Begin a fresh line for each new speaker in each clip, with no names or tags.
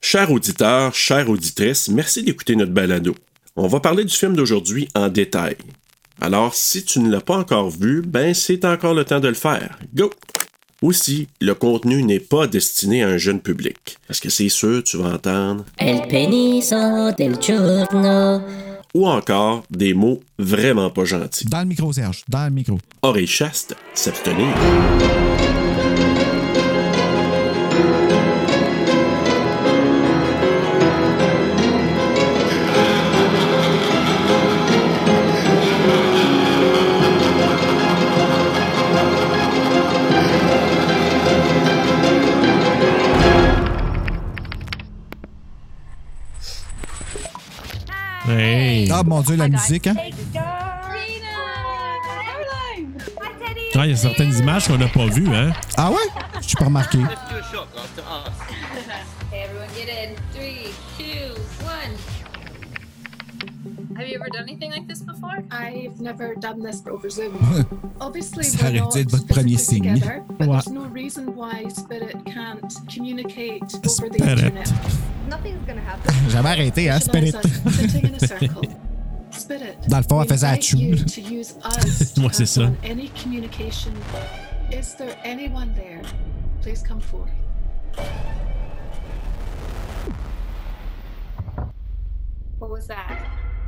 Chers auditeurs, chères auditrices, merci d'écouter notre balado. On va parler du film d'aujourd'hui en détail. Alors, si tu ne l'as pas encore vu, ben c'est encore le temps de le faire. Go! Aussi, le contenu n'est pas destiné à un jeune public. Parce que c'est sûr, tu vas entendre
El peniso del giorno.
ou encore des mots vraiment pas gentils.
Dans le micro, Serge. Dans le micro.
Oreille chaste, s'abstenir.
Hey.
Ah, mon Dieu, la musique, hein?
Ah, il y a certaines images qu'on n'a pas vues, hein?
Ah ouais? Je suis pas remarqué.
Everyone get in. Three, two, one.
Have you ever done anything like this before?
I've never done this over Zoom. Obviously,
Ça aurait
we're not
dû être votre premier
physically
signe.
together, but
Ouais.
there's no reason why Spirit can't communicate over the
Spirit.
internet.
Nothing's gonna happen.
J'avais arrêté, hein, Spirit?
Organise us sitting in a circle. Spirit,
Dans le fond, elle
we
faisait la
invite you
tune.
to use us to
Ouais, c'est
pass
ça.
on any communication. Is there anyone there? Please come forward.
What was that?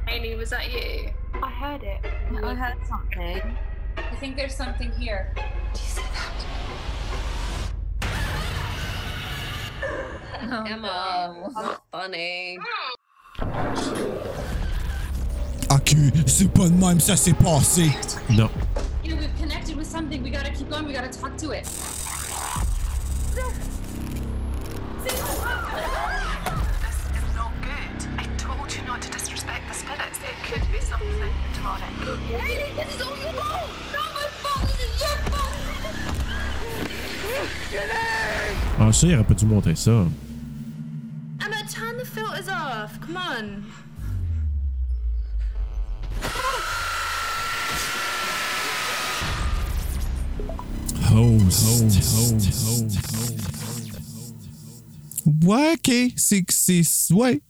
Amy, was that you?
I heard it.
I had something.
I think there's something here. Oh,
Emma, how funny.
Ok, c'est pas de même, ça s'est passé.
Non.
You know, we've connected with something. We gotta keep going. We gotta talk to it.
This is not good. I told you not to disrespect the spirits. It could be something demonic.
this is all your fault. Not my fault. This is your fault.
Ah, ça, il aurait pas dû montrer ça.
Emma, turn the filters off. Come on.
Host. Host. Host.
Ouais, ok. C'est que c'est. Ouais.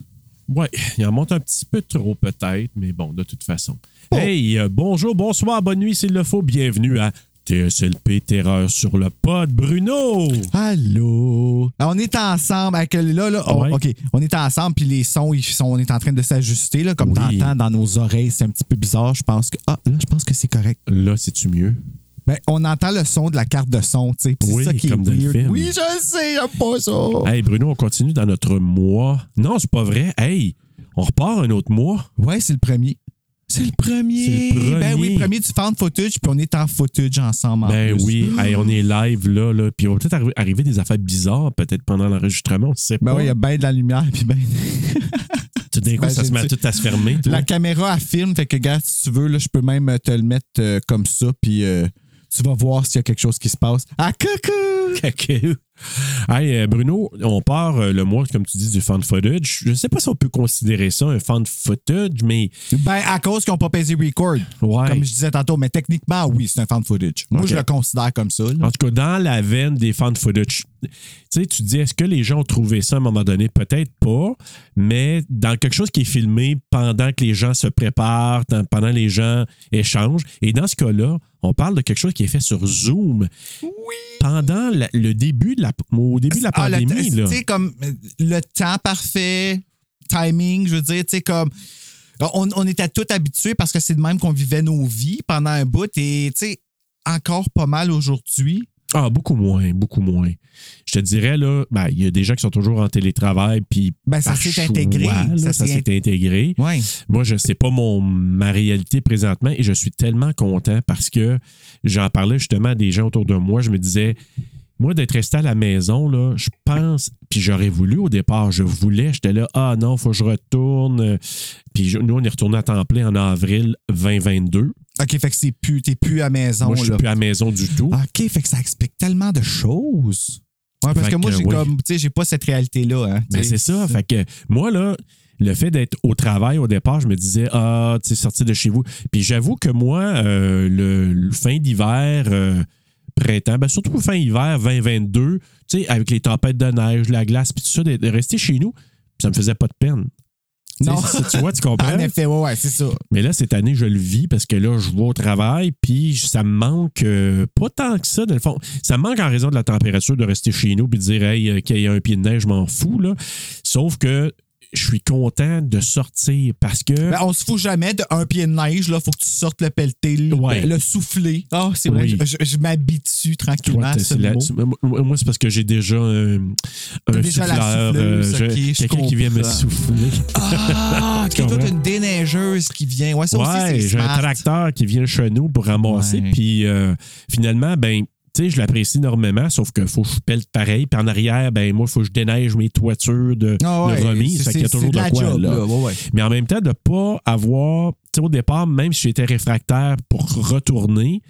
Ouais, il en monte un petit peu trop peut-être, mais bon, de toute façon.
Oh!
Hey, euh, bonjour, bonsoir, bonne nuit s'il le faut. Bienvenue à E TSLP Terreur sur le pod. Bruno!
Allô? Ah, On est ensemble avec le- là, là. on-
Ouais.
OK. On est ensemble, puis les sons, ils sont, on est en train de s'ajuster, là, comme
Oui.
t'entends dans nos oreilles. C'est un petit peu bizarre. Je pense que. Ah, là, je pense que c'est correct.
Là, c'est-tu mieux?
Ben, on entend le son de la carte de son, tu sais. puis
Oui,
c'est ça qui
comme
est
dans le
weird.
film.
Oui, je sais, j'aime pas ça.
Hey, Bruno, on continue dans notre mois. Non, c'est pas vrai. Hey, on repart un autre mois.
Ouais, c'est le premier. C'est le premier.
C'est le
Ben oui,
premier.
premier du fan footage, puis on est en footage ensemble. en
Ben
plus.
oui, hey, on est live là, là. Puis on va peut-être arri- arriver des affaires bizarres, peut-être pendant l'enregistrement, on sait
Ben
pas.
oui, il y a bien de la lumière, puis ben.
tout d'un coup,
ben,
ça se
j'ai
met à
dit-
tout à se fermer. toi.
La caméra, elle filme, fait que, gars, si tu veux, là, je peux même euh, te le mettre euh, comme ça, puis euh, tu vas voir s'il y a quelque chose qui se passe. Ah, coucou!
Cacao. Hey, euh, Bruno, on part euh, le mois, comme tu dis, du fan footage. Je sais pas si on peut considérer ça un fan footage, mais
Ben, à cause qu'ils n'ont pas pesé record,
ouais.
comme je disais tantôt, mais techniquement, oui, c'est un fan footage. Moi,
Ok.
je le considère comme ça. là.
En tout cas, dans la veine des fan footage, tu sais, tu dis, est-ce que les gens ont trouvé ça à un moment donné? Peut-être pas, mais dans quelque chose qui est filmé pendant que les gens se préparent, dans- pendant que les gens échangent. Et dans ce cas-là, on parle de quelque chose qui est fait sur Zoom. Pendant la- le début de la, au début de la
Ah, le t-
pandémie, là.
Tu sais, comme euh, le temps parfait, timing, je veux dire, tu sais, comme. On, on était tous habitués parce que c'est de même qu'on vivait nos vies pendant un bout et, tu sais, encore pas mal aujourd'hui.
Ah, beaucoup moins, beaucoup moins. Je te dirais, là, ben, il y a des gens qui sont toujours en télétravail, puis.
Ben, ça
par
s'est
choix,
intégré,
là,
ça
ça
s'est
s'est intégré.
Ouais.
Moi, je sais pas mon, ma réalité présentement et je suis tellement content parce que j'en parlais justement à des gens autour de moi. Je me disais, moi, d'être resté à la maison, là, je pense, puis j'aurais voulu au départ, je voulais, j'étais là, ah non, faut que je retourne. Puis je- nous, on est retourné à temps plein en avril 2022.
OK, fait que c'est plus, t'es plus à maison.
moi, je suis
là. Ah,
plus à la maison du tout.
OK, fait que ça explique tellement de choses. Ouais, parce
Fait
que moi,
que,
j'ai
oui.
comme, tu sais, j'ai pas cette réalité-là. Hein,
Mais
tu sais.
Ben, c'est ça. Fait que moi, là, le fait d'être au travail au départ, je me disais, ah, tu sais, sorti de chez vous. Puis j'avoue que moi, euh, le, le fin d'hiver, euh, printemps, ben surtout fin hiver 2022, tu sais, avec les tempêtes de neige, la glace, puis tout ça, de, de rester chez nous, ça me faisait pas de peine. Tu sais,
Non.
si tu vois, tu comprends.
En effet, ouais, ouais, c'est ça.
Mais là, cette année, je le vis parce que là, je vais au travail, puis ça me manque euh, pas tant que ça, dans le fond. Ça me manque en raison de la température de rester chez nous puis de dire, hey, euh, qu'il y a un pied de neige, je m'en fous, là. Sauf que je suis content de sortir parce que.
Ben, on se fout jamais d'un pied de neige, là. Faut que tu sortes le pelleté, le,
Ouais.
le souffler. Ah, c'est vrai,
Oui.
je, je- je m'habitue
Toi,
tranquillement à
t'as-
ce
c'est la-
mot.
tu- moi, moi, c'est parce que j'ai déjà euh, un,
T'as déjà la
souffleur, euh,
souffleuse,
je-
ok, je
quelqu'un qui vient me
comprends.
souffler.
Ah,
Tu
ok, toi,
comprends?
t'as une déneigeuse qui vient. Ouais, ça aussi,
ouais,
c'est
j'ai un
smart.
tracteur qui vient chez nous pour ramasser.
Ouais.
Puis euh, finalement, ben, tu sais, je l'apprécie énormément, sauf que faut que je pelle pareil. Puis en arrière, ben, moi, faut que je déneige mes toitures de,
Ah ouais,
de remise.
c'est-
Fait qu'il y a
c'est-
toujours
c'est
de
la
quoi,
job,
là.
là, ouais, ouais.
Mais en même temps, de pas avoir, tu sais, au départ, même si j'étais réfractaire pour retourner,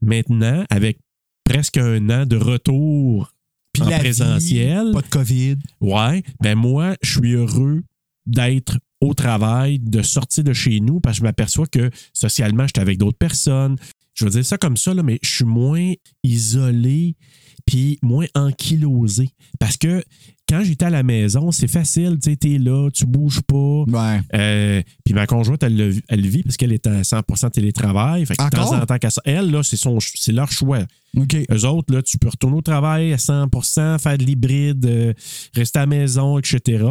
maintenant, avec presque un an de retour
Puis
en
la vie,
présentiel.
pas de COVID.
Ouais, ben moi, je suis heureux d'être au travail, de sortir de chez nous parce que je m'aperçois que socialement, j'étais avec d'autres personnes. Je veux dire ça comme ça, là, mais je suis moins isolé puis moins ankylosé. Parce que quand j'étais à la maison, c'est facile, tu sais, t'es là, tu bouges pas.
Ouais.
Euh, puis ma conjointe, elle, le- elle le vit parce qu'elle est à 100% télétravail. Fait que de
Encore?
temps en temps, qu'elle sort- elle, là, c'est son ch- c'est leur choix.
OK.
Eux autres, là, tu peux retourner au travail à 100 faire de l'hybride, euh, rester à la maison, etc.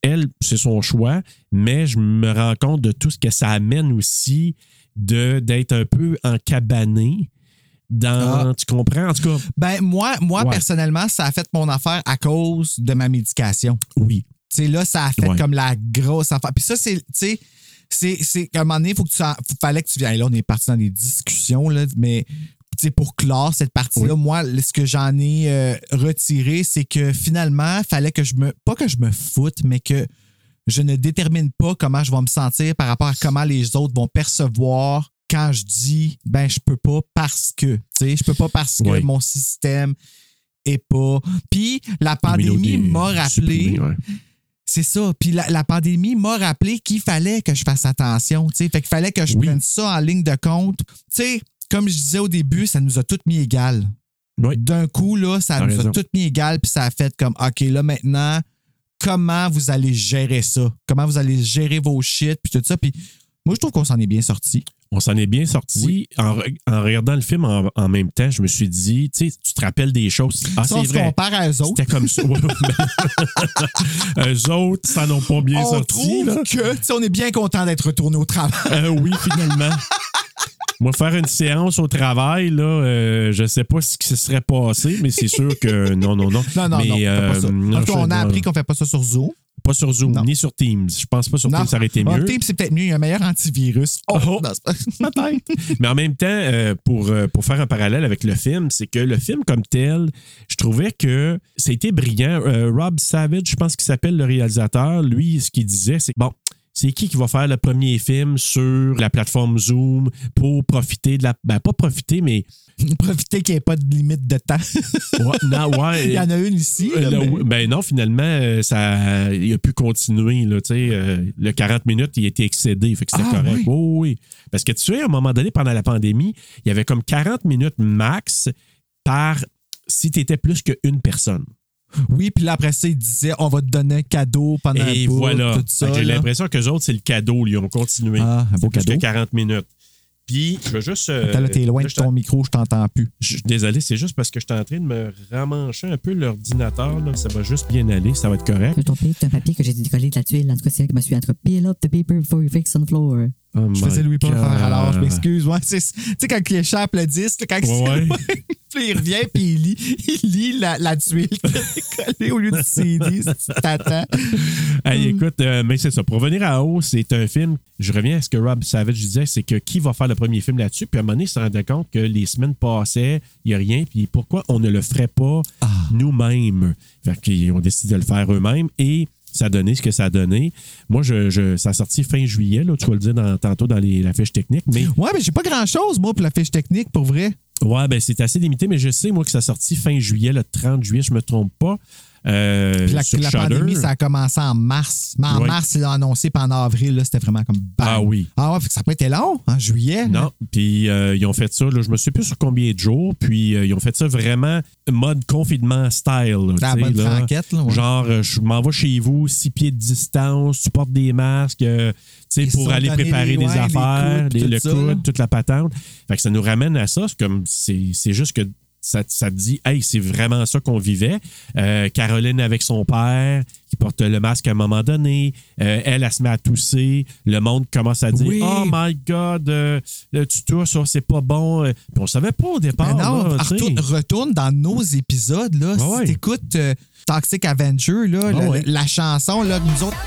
Elle, c'est son choix, mais je me rends compte de tout ce que ça amène aussi de d'être un peu encabané
Ah.
dans. Tu comprends? En tout cas,
Ben, moi, moi
Ouais.
personnellement, ça a fait mon affaire à cause de ma médication.
oui.
Tu sais, là, ça a fait
Ouais.
comme la grosse affaire. Puis ça, c'est, tu sais, c'est, c'est qu'à un moment donné, faut que tu, en- faut- fallait que tu viennes. Là, on est parti dans des discussions, là, mais tu sais, pour clore cette partie-là, moi, ce que j'en ai euh, retiré, c'est que finalement, fallait que je me, pas que je me foute, mais que je ne détermine pas comment je vais me sentir par rapport à comment les autres vont percevoir quand je dis, ben, je peux pas parce que, tu sais, je peux pas parce que
Oui.
mon système est pas. Puis la pandémie m'a rappelé.
Supprimé, ouais.
C'est ça. Puis la, la pandémie m'a rappelé qu'il fallait que je fasse attention. tu sais. Fait qu'il fallait que je
Oui.
prenne ça en ligne de compte. Tu sais, comme je disais au début, ça nous a toutes mis égal.
Oui.
D'un coup, là, ça
T'as
nous
raison.
a toutes mis égal, puis ça a fait comme OK, là maintenant, comment vous allez gérer ça? Comment vous allez gérer vos shit, puis tout ça. Puis moi, je trouve qu'on s'en est bien sorti.
On s'en est bien sorti. En, re- en regardant le film en, en même temps, je me suis dit, tu sais, tu te rappelles des choses. Ah,
si on
c'est
se
vrai.
compare à eux autres,
C'était comme ça. Ouais, ouais. Eux autres, ça n'ont pas bien
on
sorti.
trouve
là.
que, tu sais, on est bien content d'être retourné au travail.
Euh, oui, finalement. Moi, faire une séance au travail, là, euh, je sais pas ce qui se serait passé, mais c'est sûr que non, non, non.
Non, non,
mais,
non, on fait pas ça.
euh,
En
non,
tout cas,
je-
on a
non,
appris qu'on fait pas ça sur Zoom.
Pas sur Zoom,
Non.
ni sur Teams. Je pense pas sur
Non.
Teams, ça aurait été
Ah,
mieux.
Teams, c'est peut-être mieux. Il y a un meilleur antivirus. Oh,
Oh.
non, c'est pas-
Mais en même temps, euh, pour, euh, pour faire un parallèle avec le film, c'est que le film comme tel, je trouvais que c'était brillant. Euh, Rob Savage, je pense qu'il s'appelle le réalisateur, lui, ce qu'il disait, c'est bon. C'est qui qui va faire le premier film sur la plateforme Zoom pour profiter de la... Ben, pas profiter, mais...
Profitez qu'il n'y ait pas de limite de temps.
Ouais, non, ouais. euh,
Il y en a une ici. là,
Là,
mais-
oui, ben non, finalement, euh, ça, il a pu continuer. Là, tu sais, euh, le 40 minutes, il a été excédé. Fait que c'était
Ah,
correct.
oui.
Oui, oui. Parce que tu sais, à un moment donné, pendant la pandémie, il y avait comme 40 minutes max par si tu étais plus qu'une personne.
Oui, puis là, après ça, il disait on va te donner un cadeau pendant
Et
un bout,
voilà.
tout
Fait
ça.
que J'ai
là.
l'impression qu'eux autres, c'est le cadeau. Ils ont continué.
Ah, un beau
Plus que
cadeau.
40 minutes. Puis, je veux juste. euh,
Attends, là, t'es loin
là,
de
je t'en-
ton micro, je t'entends plus.
Je suis désolé, c'est juste parce que je suis en train de me ramancher un peu l'ordinateur. là. Ça va juste bien aller, ça va être correct.
Le trompé, c'est un papier que j'ai dû décoller de la tuile. En tout cas, c'est là que je me suis attrapé. Peel up the paper before you fix on the floor.
Oh my
Je faisais Louis Paul
God.
faire alors, je m'excuse. Ouais, c'est- tu sais, quand il échappe le disque, quand il
Ouais, ouais.
puis il revient, puis il lit, il lit la, la tuile qui est collée au lieu du CD. si tu t'attends.
Hey, écoute, euh, mais c'est ça. Pour revenir à O, c'est un film. Je reviens à ce que Rob Savage disait, c'est que qui va faire le premier film là-dessus? Puis à un moment donné, il se rendait compte que les semaines passaient, il n'y a rien. Puis pourquoi on ne le ferait pas
Ah.
nous-mêmes? Fait qu'ils ont décidé de le faire eux-mêmes et ça a donné ce que ça a donné. Moi, je, je- ça a sorti fin juillet, là, tu vas le dire dans- tantôt dans les- la fiche technique, mais
Ouais, mais j'ai pas grand-chose, moi, pour la fiche technique, pour vrai.
Ouais, ben c'est assez limité, mais je sais, moi, que ça a sorti fin juillet, le 30 juillet, je me trompe pas. euh,
Puis la,
sur
la
Shudder.
pandémie, ça a commencé en mars. Mais en
Ouais.
mars, il l'a annoncé, puis en avril, là, c'était vraiment comme bam.
Ah oui.
Ah ouais, fait que ça peut être long, en juillet.
Non, puis euh, ils ont fait ça, là, je me souviens plus sur combien de jours, puis euh, ils ont fait ça vraiment mode confinement style.
Dans
là,
la
tu sais,
Ah, bonne
là.
franquette, là, ouais.
Genre, euh, je m'en vais chez vous, six pieds de distance, tu portes des masques, euh, tu sais,
Ils
pour
sont
aller
donnés
préparer
les-
des
ouais, les
affaires,
coudes,
les-
tout
le
ça, là.
coude, toute la patente. Fait que ça nous ramène à ça, c'est comme, c'est c'est juste que ça, ça te dit, hey, c'est vraiment ça qu'on vivait. Euh, Caroline avec son père, qui porte le masque à un moment donné. Euh, elle, elle se met à tousser. Le monde commence à dire
Oui.
Oh my God, euh, euh, tu tousses, oh, c'est pas bon. Euh, Puis on savait pas au
Mais
départ.
Ben non,
là, tu sais.
retourne, retourne dans nos épisodes. Là,
Ah ouais.
Si t'écoutes euh, Toxic Avenger, là,
Ah
la,
ouais.
la chanson, là, nous autres,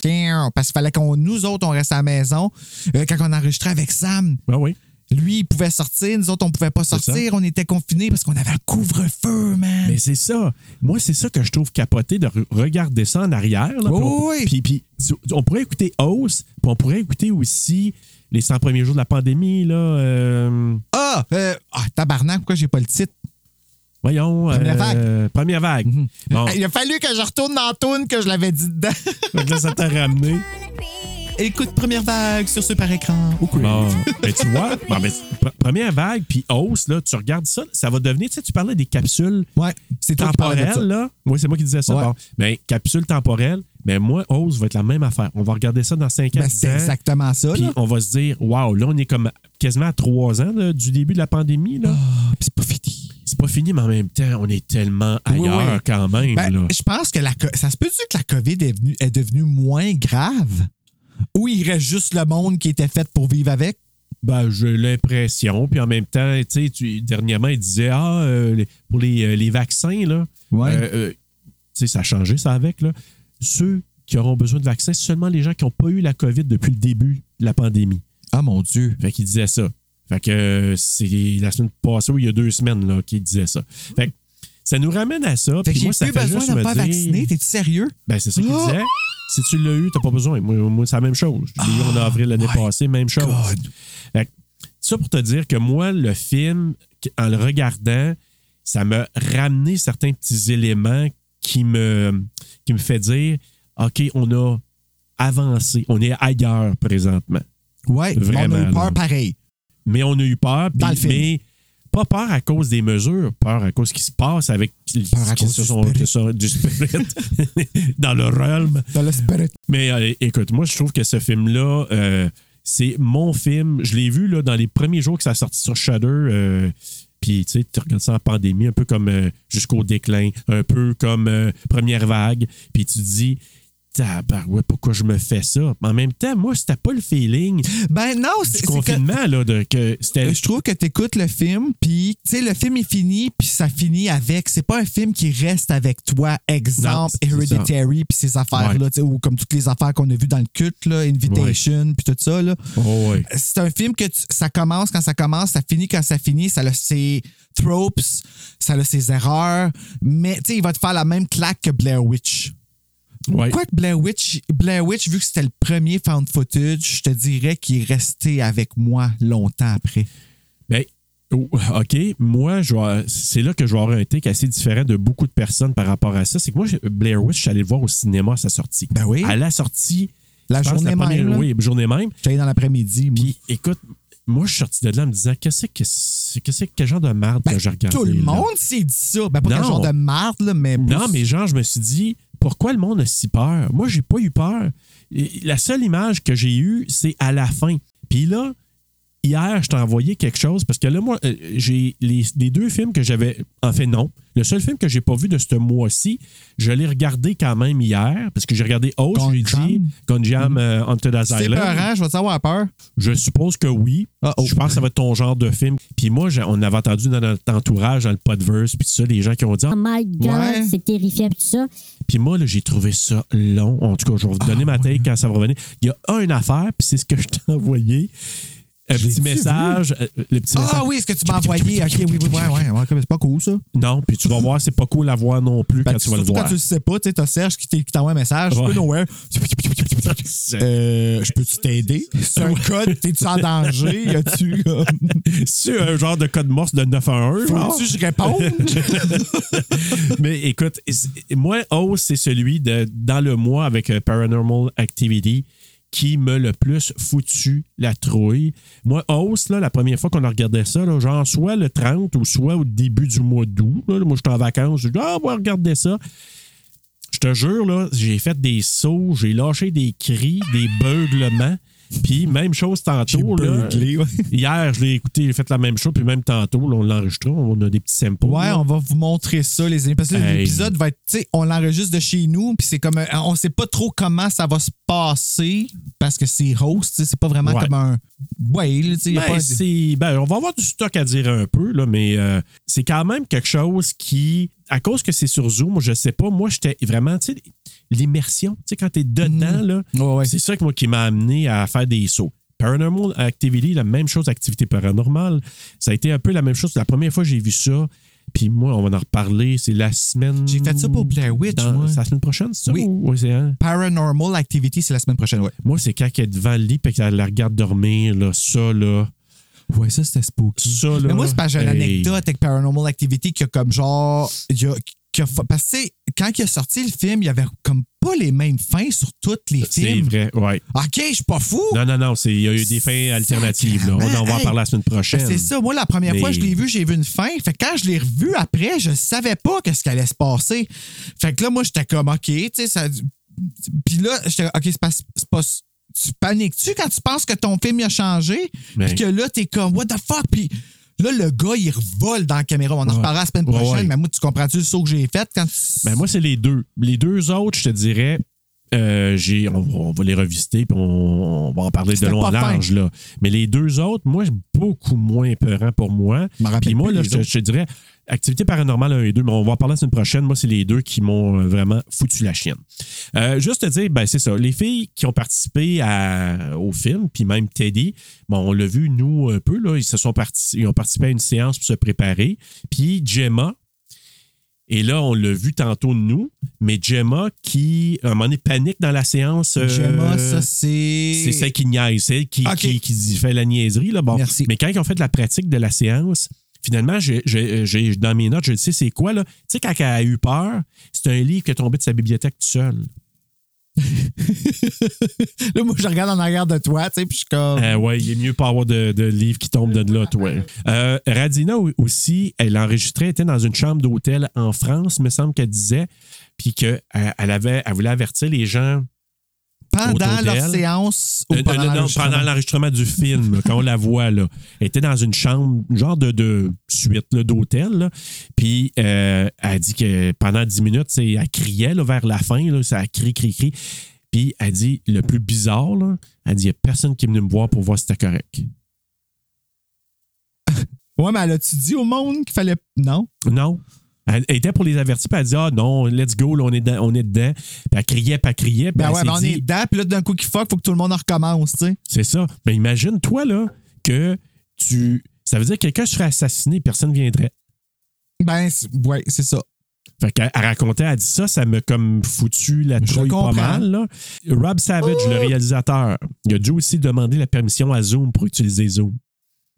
tiens, parce qu'il fallait qu'on nous autres, on reste à la maison. Euh, quand on enregistrait avec Sam,
Ah oui.
lui, il pouvait sortir, nous autres, on pouvait pas
ça.
sortir, on était confinés parce qu'on avait un couvre-feu, man.
Mais c'est ça. Moi, c'est ça que je trouve capoté de re- regarder ça en arrière. là. Puis on-
Oui.
Puis, puis tu- on pourrait écouter Hausse, puis on pourrait écouter aussi les 100 premiers jours de la pandémie. Là, euh,
Ah, euh, ah, tabarnak, pourquoi j'ai pas le titre?
voyons. euh,
Première vague.
Première vague. Bon,
Mhm. Il a fallu que je retourne dans la toune que je l'avais dit dedans.
fait que là, ça t'a ramené.
Écoute première vague sur super écran. Ou quoi?
Bon, mais tu vois, bon, mais pr- première vague, puis hausse, là, tu regardes ça, ça va devenir, tu sais, tu parlais des capsules
Ouais, c'est toi qui parlais de ça.
temporelles, là. Oui, c'est moi qui disais ça.
Ouais.
Bon, Ben, mais capsule temporelle, mais ben, moi, hausse va être la même affaire. On va regarder ça dans 5 ans.
Ben, c'est
10 ans,
exactement ça.
Puis
là.
on va se dire, waouh, là, on est comme quasiment à 3 ans là, du début de la pandémie,
Ah.
là.
c'est pas fini.
C'est pas fini, mais en même temps, on est tellement ailleurs
Oui, oui.
quand même,
Ben,
là.
je pense que la co- ça se peut-tu que la COVID est, venue- est devenue moins grave? Ou il reste juste le monde qui était fait pour vivre avec?
Ben, j'ai l'impression. Puis en même temps, tu sais, tu- dernièrement, il disait Ah, euh, les- pour les, euh, les vaccins, là,
Ouais.
euh, euh, tu sais, ça a changé, ça avec. Là. Ceux qui auront besoin de vaccins, c'est seulement les gens qui n'ont pas eu la COVID depuis le début de la pandémie.
Ah mon Dieu.
Fait qu'il disait ça. Fait que euh, c'est la semaine passée ou il y a deux semaines là, qu'il disait ça. Fait que ça nous ramène à ça.
Fait que
Puis
j'ai
moi, ça
plus
fait
besoin
juste
de
me
pas
dire-
vacciner. T'es-tu sérieux?
ben, c'est ça qu'il
Ah!
disait. Si tu l'as eu, t'as pas besoin. Moi, moi, c'est la même chose. Je l'ai eu en avril l'année
my
passée, même chose.
God.
Fait que, ça pour te dire que moi, le film, qu- en le regardant, ça m'a ramené certains petits éléments qui me, qui me fait dire OK, on a avancé, on est ailleurs présentement.
Ouais,
Vraiment,
on a eu
là.
peur pareil.
Mais on a eu peur,
Dans
puis-
le film.
mais pas peur à cause des mesures, peur à cause de ce qui se passe avec
Peur à
qui
cause
se
du
sont-
spirit.
qui sont- du spirit dans le realm.
Dans le spirit.
Mais euh, écoute, moi, je trouve que ce film-là, euh, c'est mon film. Je l'ai vu là, dans les premiers jours que ça a sorti sur Shudder. euh, puis, tu sais, tu regardes ça en pandémie, un peu comme euh, jusqu'au déclin, un peu comme euh, première vague. Puis tu te dis, ouais, pourquoi je me fais ça? Mais en même temps, moi, c'était pas le feeling du
Ben non, c'est c'est que- Euh,
confinement, là, de, que c'était.
Je trouve que tu écoutes le film, puis tu sais, le film est fini, puis ça finit avec. C'est pas un film qui reste avec toi.
Non,
Exemple,
c'est
Hereditary, puis ces affaires-là,
Ouais.
tu sais, ou comme toutes les affaires qu'on a vues dans le culte, là, Invitation, puis tout ça. Là.
Oh, ouais.
C'est un film que tu- ça commence quand ça commence, ça finit quand ça finit, ça a ses tropes, ça a ses erreurs, mais tu sais, il va te faire la même claque que Blair Witch.
Ouais.
Quoique Blair Witch, Blair Witch, vu que c'était le premier found footage, je te dirais qu'il est resté avec moi longtemps après.
Ben, oh, OK, moi, je vais- c'est là que je vais avoir un take assez différent de beaucoup de personnes par rapport à ça. C'est que moi, je- Blair Witch, je suis allé le voir au cinéma à sa sortie.
Ben oui.
À la sortie.
La
je pense,
journée même, là.
Oui, journée même.
J'allais dans l'après-midi. moi.
Puis, écoute, moi, je suis sorti de là en me disant, qu'est-ce que c'est, qu'est-ce que- quel genre de merde
Ben,
que j'ai regardé?
tout le
là?
monde s'est dit ça. Ben, pas
Non.
quel genre de marde, là, mais.
Non,
plus-
mais genre, je me suis dit, pourquoi le monde a si peur? Moi, j'ai pas eu peur. Et La seule image que j'ai eue, c'est à la fin. Puis là, hier, je t'ai envoyé quelque chose parce que là, moi, euh, j'ai les, les deux films que j'avais. En fait, non. Le seul film que j'ai pas vu de ce mois-ci, je l'ai regardé quand même hier parce que j'ai regardé Host, j'ai
Gonjam.
dit Gonjam euh, Haunted
Mm. C'est
Asylum.
peurant, Ah, oh. je vais te avoir peur.
Je suppose que oui.
Uh-oh.
Je pense que ça va être ton genre de film. Puis moi, j'ai- on avait entendu dans notre entourage, dans le podverse, puis tout ça, les gens qui ont dit Ah,
Oh my god,
Ouais.
c'est terrifiant pis tout ça.
puis moi, là, j'ai trouvé ça
Ah,
long. En tout cas, je vais vous donner ma taille quand ça va revenir. Il y a une affaire, puis c'est ce que je t'ai envoyé. Un petit message. euh, Le petit message.
Ah oui, est-ce que tu m'as envoyé? Ok, oui, oui, oui, ouais, ouais, ok, mais c'est pas cool ça.
Non, puis tu vas voir, c'est pas cool à voir non plus
Ben,
quand tu vas le
surtout
voir.
quand tu le sais pas, tu sais, t'as Serge qui t'est- qui t'envoie un message,
Ouais.
peu nowhere. Euh, je peux-tu t'aider? C'est un code, t'es-tu en danger? Y a-tu. euh,
C'est un genre de code morse de 9 à 1. genre.
Faut-tu que je réponde?
Mais écoute, c'est- moi, oh, c'est celui de dans le mois avec euh, Paranormal Activity qui me le plus foutu la trouille. Moi, Hausse, là, la première fois qu'on a regardé ça, là, genre soit le 30 ou soit au début du mois d'août, là, moi j'étais en vacances, je dis Ah, on va regarder ça. Je te jure, là, j'ai fait des sauts, j'ai lâché des cris, des beuglements. Puis même chose tantôt. là.
Beuglé, ouais.
Hier, je l'ai écouté, j'ai fait la même chose, puis même tantôt, là, on l'enregistre, on a des petits samples.
Ouais,
là.
on va vous montrer ça, les amis. Parce que là,
Hey.
l'épisode va être, tu sais, on l'enregistre de chez nous, puis c'est comme, un- on sait pas trop comment ça va se passer, parce que c'est host, tu sais, c'est pas vraiment
Ouais.
comme un. Ouais, là, tu sais, y a
Ben,
pas un-
c'est- ben, on va avoir du stock à dire un peu, là, mais euh, c'est quand même quelque chose qui, à cause que c'est sur Zoom, je sais pas, moi, j'étais vraiment, tu sais, l'immersion, tu sais, quand t'es dedans,
Mhm.
là,
Ouais, ouais.
c'est ça que moi, qui m'a amené à faire des sauts. Paranormal Activity, la même chose, activité paranormale, ça a été un peu la même chose. La première fois que j'ai vu ça, puis moi, on va en reparler, c'est la semaine...
J'ai fait ça pour Blair Witch,
dans-
moi.
c'est la semaine prochaine, c'est ça?
Oui.
ou- ouais, c'est, hein?
Paranormal Activity, c'est la semaine prochaine, ouais.
Moi, c'est quand elle est devant le lit et qu'elle la regarde dormir, là, ça, là...
Ouais, ça, c'était spooky.
Ça, là,
Mais moi, c'est parce que j'ai
hey.
une anecdote avec Paranormal Activity qui a comme genre. il y a- qui a fa- parce que, tu sais, quand il a sorti le film, il y avait comme pas les mêmes fins sur tous les
C'est
films.
vrai, ouais.
Ok, je suis pas fou!
Non, non, non, c'est- il y a eu des fins alternatives. là. On en va en
Hey.
parler la semaine prochaine.
Ben, c'est ça. Moi, la première
Mais-
fois que je l'ai vu, j'ai vu une fin. Fait que quand je l'ai revu après, je savais pas qu'est-ce qui allait se passer. Fait que là, moi, j'étais comme, OK, tu sais, ça. Puis là, j'étais, OK, c'est pas, c'est pas- Tu paniques-tu quand tu penses que ton film il a changé?
Mais-
Puis que là, t'es comme, What the fuck? Puis là, le gars, il revole dans la caméra. On en reparlera la semaine
Ouais,
prochaine,
ouais.
mais moi, tu comprends-tu le saut que j'ai fait quand tu.
Ben, moi, c'est les deux. Les deux autres, je te dirais, euh, j'ai, on, va- on va les revisiter puis on, on va en parler de
C'était
long en
pas fin.
large. Là. Mais les deux autres, moi, beaucoup moins épeurant pour moi.
Je m'en rappelle
Puis moi,
plus
là,
des
je, te-
autres.
je te dirais, Activité paranormale 1 et 2, mais on va en parler la semaine prochaine. Moi, c'est les deux qui m'ont euh, vraiment foutu la chienne. Euh, juste te dire, ben, c'est ça. Les filles qui ont participé à- au film, puis même Teddy, bon, on l'a vu, nous, un peu, là, ils, se sont parti- ils ont participé à une séance pour se préparer. Puis Gemma, et là, on l'a vu tantôt, nous, mais Gemma qui, à un moment donné, panique dans la séance. euh,
Gemma, ça, c'est.
c'est celle qui niaise, celle qui,
Ok.
qui, qui dit- fait la niaiserie. Là. Bon.
Merci.
Mais quand ils ont fait la pratique de la séance, finalement, j'ai- j'ai- j'ai- dans mes notes, je le sais c'est quoi. là. Tu sais, quand elle a eu peur, c'est un livre qui est tombé de sa bibliothèque tout seul.
Là, moi, je regarde en arrière de toi, tu sais, puis je suis comme.
Euh, ouais, il est mieux pas avoir de, de livres qui tombent de là, toi. Euh, Radina au- aussi, elle enregistrait, elle était dans une chambre d'hôtel en France, me semble qu'elle disait, puis qu'elle elle avait, elle voulait avertir les gens
pendant
autour
leur
d'elle.
séance ou
Euh,
pendant
non, non,
l'enregistrement?
pendant l'enregistrement du film, quand on la voit, là, elle était dans une chambre, genre de, de suite là, d'hôtel. là. Puis euh, elle dit que pendant 10 minutes, tu sais, elle criait là, vers la fin, là, ça crie, crie, crie. Puis elle dit le plus bizarre, là, elle dit il n'y a personne qui est venu me voir pour voir si c'était correct.
Ouais, mais elle a-tu dit au monde qu'il fallait. Non.
Non. Elle elle était pour les avertir, puis elle dit Ah non, let's go, là, on est dedans. On est dedans. Puis elle criait, puis elle criait. Puis
Ben,
elle
ouais,
s'est
ben on
dit,
est dedans, puis là, d'un coup, qui fuck, faut que tout le monde en recommence, tu sais.
C'est ça. Mais imagine, toi, là, que tu. Ça veut dire que quelqu'un serait assassiné, personne ne viendrait.
Ben, c'est- ouais, c'est ça.
Fait qu'elle elle racontait, elle dit ça, ça m'a comme foutu la
Je
trouille pas
comprends.
mal. là. Rob Savage, le réalisateur, il a dû aussi demander la permission à Zoom pour utiliser Zoom.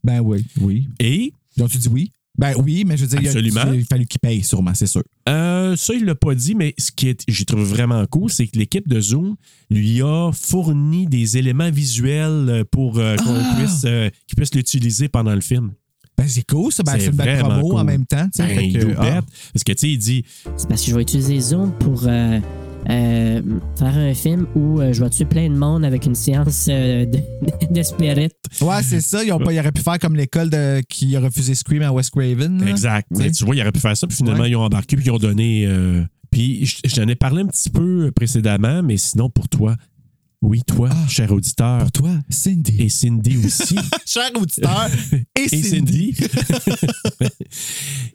Ben, oui, oui.
Et
Donc, tu dis oui? Ben, oui, mais je veux dire, il a-
Absolument.
il a fallu qu'il paye, sûrement, c'est sûr.
euh, ça, il l'a pas dit, mais ce qui est, j'y trouve vraiment cool, c'est que l'équipe de Zoom lui a fourni des éléments visuels euh, pour
Ah!
euh, qu'on puisse, euh, qu'il puisse l'utiliser pendant le film.
Ben, c'est cool, ça. Ben,
C'est
c'est une belle
vraiment
promo
cool.
en même temps, tu sais.
Ben,
fait
il
que,
est
ah.
bête. Parce que, tu sais, il dit
C'est parce que je vais utiliser Zoom pour euh, euh, faire un film où euh, je vais tuer plein de monde avec une séance euh, de, de spirit.
Ouais, c'est ça. Ils, ont pas, ils auraient pu faire comme l'école de, qui a refusé Scream à West Craven. là.
Exact. Mais
Ouais.
tu vois, ils auraient pu faire ça, puis finalement,
Ouais.
ils ont embarqué, puis ils ont donné. euh, Puis je, je t'en ai parlé un petit peu précédemment, mais sinon, pour toi, oui, toi,
Ah.
cher auditeur,
Pour toi, Cindy.
et Cindy aussi.
Cher auditeur, et,
Et Cindy.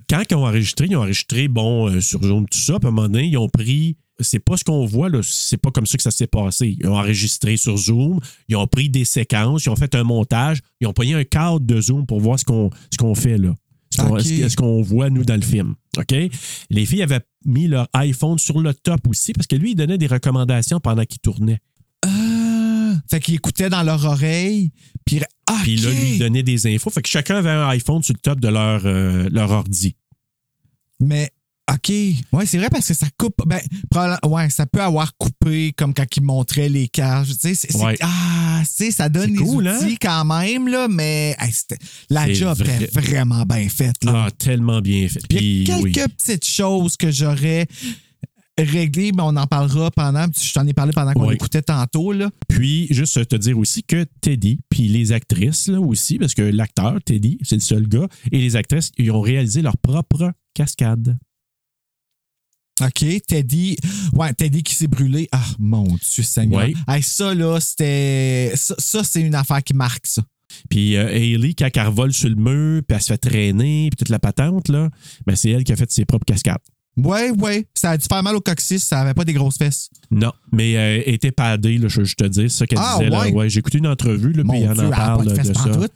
Quand ils ont enregistré, ils ont enregistré, bon, euh, sur Zoom, tout ça. Puis à un moment donné, ils ont pris c'est pas ce qu'on voit, là. c'est pas comme ça que ça s'est passé. Ils ont enregistré sur Zoom, ils ont pris des séquences, ils ont fait un montage, ils ont payé un cadre de Zoom pour voir ce qu'on ce qu'on fait là. Ce qu'on
Ok.
ce que- ce qu'on voit, nous, dans le film. OK? Les filles avaient mis leur iPhone sur le top aussi parce que lui, il donnait des recommandations pendant qu'il tournait.
Ah! Fait qu'ils écoutaient dans leur oreille, puis... Ah,
Puis là,
ok.
lui, il donnait des infos. Fait que chacun avait un iPhone sur le top de leur, euh, leur ordi.
Mais, OK. Ouais, c'est vrai parce que ça coupe. Ben, probable- ouais, ça peut avoir coupé comme quand ils montraient les cartes. Tu sais, c'est- c'est-
Ouais.
Ah, tu sais, ça donne
C'est
des
cool, hein?
outils quand même, là, mais hey, c'était- la
C'est
job
vrai.
était vraiment bien faite, là.
Ah, tellement bien fait.
Puis il y a
Puis, oui.
quelques petites choses que j'aurais réglées, mais on en parlera pendant. Je t'en ai parlé pendant qu'on
Ouais.
écoutait tantôt, là.
Puis, juste te dire aussi que Teddy, puis les actrices là aussi, parce que l'acteur, Teddy, c'est le seul gars, et les actrices, ils ont réalisé leur propre cascade.
OK, Teddy. Ouais, Teddy qui s'est brûlé. Ah, mon Dieu Seigneur.
Ouais.
Hey, ça, là, c'était. Ça, ça, c'est une affaire qui marque, ça.
Puis euh, Hailey, quand elle revole sur le mur, puis elle se fait traîner, puis toute la patente, là, ben, c'est elle qui a fait ses propres cascades.
Ouais, ouais. Ça a dû faire mal au coccyx, ça avait pas des grosses fesses.
Non, mais euh, elle était padée, là, je, je te dis, c'est ça qu'elle
Ah,
disait. là.
ouais.
Ouais, J'ai écouté une entrevue, là,
Mon
puis
Dieu,
elle en
elle a pas
parle
de fesses
de ça.
pantoute.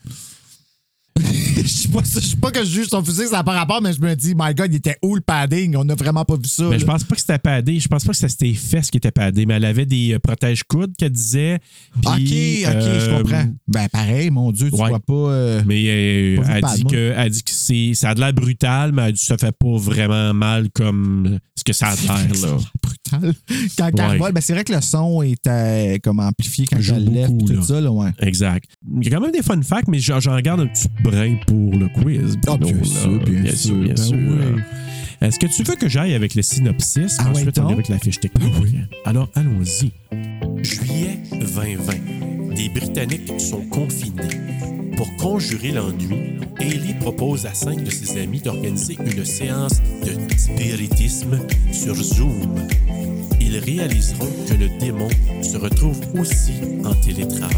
Je sais pas, je sais pas que je juge son physique, ça n'a pas rapport, mais je me dis, my God, il était où le padding? On n'a vraiment pas vu ça.
Mais
là.
je pense pas que c'était padé. Je pense pas que c'était ses fesses qui étaient padées, mais elle avait des euh, protège-coudes qu'elle disait.
OK, Ah, OK,
puis,
je
euh,
comprends. Ben pareil, mon Dieu, tu
ouais.
vois pas. euh,
Mais euh,
Pas vu
elle,
par
dit
moi.
que, elle dit que c'est, ça a de l'air brutal, mais elle dit que ça fait pas vraiment mal comme ce que ça a de l'air. Là.
brutal. Quand quand elle
Ouais.
vole, ben c'est vrai que le son était comme amplifié quand
Joue
elle lève
beaucoup,
pis tout
là.
ça, là, ouais.
Exact. Il y a quand même des fun facts, mais j'en, j'en garde un petit brin pour le quiz.
Ah,
Bruno,
bien
là.
sûr, bien sûr,
bien
ben
sûr.
oui.
Est-ce que tu veux que j'aille avec le synopsis?
Ah ouais,
Ensuite, on
donc? Ben
est avec la fiche technique. Alors, allons-y. Juillet 2020. Des Britanniques sont confinés. Pour conjurer l'ennui, Haley propose à cinq de ses amis d'organiser une séance de spiritisme sur Zoom. Ils réaliseront que le démon se retrouve aussi en télétravail.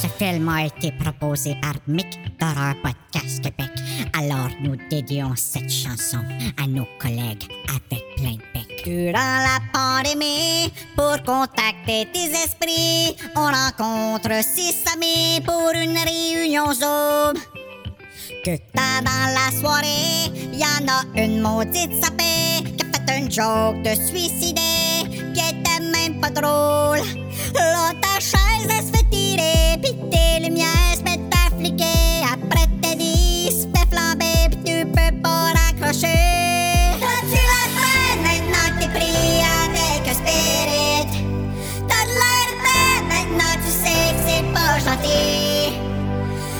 Ce film a été proposé par Mick d'Horror Podcast Québec. Alors nous dédions cette chanson à nos collègues avec plein de bec. Durant la pandémie, pour contacter tes esprits, on rencontre six amis pour une réunion Zoom. Que t'as dans la soirée, y en a une maudite sapée qui a fait un joke de suicidé, qui était même pas drôle. Là, ta chaise, elle se fait tirer, pis tes lumières se mettent à fliquer. Après, t'es dit, se fait flamber, pis tu peux pas raccrocher. T'as-tu la scène maintenant que t'es pris avec un spirit? T'as de l'air bête, maintenant tu sais que c'est pas gentil.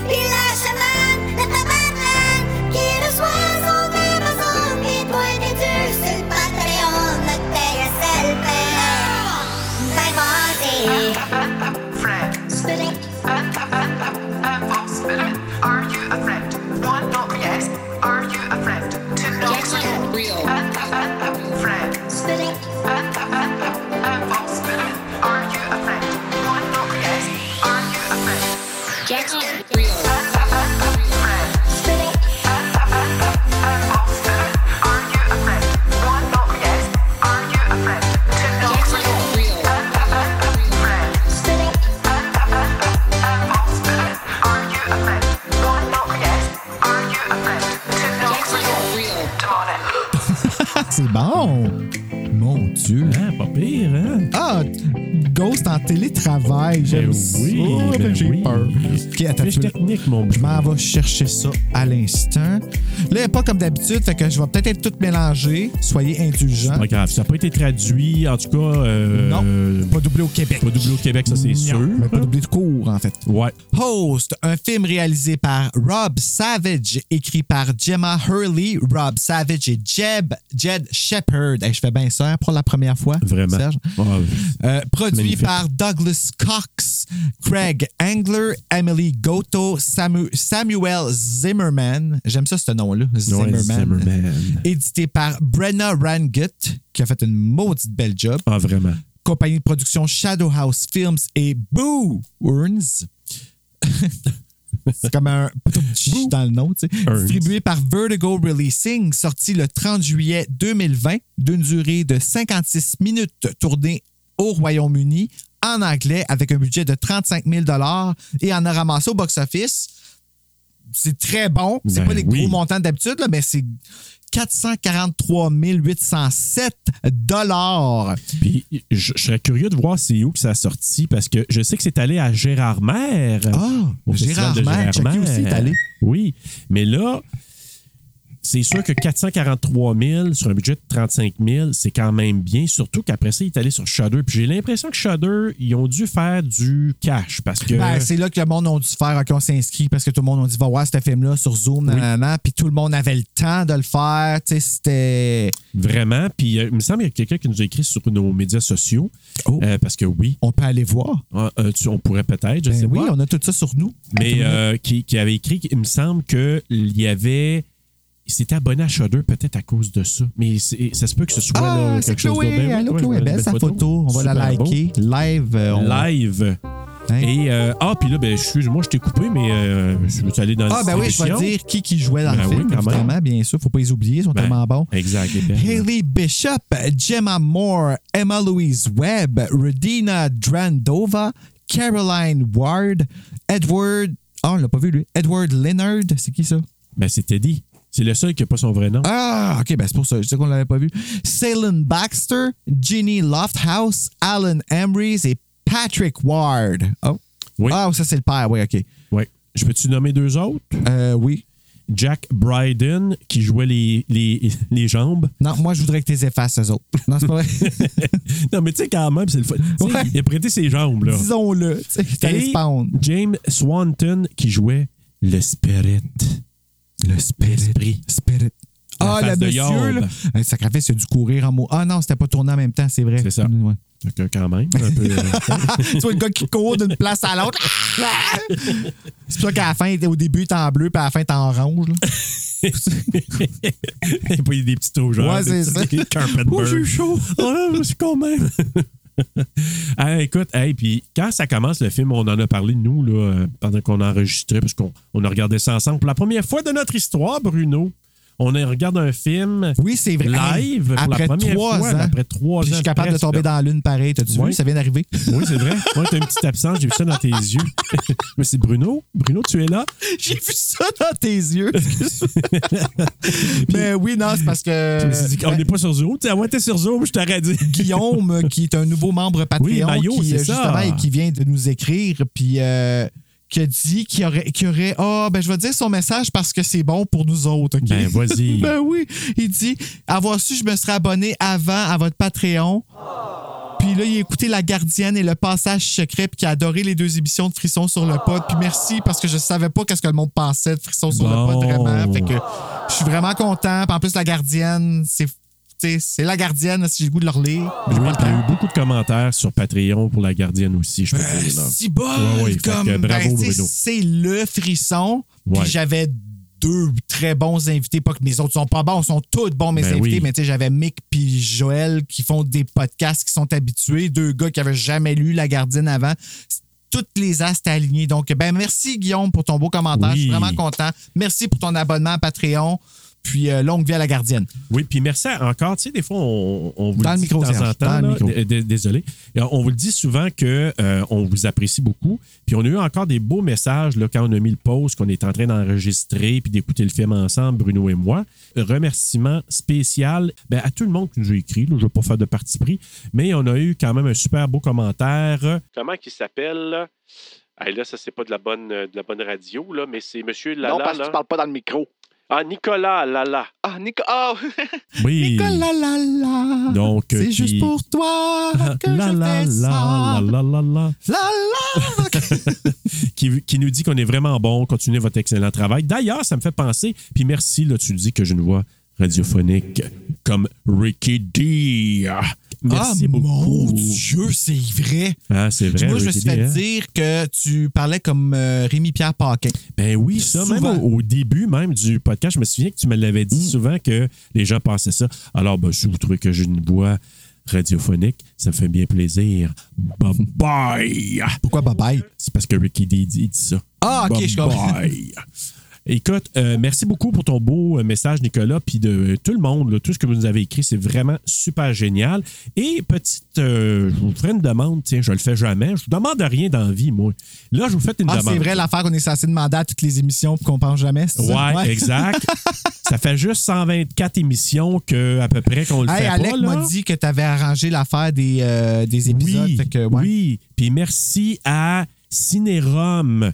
Puis la chamane, la madeleine, qui reçoit son Amazon, et toi t'es dur sur le Patreon, le TSLP. Ben vas-y.
Friend. Spirit. Are you a friend? One, not yes. Are you a friend? Two, not
Yes, I am real.
Friend. Spirit. Are you a friend? One, not yes. Are you a friend?
Jack on real. Jack on real. Jack on real.
Ah, C'est bon! Mon Dieu!
Ah, pas pire, hein?
Ah! Ghost en télétravail, j'aime
Ben
ça.
oui,
Oh,
ben
j'ai
oui.
peur. Ok, attends,
Fiche
tu veux-
technique, mon
Je
bouc.
m'en vais chercher ça à l'instant. Là, il n'y a pas comme d'habitude, fait que je vais peut-être être tout mélangé. Soyez indulgents.
Pas grave, ça n'a pas été traduit, en tout cas. euh,
Non,
euh,
pas doublé au Québec.
pas doublé au Québec, ça c'est sûr.
Non, mais pas doublé de cours, en fait.
Ouais.
Host, un film réalisé par Rob Savage, écrit par Gemma Hurley, Rob Savage et Jeb, Jed Shepard. Hey, je fais bien ça hein, pour la première fois.
Vraiment.
Serge.
Ah,
Euh, produit
Magnifique.
par Douglas Cox, Craig Angler, Emily Goto, Samu- Samuel Zimmerman. J'aime ça ce nom-là.
Noël
Zimmerman.
Zimmerman.
Édité par Brenna Rangut, qui a fait une maudite belle job.
Ah, vraiment.
Compagnie de production Shadow House Films et Boo Earns. C'est comme un dans le nom, tu sais.
Earned.
Distribué par Vertigo Releasing, sorti le 30 juillet 2020, d'une durée de 56 minutes, tournée au Royaume-Uni en anglais avec un budget de 35 000 et en a ramassé au box-office. C'est très bon. C'est
Ben
pas les
oui.
gros montants d'habitude, là, mais c'est 443 807
Puis je, je serais curieux de voir c'est où que ça a sorti parce que je sais que c'est allé à Gérard Mer.
Ah, Gérard Maire, Chucky aussi est
Euh,
allé.
Oui, mais là, c'est sûr que 443 000 sur un budget de 35 000, c'est quand même bien, surtout qu'après ça, il est allé sur Shudder. Puis j'ai l'impression que Shudder, ils ont dû faire du cash parce que.
Ben, c'est là que le monde a dû faire, qu'on s'inscrit parce que tout le monde a dit, va voir ce film-là sur Zoom, nanana. Puis tout le monde avait le temps de le faire. Tu sais, c'était.
Vraiment. Puis euh, il me semble qu'il y a quelqu'un qui nous a écrit sur nos médias sociaux.
Oh.
Euh, parce que oui,
On peut aller voir.
Ah, euh, tu- on pourrait peut-être, je
Ben
sais
oui,
pas.
on a tout ça sur nous.
Mais euh, qui, qui avait écrit, il me semble qu'il y avait. Il s'était abonné à Shudder peut-être à cause de ça. Mais c'est- ça se peut que ce soit là,
Ah, c'est
quelque chose
Chloé.
d'autre. Ben oui,
Allô,
ouais,
Chloé,
je vais
belle
mettre
sa
une
photo. On va la
Super beau.
liker. Live. euh, on-
Live.
Hein?
Et, euh, ah, puis là, ben, excuse-moi, je t'ai coupé, mais euh, je veux aller dans le
Ah, ben oui, je vais dire qui qui jouait dans
Ben
le
oui,
film,
quand même.
évidemment, bien sûr. Faut pas les oublier, ils sont
Ben,
tellement bons.
Exact. les belles.
Haley Bishop, Gemma Moore, Emma Louise Webb, Redina Drandova, Caroline Ward, Edward. Ah, on l'a pas vu, lui. Edward Leonard, c'est qui ça?
Ben, c'est Teddy. C'est le seul qui n'a pas son vrai nom.
Ah, ok, ben c'est pour ça. Je sais qu'on l'avait pas vu. Salem Baxter, Ginny Lofthouse, Alan Emrys et Patrick Ward. Oh.
Oui.
Ah, ça c'est le père, oui, ok.
Ouais. Je peux-tu nommer deux autres?
Euh, oui.
Jack Bryden, qui jouait les, les, les jambes.
Non, moi je voudrais que tu les effaces, eux autres. Non, c'est pas vrai.
non, mais tu sais, quand même, c'est le fun. Tu sais,
Ouais.
Il a prêté ses jambes, là.
Disons-le. Tu sais, t'as les
Et
spawns.
James Swanton, qui jouait le spirit.
Le spirit.
L'esprit.
Spirit.
La
Ah, le
face de
monsieur,
Yod.
là. Un sacrifice, c'est du courir en mots. Ah non, c'était pas tourné en même temps, c'est vrai.
C'est ça.
Ouais.
Donc, euh, quand même, un peu.
tu vois le gars qui court d'une place à l'autre. c'est pour ça qu'à la fin, au début, t'es en bleu, puis à la fin, t'es en orange. là.
Et puis, il y a des petits trous, genre.
Ouais,
des
c'est
petits
ça.
Carpet
Oh, j'ai
chaud. je suis quand même. Ah, écoute, hey, puis quand ça commence le film, on en a parlé, nous, là, euh, pendant qu'on enregistrait, parce qu'on on a regardé ça ensemble. Pour la première fois de notre histoire, Bruno, on a- regarde un film
Oui, c'est vrai. Hey,
live
après
pour la première
trois
fois.
ans.
Après trois ans.
Puis je suis capable de
presque.
tomber dans la lune pareil. T'as-tu
Ouais.
vu? Ça vient d'arriver.
Oui, c'est vrai. Moi, t'as une petite absence, j'ai vu ça dans tes yeux. Mais c'est Bruno. Bruno, tu es là.
J'ai vu ça dans tes yeux. Mais oui, non, c'est parce que.
Je me suis dit, Euh, on n'est pas sur Zoom. Tu sais, à moi, t'es sur Zoom, je t'aurais dit.
Guillaume, qui est un nouveau membre Patreon,
Oui, Mayo,
qui, euh,
c'est ça.
justement, et qui vient de nous écrire, puis euh, qui a dit qu'il aurait, qu'il aurait, ah, ben, je vais dire son message parce que c'est bon pour nous autres, OK?
Ben, vas-y.
Ben oui, il dit avoir su, je me serais abonné avant à votre Patreon. Puis là, il a écouté La Gardienne et Le Passage secret, puis qui a adoré les deux émissions de Frisson sur le pod. Puis merci parce que je savais pas qu'est-ce que le monde pensait de Frisson sur
Bon.
le pod vraiment. Fait que je suis vraiment content. Puis en plus, La Gardienne, c'est tu sais, c'est La Gardienne si j'ai le goût de leur lire.
Oui, puis il y a eu beaucoup de commentaires sur Patreon pour la gardienne aussi, je peux te dire. là.
Si bon,
Ouais, ouais, fait
comme
que bravo,
ben, tu sais,
Bruno.
c'est le frisson.
Ouais.
Puis j'avais deux très bons invités, pas que mes autres sont pas bons, sont tous bons mes
Ben
invités,
oui.
mais tu sais j'avais Mick puis Joël qui font des podcasts qui sont habitués, deux gars qui avaient jamais lu La Gardienne avant. C'est- Toutes les as étaient alignées. Donc ben merci Guillaume pour ton beau commentaire, je suis
Oui.
vraiment content. Merci pour ton abonnement à Patreon. Puis euh, longue vie à la gardienne.
Oui, puis merci à- encore. Tu sais, des fois, on, on vous
Dans
le
le
dit
micro,
de temps
Serge,
en temps.
dans le
là.
micro.
D- d- Désolé. Et On vous le dit souvent que euh, on vous apprécie beaucoup. Puis on a eu encore des beaux messages là, quand on a mis le pause, qu'on est en train d'enregistrer puis d'écouter le film ensemble, Bruno et moi. Remerciement spécial ben, à tout le monde qui nous a écrit. là. je ne veux pas faire de parti pris, mais on a eu quand même un super beau commentaire. Comment il s'appelle? là, ça, c'est pas de la bonne, de la bonne radio, là, mais c'est Monsieur
non, parce que tu parles pas dans le micro.
Ah, Nicolas Lala.
Ah, Nico. Ah,
Oui.
Nicolas, la, la.
Donc, euh,
c'est
qui- Ah,
juste pour toi que
La,
je
la,
fais
la,
ça.
la, la, la, la.
La, la.
qui, qui nous dit qu'on est vraiment bon. Continuez votre excellent travail. D'ailleurs, ça me fait penser. Puis merci, là, tu dis que j'ai une voix radiophonique comme Ricky D. Merci
ah,
beaucoup.
mon Dieu, c'est vrai.
Ah, c'est vrai.
Moi, je me
Ricky
suis
D,
fait
hein?
dire que tu parlais comme euh, Rémi-Pierre Paquin.
Ben oui, ça, même
Souvent. Mm.
au, au début même du podcast, je me souviens que tu me l'avais dit souvent que les gens pensaient ça. Alors, ben, si vous trouvez que j'ai une voix radiophonique, ça me fait bien plaisir. Bye bye!
Pourquoi bye-bye?
C'est parce que Ricky D dit, dit ça.
Ah, ok, je comprends.
Bye. Écoute, euh, merci beaucoup pour ton beau euh, message, Nicolas, puis de euh, tout le monde. là, tout ce que vous nous avez écrit, c'est vraiment super génial. Et petite, euh, je vous ferai une demande, tiens, je le fais jamais. Je vous demande rien dans la vie, moi. Là, je vous fais une
Ah,
demande.
c'est vrai l'affaire qu'on est censé demander à toutes les émissions pour qu'on pense jamais. c'est ça?
Ouais, exact. ça fait juste 124 émissions que, à peu près qu'on le
Hey,
fait
Alec
pas. là.
m'a dit que tu avais arrangé l'affaire des, euh, des épisodes.
Oui,
fait que, ouais.
oui. Puis merci à Cinérum,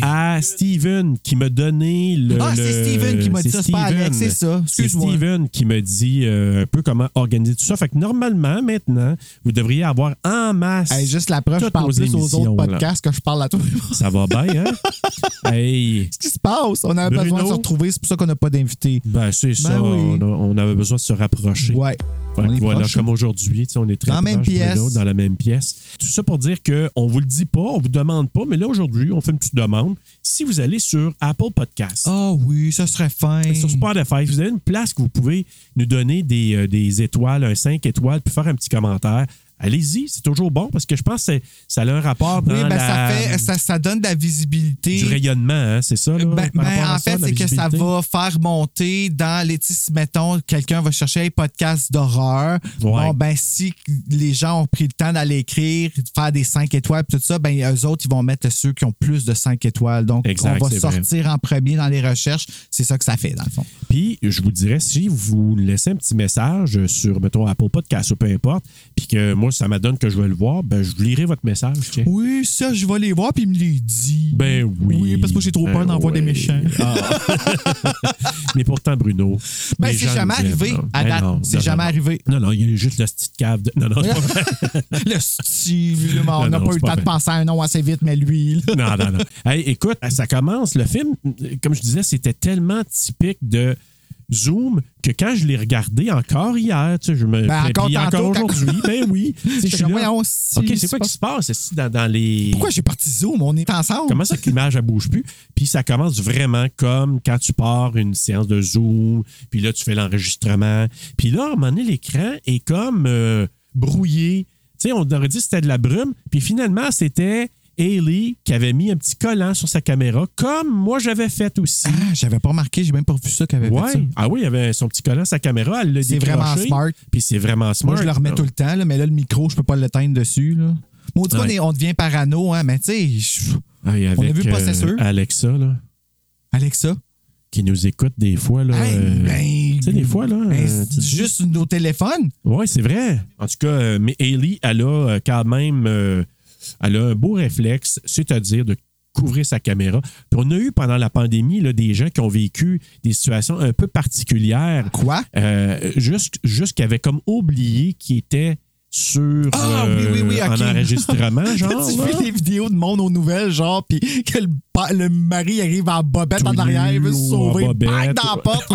à Steven qui m'a donné le.
Ah, c'est
le-
Steven qui m'a dit ça, c'est pas
Steven.
Alex, c'est ça.
C'est
Excuse-moi.
Steven qui me dit euh, un peu comment organiser tout ça. Fait que normalement, maintenant, vous devriez avoir en masse.
Hey, juste la preuve, je
toutes
parle
nos
plus aux
émissions,
autres
là.
podcasts que je parle à toi. Qu'est-ce
Ça va bien, hein? hey!
qui se passe? On avait besoin de
Bruno?
se retrouver, c'est pour ça qu'on n'a pas d'invité.
Ben, c'est ça.
oui.
On, a- on avait besoin de se rapprocher.
Ouais.
Fait que
On est
voilà,
proche.
comme aujourd'hui, tu sais, on est très
Dans la même
proches de
pièce.
l'autre, dans la même pièce. Tout ça pour dire qu'on ne vous le dit pas, on ne vous demande pas, mais là, aujourd'hui, on fait une petite demande. Si vous allez sur Apple Podcast,
Ah oui, ça serait fin.
et sur Spotify, vous avez une place que vous pouvez nous donner des, euh, des étoiles, un 5 étoiles, puis faire un petit commentaire. Allez-y, c'est toujours bon parce que je pense que c'est- ça a un rapport dans
Oui, ben,
la-
ça, fait, ça, ça donne de la visibilité.
du rayonnement, hein, c'est ça? là, par
Ben, ben,
rapport à
en
ça,
fait,
la
c'est que ça
visibilité?
va faire monter dans les. tu sais, Si, mettons, quelqu'un va chercher un podcast d'horreur,
Ouais.
bon, ben, si les gens ont pris le temps d'aller écrire, faire des 5 étoiles, tout ça, ben, eux autres, ils vont mettre ceux qui ont plus de 5 étoiles. Donc,
Exact,
on va
c'est vrai.
sortir en premier dans les recherches. C'est ça que ça fait, dans le fond.
Puis, je vous dirais, si vous laissez un petit message sur, mettons, Apple Podcast ou peu importe, puis que moi, ça m'adonne que je vais le voir, ben, je lirai votre message. tiens.
Oui, ça, je vais les voir, puis il me les dit.
Ben oui.
Oui, parce que moi, j'ai trop
Ben
peur d'en voir des
oui.
méchants.
Ah. Mais pourtant, Bruno.
Ben,
les
c'est
gens
jamais
nous aiment,
arrivé,
non?
à
Ben
date.
non,
C'est
non,
jamais
non.
arrivé.
Non, non, il y a juste la petite cave. de- Non, non, c'est pas vrai.
le style, là, on
Non,
n'a
non,
pas
c'est
eu le
pas
temps de
vrai.
penser à un nom assez vite, mais lui. là.
non, non, non. Hey, écoute, Ah, ça commence. Le film, comme je disais, c'était tellement typique de Zoom que quand je l'ai regardé encore hier, tu sais, je me
Ben, encore
puis
tantôt, quand-
aujourd'hui, ben oui. Tu sais, je suis
Comme,
là.
voyons,
OK,
si,
c'est
c'est
quoi
pas-
qui se passe ici dans, dans les.
Pourquoi j'ai parti Zoom? On est ensemble.
Comment ça que l'image, elle bouge plus? Puis ça commence vraiment comme quand tu pars une séance de Zoom, puis là, tu fais l'enregistrement. Puis là, à un moment donné, l'écran est comme euh, brouillé. Tu sais, on aurait dit que c'était de la brume. Puis finalement, c'était Ailey qui avait mis un petit collant sur sa caméra, comme moi, j'avais fait aussi.
Ah, j'avais pas remarqué, j'ai même pas vu ça qu'elle avait fait ça.
Ouais. Ah oui, il y avait son petit collant, sa caméra, elle l'a
C'est
décroché.
vraiment smart.
Puis c'est vraiment smart.
Moi, je le remets tout le temps, là, mais là, le micro, je peux pas l'éteindre dessus. Là. Bon, en tout cas, on,
Ouais.
est- on devient parano, hein, mais tu sais, je-
Ah, et
On a
avec,
vu le
euh,
processeur.
Alexa, là,
Alexa.
qui nous écoute des fois. Là,
hey,
euh,
ben,
tu sais, des fois, là.
ben,
euh, tu-
c'est juste nos téléphones.
Oui, c'est vrai. En tout cas, euh, mais Ellie, elle a euh, quand même euh, elle a un beau réflexe, c'est-à-dire de couvrir sa caméra. Puis on a eu pendant la pandémie là, des gens qui ont vécu des situations un peu particulières,
Quoi?
euh, juste, juste qui avaient comme oublié qu'ils étaient sur
Ah, oui, oui, oui,
euh, en
ok.
enregistrement, genre.
tu
là.
fais des vidéos de monde aux nouvelles, genre, puis que le, pa- le mari arrive en bobette en
Tout
arrière, il veut se
nu,
sauver,
en bobette.
bang, dans la porte.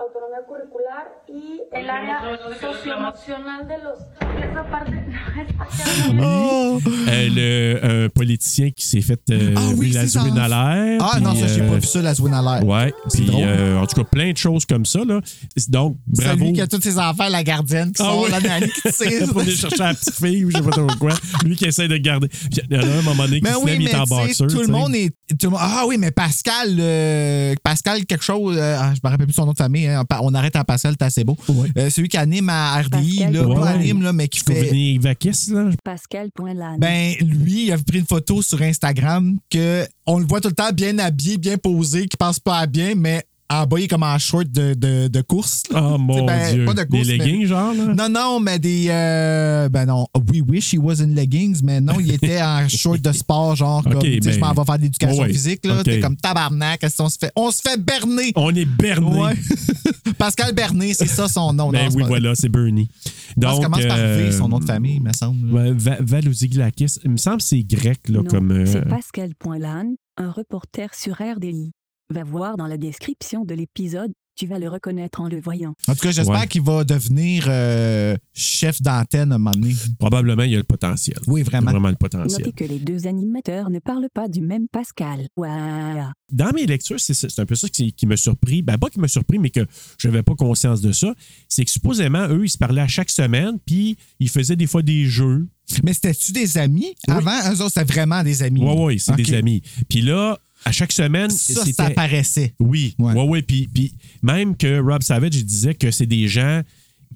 autonomía curricular y el área socioemocional de los. Esa parte no es hacia-
Oh.
Euh, le euh, politicien qui s'est fait euh,
Ah oui,
la
c'est ça.
zone à l'air.
Ah
puis,
non, ça, j'ai
euh,
pas vu ça, la zone à l'air.
Ouais,
C'est
puis
drôle.
euh, en tout cas, plein de choses comme ça. Là. Donc, bravo.
Celui qui a tous ses enfants, la gardienne, qui
Ah
sort
oui.
la nanny qui tire.
pour aller chercher la petite fille ou je sais pas trop quoi. Lui qui essaie de garder. Puis, il y en a un, à un moment donné qui
Mais
se
Ben oui,
lève, il
mais
est en
tu sais,
boxeur.
tout le
tu sais.
monde est. tout le monde- ah oui, mais Pascal, euh, Pascal quelque chose, euh, ah, je me rappelle plus son nom de famille, hein, pa- on arrête à Pascal, t'as assez beau.
Ouais.
Euh, celui qui anime à RDI,
Pascal
là, pas
Ouais.
anime, là, mais qui fait.
Couvigny Vakis, là.
Pascal.Lane.
Ben, lui, il a pris une photo sur Instagram que on le voit tout le temps bien habillé, bien posé, qui passe pas à bien, mais en bas, il est comme en short de, de, de course. là.
Oh mon
ben,
Dieu.
pas de
Des
course, mais-
leggings, genre, là.
Non, non, mais des. euh, ben non, we wish he was in leggings, mais non, il était en short de sport, genre,
Ok,
comme, tu sais, je
ben-
m'en vais faire de l'éducation
Ouais,
physique, là.
ok.
T'es comme tabarnak, qu'est-ce qu'on se fait? On se fait berner!
On est berné.
Ouais. Pascal Bernet, c'est ça son nom.
Ben
non, c'est
oui,
pas-
voilà, c'est Bernie.
Ça
Donc, euh,
commence par V, son nom de famille, il me semble.
Ouais, Va- Valouziglakis. Il me semble que c'est grec, là,
Non,
comme. euh,
C'est Pascal.Lane, un reporter sur RDI. Va voir dans la description de l'épisode, tu vas le reconnaître en le voyant.
En tout cas, j'espère
Ouais.
qu'il va devenir euh, chef d'antenne à un moment donné.
Probablement, il y a le potentiel.
Oui,
Il y a
vraiment.
Vraiment le
Notez
potentiel.
que les deux animateurs ne parlent pas du même Pascal. Ouah.
Dans mes lectures, c'est c'est un peu ça qui, qui me surpris. Ben, pas qui me surpris, mais que je n'avais pas conscience de ça. C'est que supposément, eux, ils se parlaient à chaque semaine, puis ils faisaient des fois des jeux.
Mais c'était-tu des amis? Avant, eux autres, c'était vraiment des amis.
Oui, oui, c'est des amis. Puis là, à chaque semaine,
Ça,
c'était-
ça apparaissait.
Oui, ouais, ouais. puis, puis même que Rob Savage il disait que c'est des gens,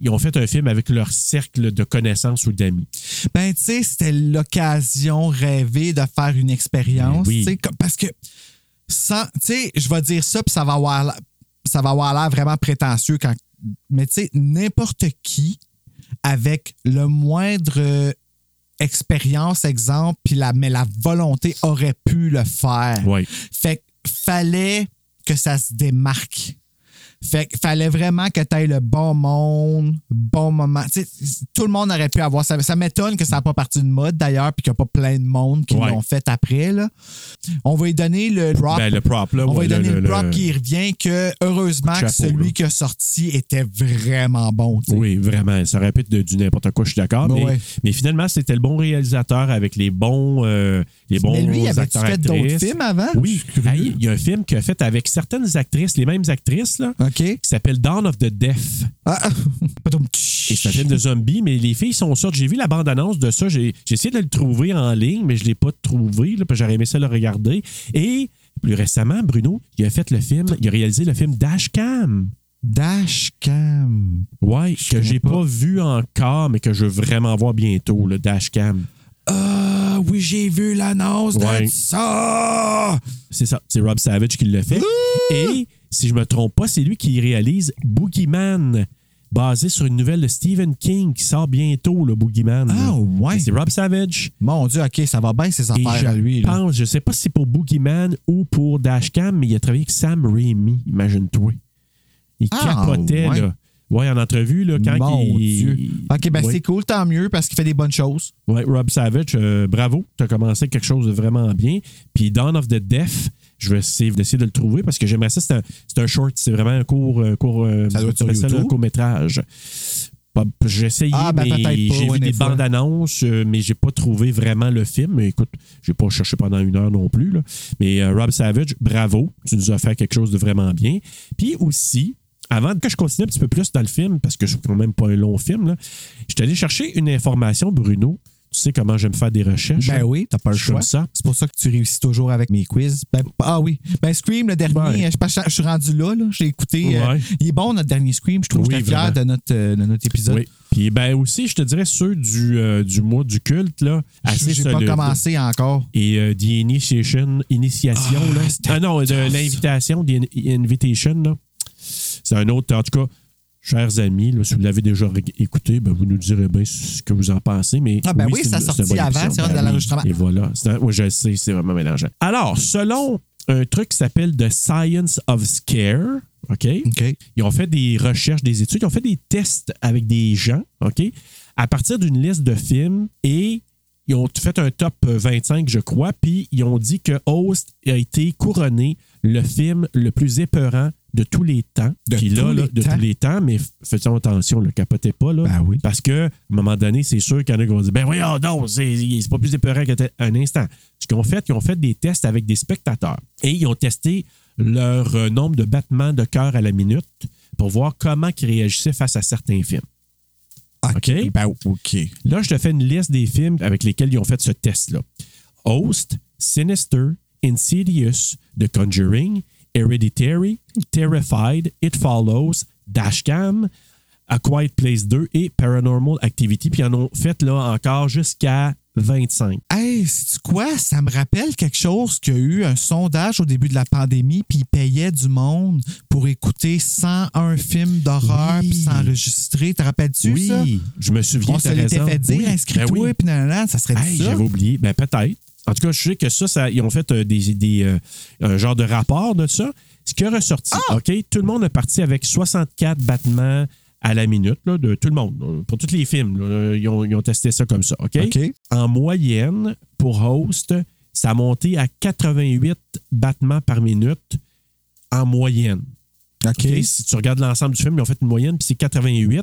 ils ont fait un film avec leur cercle de connaissances ou d'amis.
Ben, tu sais, c'était l'occasion rêvée de faire une expérience.
Oui.
tu sais, comme- Parce que, sans, tu sais, je vais dire ça, puis ça va avoir la- ça va avoir l'air vraiment prétentieux. Quand, mais tu sais, n'importe qui, avec le moindre euh, expérience, exemple, puis la, mais la volonté aurait pu le faire.
Ouais.
Fait que fallait que ça se démarque. Fait que fallait vraiment que tu aies le bon monde, bon moment. Tu sais, tout le monde aurait pu avoir ça. Ça m'étonne que ça n'a pas parti de mode d'ailleurs, puis qu'il n'y a pas plein de monde qui
Ouais.
l'ont fait après. Là. On va lui donner le prop.
Ben, le prop, là.
On
ouais,
va lui donner le, prop
le-
qui y revient que heureusement que
Chapeau,
celui
là.
qui a sorti était vraiment bon. tu sais.
Oui, vraiment. Ça répète de, du n'importe quoi, je suis d'accord.
Ben
Mais,
ouais.
mais finalement, c'était le bon réalisateur avec les bons, euh, les bons
Mais lui, avait-tu
acteurs
fait d'autres
actrices.
films avant?
Oui, Hey, il y a un film qu'il a fait avec certaines actrices, les mêmes actrices, là,
OK.
qui s'appelle Dawn of the Deaf.
Ah,
Et c'est un film de zombies, mais les filles sont sortes. J'ai vu la bande-annonce de ça. J'ai j'ai essayé de le trouver en ligne, mais je ne l'ai pas trouvé. Là, parce que j'aurais aimé ça le regarder. Et plus récemment, Bruno, il a fait le film, il a réalisé le film Dashcam.
Dashcam.
Ouais, que j'ai pas. vu encore, mais que je veux vraiment voir bientôt, le Dashcam.
Ah oui, j'ai vu l'annonce
Ouais.
de ça.
C'est ça, c'est Rob Savage qui le fait. Et, si je me trompe pas, c'est lui qui réalise Boogeyman, basé sur une nouvelle de Stephen King qui sort bientôt, le Boogeyman.
Ah ouais.
C'est Rob Savage.
Mon Dieu, OK, ça va bien ces
Et
affaires
je
à lui. là.
pense, je sais pas si c'est pour Boogeyman ou pour Dashcam, mais il a travaillé avec Sam Raimi, imagine-toi. Il
Ah,
capotait,
ouais.
là. Ouais, en entrevue, là, quand il-
Mon Dieu. OK, ben
Ouais.
c'est cool, tant mieux, parce qu'il fait des bonnes choses.
Ouais, Rob Savage, euh, bravo. Tu as commencé quelque chose de vraiment bien. Puis Dawn of the Deaf, je vais essayer, essayer de le trouver parce que j'aimerais ça. C'est un, c'est un short, c'est vraiment un court, euh, court, euh,
Ça doit être sur
appelle
YouTube.
un court métrage. J'ai essayé,
Ah, ben, peut-être pas,
mais j'ai
ouais,
vu des
des fois.
bandes annonces, euh, mais j'ai pas trouvé vraiment le film. Mais écoute, j'ai pas cherché pendant une heure non plus. là. Mais euh, Rob Savage, bravo, tu nous as fait quelque chose de vraiment bien. Puis aussi, avant que je continue un petit peu plus dans le film, parce que je suis quand même pas un long film, là, je suis allé chercher une information, Bruno. Tu sais comment j'aime faire des recherches.
Ben
hein?
oui, t'as pas le
Je suis
choix.
comme ça.
C'est pour ça que tu réussis toujours avec mes quiz. Ben, ah oui. Ben Scream, le dernier, je, pense que je suis rendu là, là. j'ai écouté. euh,
Ouais.
il est bon, notre dernier Scream. Je trouve
Oui,
que j'étais fier
vraiment.
de notre, euh, de notre épisode.
Oui. Puis ben aussi, je te dirais ceux du, euh, du mois du culte, là, assez
J'ai pas
solides.
commencé encore.
Et euh, The Initiation, Initiation,
Ah,
là.
c'était
Ah non,
tough,
de l'invitation, The In- Invitation, là. C'est un autre, en tout cas. Chers amis, là, si vous l'avez déjà ré- écouté, ben, vous nous direz bien ce que vous en pensez. Mais
Ah, ben oui,
c'est
ça
une- c'est une
sortit
bonne
avant,
émission. Ben
c'est vrai, dans
oui,
l'enregistrement.
Et voilà. C'est un- oui, je sais, c'est vraiment mélangeant. Alors, selon un truc qui s'appelle The Science of Scare, OK?
OK.
Ils ont fait des recherches, des études, ils ont fait des tests avec des gens, OK? À partir d'une liste de films et ils ont fait un top 25, je crois, puis ils ont dit que Host a été couronné le film le plus épeurant de tous les temps.
De
Puis
tous
là, là,
les
de
temps.
tous les temps, mais f- faisons attention, le capotez pas, là.
Ben oui.
Parce que, à un moment donné, c'est sûr qu'il y en a qui vont dire Ben voyons, non, c'est c'est pas plus épeurant qu'un un instant. Ce qu'ils ont fait, ils ont fait des tests avec des spectateurs et ils ont testé leur euh, nombre de battements de cœur à la minute pour voir comment ils réagissaient face à certains films. OK.
Ben, OK.
Là, je te fais une liste des films avec lesquels ils ont fait ce test-là. Host, Sinister, Insidious, The Conjuring, Hereditary, Terrified, It Follows, Dashcam, A Quiet Place 2 et Paranormal Activity. Puis ils en ont fait là encore jusqu'à 25.
Hey, c'est quoi? Ça me rappelle quelque chose qu'il y a eu un sondage au début de la pandémie, puis ils payaient du monde pour écouter 101 films d'horreur,
Oui.
puis s'enregistrer. Te rappelles-tu
oui,
ça?
je me souviens.
On se
t'as
l'était
raison.
fait dire,
Oui, ben
inscris-toi,
oui.
puis nan, nan, nan, ça serait
Hey,
ça.
j'avais oublié. Ben, peut-être. En tout cas, je sais que ça, ça ils ont fait euh, des, des, euh, un genre de rapport de ça. Ce qui est ressorti, OK, tout le monde est parti avec 64 battements à la minute, là, de tout le monde, là, pour tous les films. là, ils, ont, ils ont testé ça comme ça, OK?
OK.
En moyenne, pour Host, ça a monté à 88 battements par minute en moyenne.
OK.
OK, Si tu regardes l'ensemble du film, ils ont fait une moyenne, puis c'est 88.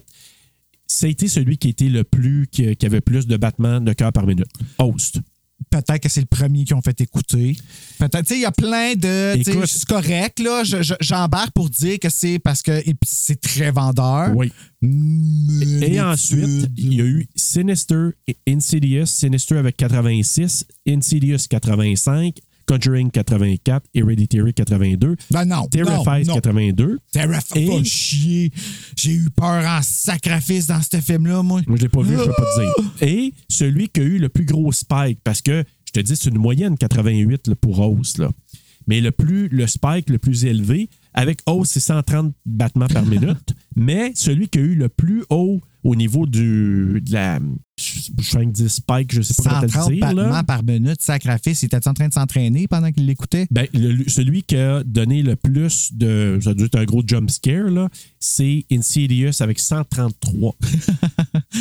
Ça a été celui qui était le plus, qui, qui avait plus de battements de cœur par minute. Host.
Peut-être que c'est le premier qu'ils ont fait écouter. Peut-être, tu sais, il y a plein de. tu sais,
Écoute.
C'est correct, là. Je- je- J'embarque pour dire que c'est parce que et puis c'est très vendeur.
Oui.
Mais
Et ensuite, il y a eu Sinister, Insidious, Sinister avec 86, Insidious 85, Conjuring 84, Hereditary 82,
Ben non.
Terrifies
non, non.
82.
Terrifies,
Et-
va chier. J'ai eu peur en sacrifice dans ce film-là, moi.
Moi, je l'ai pas vu, je peux pas te dire. Et celui qui a eu le plus gros spike, parce que je te dis, c'est une moyenne 88 là, pour hausse. Là. Mais le, plus, le spike le plus élevé, avec hausse, c'est 130 battements par minute. mais celui qui a eu le plus haut au niveau du, de la 5-10 spike, je sais pas comment te
130
le dire. là.
battements par minute, sacrifice. Il était en train de s'entraîner pendant qu'il l'écoutait?
Ben, le- celui qui a donné le plus de. Ça doit être un gros jump scare, là. C'est Insidious avec 133.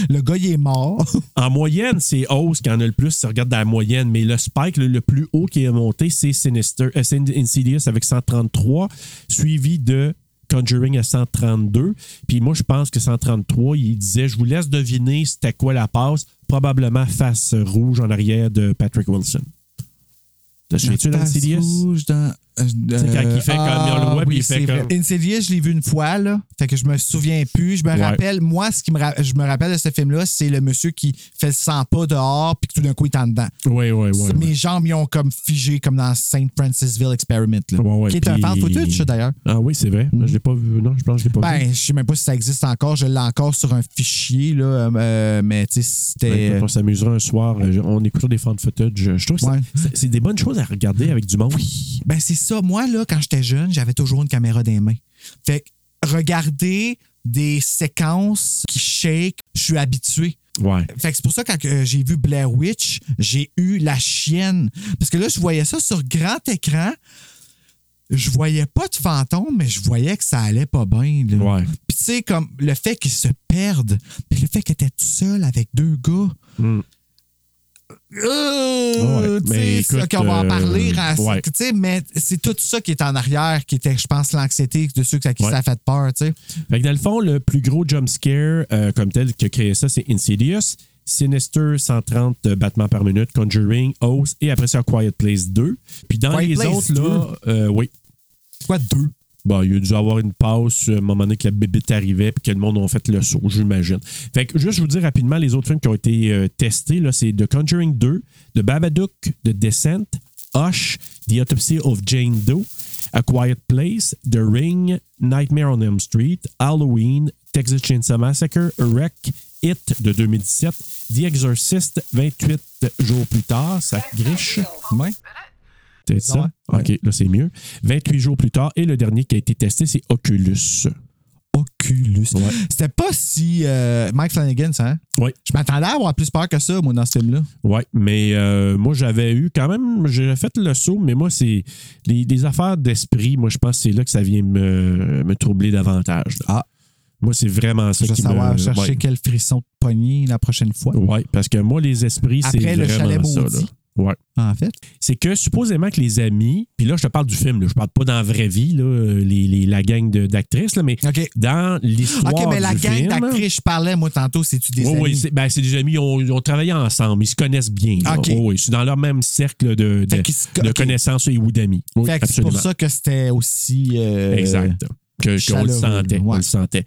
Le gars, il est mort.
En moyenne, c'est hausse qui en a le plus, si on regarde dans la moyenne, mais le spike le, le plus haut qui est monté, c'est Sinister, euh, c'est Insidious avec 133, suivi de Conjuring à 132. Puis moi, je pense que 133, il disait, je vous laisse deviner c'était quoi la passe, probablement face rouge en arrière de Patrick Wilson. Te souviens-tu
La tasse
d'Insidious?
rouge dans- euh,
sais, quand il fait comme dans le web, il fait
c'est vrai.
comme-
Insidious, je l'ai vu une fois, là. Fait que je me souviens plus. Je me
Ouais.
rappelle, moi, ce qui me, ra- je me rappelle de ce film-là, c'est le monsieur qui fait 100 pas dehors, puis que tout d'un coup, il est en dedans.
Oui, oui, oui.
Mes jambes, ils ont comme figé, comme dans St. Francisville Experiment, là.
Ouais, ouais,
qui est un
puis-
fan footage, ça, d'ailleurs.
Ah oui, c'est vrai. Je l'ai pas vu. Non, je pense que je l'ai pas vu.
Mm. Ben, je sais même pas si ça existe encore. Je l'ai encore sur un fichier, là. euh, euh, mais, tu sais,
Ouais,
c'était. euh,
écoute, on s'amusera un soir, euh, on écoutera des fan footage. Je trouve que ça-
Ouais.
c'est- c'est des bonnes choses à regarder avec du monde.
Ben, c'est ça. Moi, là, quand j'étais jeune, j'avais toujours une caméra des mains. Fait que regarder des séquences qui shake, je suis habitué.
Ouais.
Fait que c'est pour ça que quand euh, j'ai vu Blair Witch, j'ai eu la chienne. Parce que là, je voyais ça sur grand écran. Je voyais pas de fantôme, mais je voyais que ça allait pas bien. là.
Ouais.
Puis tu sais, comme le fait qu'ils se perdent, puis le fait qu'elle était toute seule avec deux gars.
Mm.
Euh,
Ah Ouais,
tu
mais
sais, c'est ça
écoute,
qu'on va en
euh,
parler. hein, c'est-
ouais.
tu sais, Mais c'est tout ça qui est en arrière, qui était, je pense, l'anxiété de ceux à qui
Ouais.
ça a fait peur. tu sais.
Fait que dans le fond, le plus gros jump scare euh, comme tel qui a créé ça, c'est Insidious. Sinister, 130 battements par minute. Conjuring, House et après ça, Quiet Place 2. Puis dans
Quiet
les
Place
autres, là, euh, oui.
Quoi, deux?
Bon, il a dû avoir une passe euh, à un moment donné que la bébite arrivait puis que le monde a fait le saut, j'imagine. Fait que juste vous dire rapidement les autres films qui ont été euh, testés, là, c'est The Conjuring 2, The Babadook, The Descent, Hush, The Autopsy of Jane Doe, A Quiet Place, The Ring, Nightmare on Elm Street, Halloween, Texas Chainsaw Massacre, Wreck, It de 2017, The Exorcist 28 jours plus tard, ça griche.
Ouais.
Peut-être ça?
Ouais.
OK, là, c'est mieux. 28 jours plus tard, et le dernier qui a été testé, c'est Oculus.
Oculus.
Ouais.
C'était pas si. euh, Mike Flanagan, ça, hein?
Oui,
Je m'attendais à avoir plus peur que ça, moi, dans ce film-là.
ouais, mais euh, moi, j'avais eu quand même, j'ai fait le saut, mais moi, c'est les, les affaires d'esprit, moi, je pense que c'est là que ça vient me, me troubler davantage. là.
Ah.
Moi, c'est vraiment ça
Je veux
qui
savoir
me...
chercher
ouais.
quel frisson de poignet la prochaine fois.
Ouais, parce que moi, les esprits, c'est
Après le chalet
vraiment ça. là.
maudit.
Ouais.
En fait.
c'est que supposément que les amis, puis là, je te parle du film, là, je parle pas dans la vraie vie, là, euh, les, les- la gang de- d'actrices, là, mais
OK.
dans l'histoire
OK, mais
du
la gang
film, hein?
d'actrices, je parlais, moi, tantôt, c'est-tu des
Oui,
amis?
oui, c'est ben, c'est des amis, ils ont, ils ont travaillé ensemble, ils se connaissent bien. là.
Ok.
Oui, oui, c'est dans leur même cercle de, de,
Fait qu'ils se-
de
ok.
connaissances et ou d'amis. Oui,
Fait que c'est
absolument.
pour ça que c'était aussi. euh,
exact. Que, qu'on le
chaleureux,
sentait, on
ouais.
le sentait.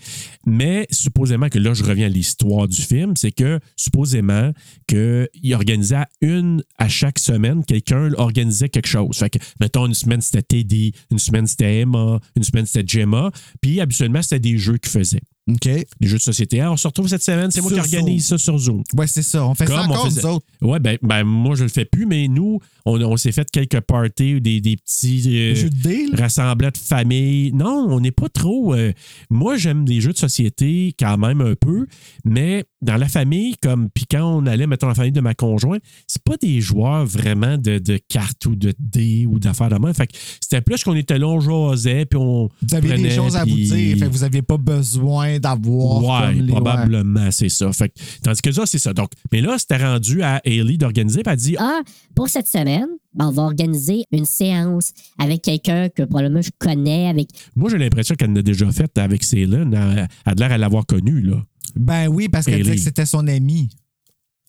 Mais supposément que là, je reviens à l'histoire du film, c'est que supposément qu'il organisait à une à chaque semaine, quelqu'un organisait quelque chose. Fait que, mettons, une semaine c'était Teddy, une semaine c'était Emma, une semaine c'était Gemma, puis habituellement c'était des jeux qu'ils faisaient,
OK.
des jeux de société. Ah, on se retrouve cette semaine, c'est moi qui
Sur
organise ça sur Zoom.
Ouais, c'est ça. On fait ça
Comme on
encore,
faisait-
nous autres.
Ouais, ben, ben, moi, je le fais plus, mais nous, on, on s'est fait quelques parties, ou des, des petits euh,
Les jeux de dés, là.
rassemblements de famille. Non, on n'est pas trop. euh, moi, j'aime les jeux de société quand même un peu, mais dans la famille, comme, puis quand on allait, mettons, la famille de ma conjointe, c'est pas des joueurs vraiment de, de cartes ou de dés ou d'affaires de main. Fait que c'était plus qu'on était là, on jasait, puis on.
Vous aviez des
prenait,
choses à vous
puis-
dire. Fait que vous n'aviez pas besoin d'avoir.
Ouais,
comme les- ouais.
probablement, c'est ça. Fait que- tandis que ça, c'est ça. Donc, mais là, c'était rendu à Ellie d'organiser, puis elle dit
Ah, pour cette semaine, ben, on va organiser une séance avec quelqu'un que probablement je connais, avec
Moi, j'ai l'impression qu'elle en a déjà fait avec Céline. Elle elle a de l'air à l'avoir connue, là.
Ben oui, parce qu'elle
Ellie.
disait que c'était son ami.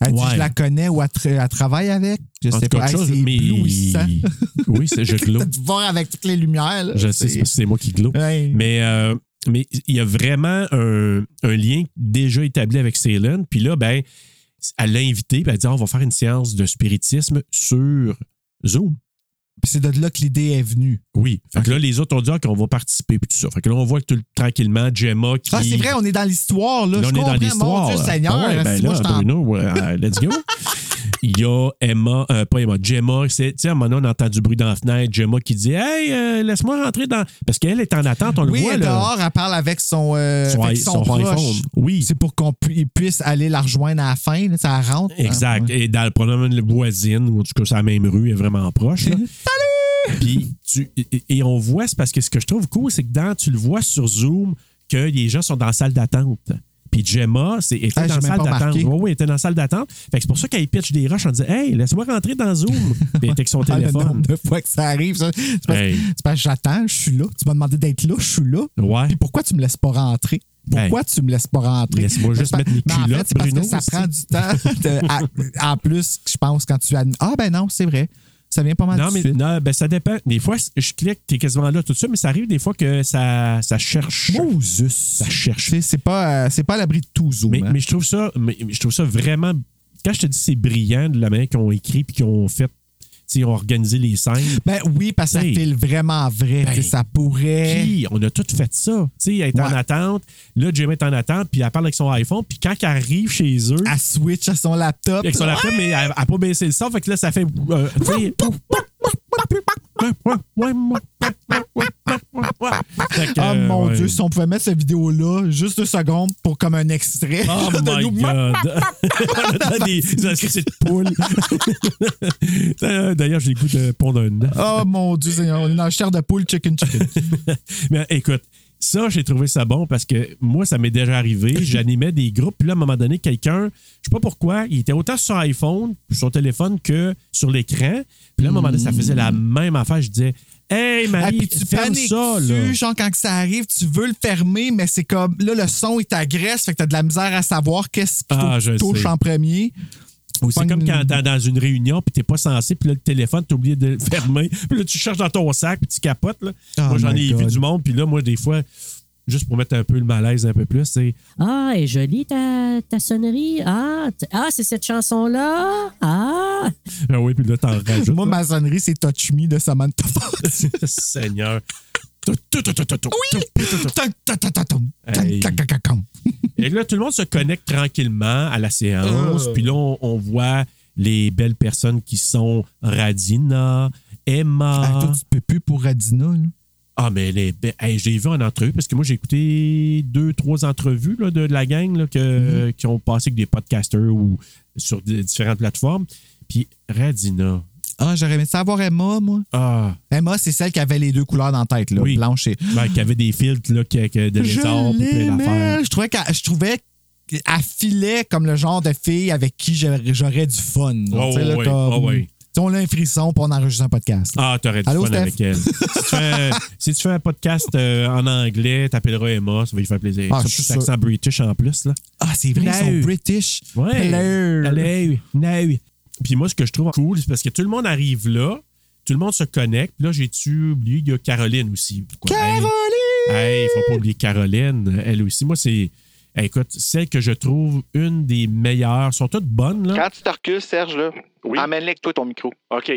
Elle dit,
Ouais.
je la connais ou elle, tra- elle travaille avec. Je
En
sais
tout cas,
pas. Hey,
chose,
c'est
mais-
éblouissant.
Oui, c'est je glow.
T'as dû voir avec toutes les lumières. là.
Je sais, c'est parce que c'est moi qui glow.
Ouais.
Mais euh, mais il y a vraiment un, un lien déjà établi avec Ceylan. Puis là, ben, elle l'a invité, puis elle dit Ah, on va faire une séance de spiritisme sur Zoom.
Puis c'est de là que l'idée est venue.
Oui. Fait que là, les autres ont dit Ah, qu'on va participer, puis tout ça. Fait que là, on voit que tout- tranquillement, Gemma qui.
Ah, c'est vrai, on est dans l'histoire, là.
Là,
je
on est dans
comprends,
l'histoire.
Mon Dieu
là.
Seigneur, hein,
Ah ouais, ben
si moi,
là,
je t'en-
Bruno, ouais, euh, let's go. Il y a Emma, euh, pas Emma, Gemma. c'est- Tu sais, à un moment donné, on entend du bruit dans la fenêtre. Gemma qui dit Hey, euh, laisse-moi rentrer dans. Parce qu'elle est en attente, on le
Oui,
voit.
elle
là.
dehors, elle parle avec son, euh,
Son
avec
i-
son,
son
proche.
iPhone. Oui.
C'est pour qu'on pu- il puisse aller la rejoindre à la fin. là, ça rentre.
Exact.
Ah, ouais.
Et dans le problème de la voisine, ou en tout cas, c'est la même rue, elle est vraiment proche. là. Puis tu, et, et on voit, c'est parce que ce que je trouve cool, c'est que dans, tu le vois sur Zoom, que les gens sont dans la salle d'attente. Puis Gemma c'est, était
Ah, j'ai
dans la
même
salle
pas
d'attente.
remarqué.
Oui, oui, elle était dans la salle d'attente. Fait que c'est pour ça qu'elle pitch des rushs en disant Hey, laisse-moi rentrer dans Zoom. Puis elle était avec son
Ah, le nombre
téléphone.
de fois que ça arrive, ça. C'est parce,
Hey.
c'est parce que j'attends, je suis là. Tu m'as demandé d'être là, je suis là.
Ouais.
Puis pourquoi tu me laisses pas rentrer? Pourquoi tu me laisses pas rentrer?
Laisse-moi juste
C'est
mettre mes
mais en fait,
culottes,
c'est parce
Bruno,
que ça
aussi.
prend du temps. de- à- en plus, je pense, quand tu as. Ah, ben non, c'est vrai. Ça vient pas mal
Non,
de
mais
suite.
non, ben, ça dépend. Des fois, je clique, t'es quasiment là tout de suite, mais ça arrive des fois que ça, ça cherche.
Moses.
Ça cherche.
C'est c'est pas, euh, c'est pas à l'abri de tout Zoom.
Mais,
hein.
mais je trouve ça, mais, mais je trouve ça vraiment. Quand je te dis c'est brillant de la manière qu'ils ont écrit puis qu'ils ont fait, tu sais, ils ont organisé les scènes.
Ben oui, parce que ça
Hey.
file vraiment vrai.
Ben,
tu sais, ça pourrait.
Puis on a tout fait ça. Tu sais, elle est en
Ouais.
attente. Là, Jim est en attente puis elle parle avec son iPhone puis quand elle arrive chez eux.
à switch à son laptop.
Avec son laptop, mais elle n'a pas baissé le son, fait que là, ça fait. euh, tu sais. Fait que,
Ah,
euh,
mon
ouais.
Dieu, si on pouvait mettre cette vidéo-là juste deux secondes pour comme un extrait.
Oh
de
my
nous-
god! On a des, des astuces de poule. Euh, D'ailleurs, j'ai le goût de pondre un œuf.
Oh mon Dieu, Seigneur, on est dans la chair de poule, chicken chicken.
Mais écoute, ça, j'ai trouvé ça bon parce que moi, ça m'est déjà arrivé. J'animais des groupes, puis là, à un moment donné, quelqu'un, je sais pas pourquoi, il était autant sur iPhone, sur son téléphone, que sur l'écran. Puis là, à un moment donné, ça faisait la même affaire. Je disais, Hey,
Ah,
Marie,
puis tu
ferme
paniques
ça, là.
dessus, genre quand que ça arrive, tu veux le fermer, mais c'est comme là, le son il t'agresse, fait que t'as de la misère à savoir qu'est-ce qu'il faut
Ah,
que
je
tu touches
sais.
en premier.
Ou c'est
Pognes-
comme quand t'es dans une réunion, puis t'es pas censé, puis là, le téléphone, t'as oublié de le fermer. Puis là, tu cherches dans ton sac, puis tu capotes, là.
Oh
moi, j'en
my
ai vu
God.
du monde, puis là, moi, des fois, juste pour mettre un peu le malaise un peu plus, c'est
Ah, et jolie ta, ta sonnerie. Ah, t- ah c'est cette chanson-là. Ah.
Ah oui, puis là, t'en rajoutes.
Moi, ma sonnerie, c'est Touch Me de Samantha Fox.
Seigneur. Hey.
Oui!
Et là, tout le monde se connecte tranquillement à la séance.
Euh.
Puis là, on, on voit les belles personnes qui sont Radina,
Ah, toi,
Emma.
tu peux plus pour Radina, là.
Ah, mais elle est belle. Hey, j'ai vu en entrevue, parce que moi, j'ai écouté deux, trois entrevues là, de, de la gang là, que-
Mhm.
qui ont passé avec des podcasters ou sur des- différentes plateformes. Puis Radina.
Ah, j'aurais aimé savoir Emma, moi.
Ah,
Emma, c'est celle qui avait les deux couleurs dans la tête, là,
Oui.
blanche et.
ben, qui avait des filtres là, que- que de lézard, puis plein d'affaires.
l'aimais. Je trouvais qu'elle je trouvais qu'elle filait comme le genre de fille avec qui j'aurais j'aurais du fun. là.
Oh,
Tu sais, là,
oui,
comme-
oh, oui.
Tu sais, on a un frisson puis on enregistre un podcast.
Ah, t'aurais du
Allô,
fun
Steph?
avec elle. si, tu fais, si tu fais un podcast euh, en anglais, t'appelleras Emma, ça va lui faire plaisir.
Ah,
Surtout
je suis
cet accent british en plus, là.
Ah, c'est vrai, ils
Hello.
sont british. Hello.
Hello. Hello. Puis moi, ce que je trouve cool, c'est parce que tout le monde arrive là, tout le monde se connecte. Puis là, j'ai-tu oublié, il y a Caroline aussi. Pourquoi?
Caroline!
Hey, hey, faut pas oublier Caroline, elle aussi. Moi, c'est. hey, écoute, celle que je trouve une des meilleures. Elles sont toutes bonnes, là.
Quand tu te recules, Serge, là,
Oui.
amène-le avec toi ton micro.
OK.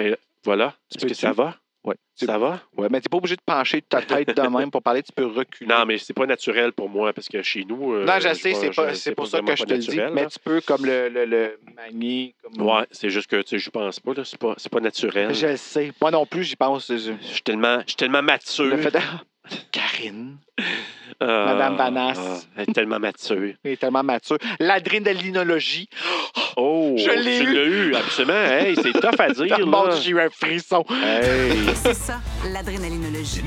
Mais voilà. Est-ce
peux
que ça
tu-
va?
Ouais.
Ça va?
Ouais, mais t'es pas obligé de pencher ta tête de même pour parler, tu peux reculer.
Non, mais c'est pas naturel pour moi parce que chez nous. euh,
Non, je sais,
vois-
c'est pas-
je-
c'est pour ça
vraiment
que je
pas
te le dis,
naturel,
hein.
mais
là.
tu peux comme le, le, le manier. Comme...
Ouais, c'est juste que tu sais, je pense pas, là. C'est pas, c'est pas naturel.
Je le sais. Moi non plus, j'y pense. Je- je-
Je suis tellement, je suis tellement mature.
Le fait de- Karine
Ah,
Madame Vanasse.
ah, elle est tellement mature.
elle est tellement mature. L'adrénalinologie.
Oh,
Je l'ai
tu
eu.
l'as eu, absolument. Hey, c'est tough à dire.
Oh, mon
là.
Dieu, j'ai eu un frisson.
Hey.
C'est ça, l'adrénalinologie.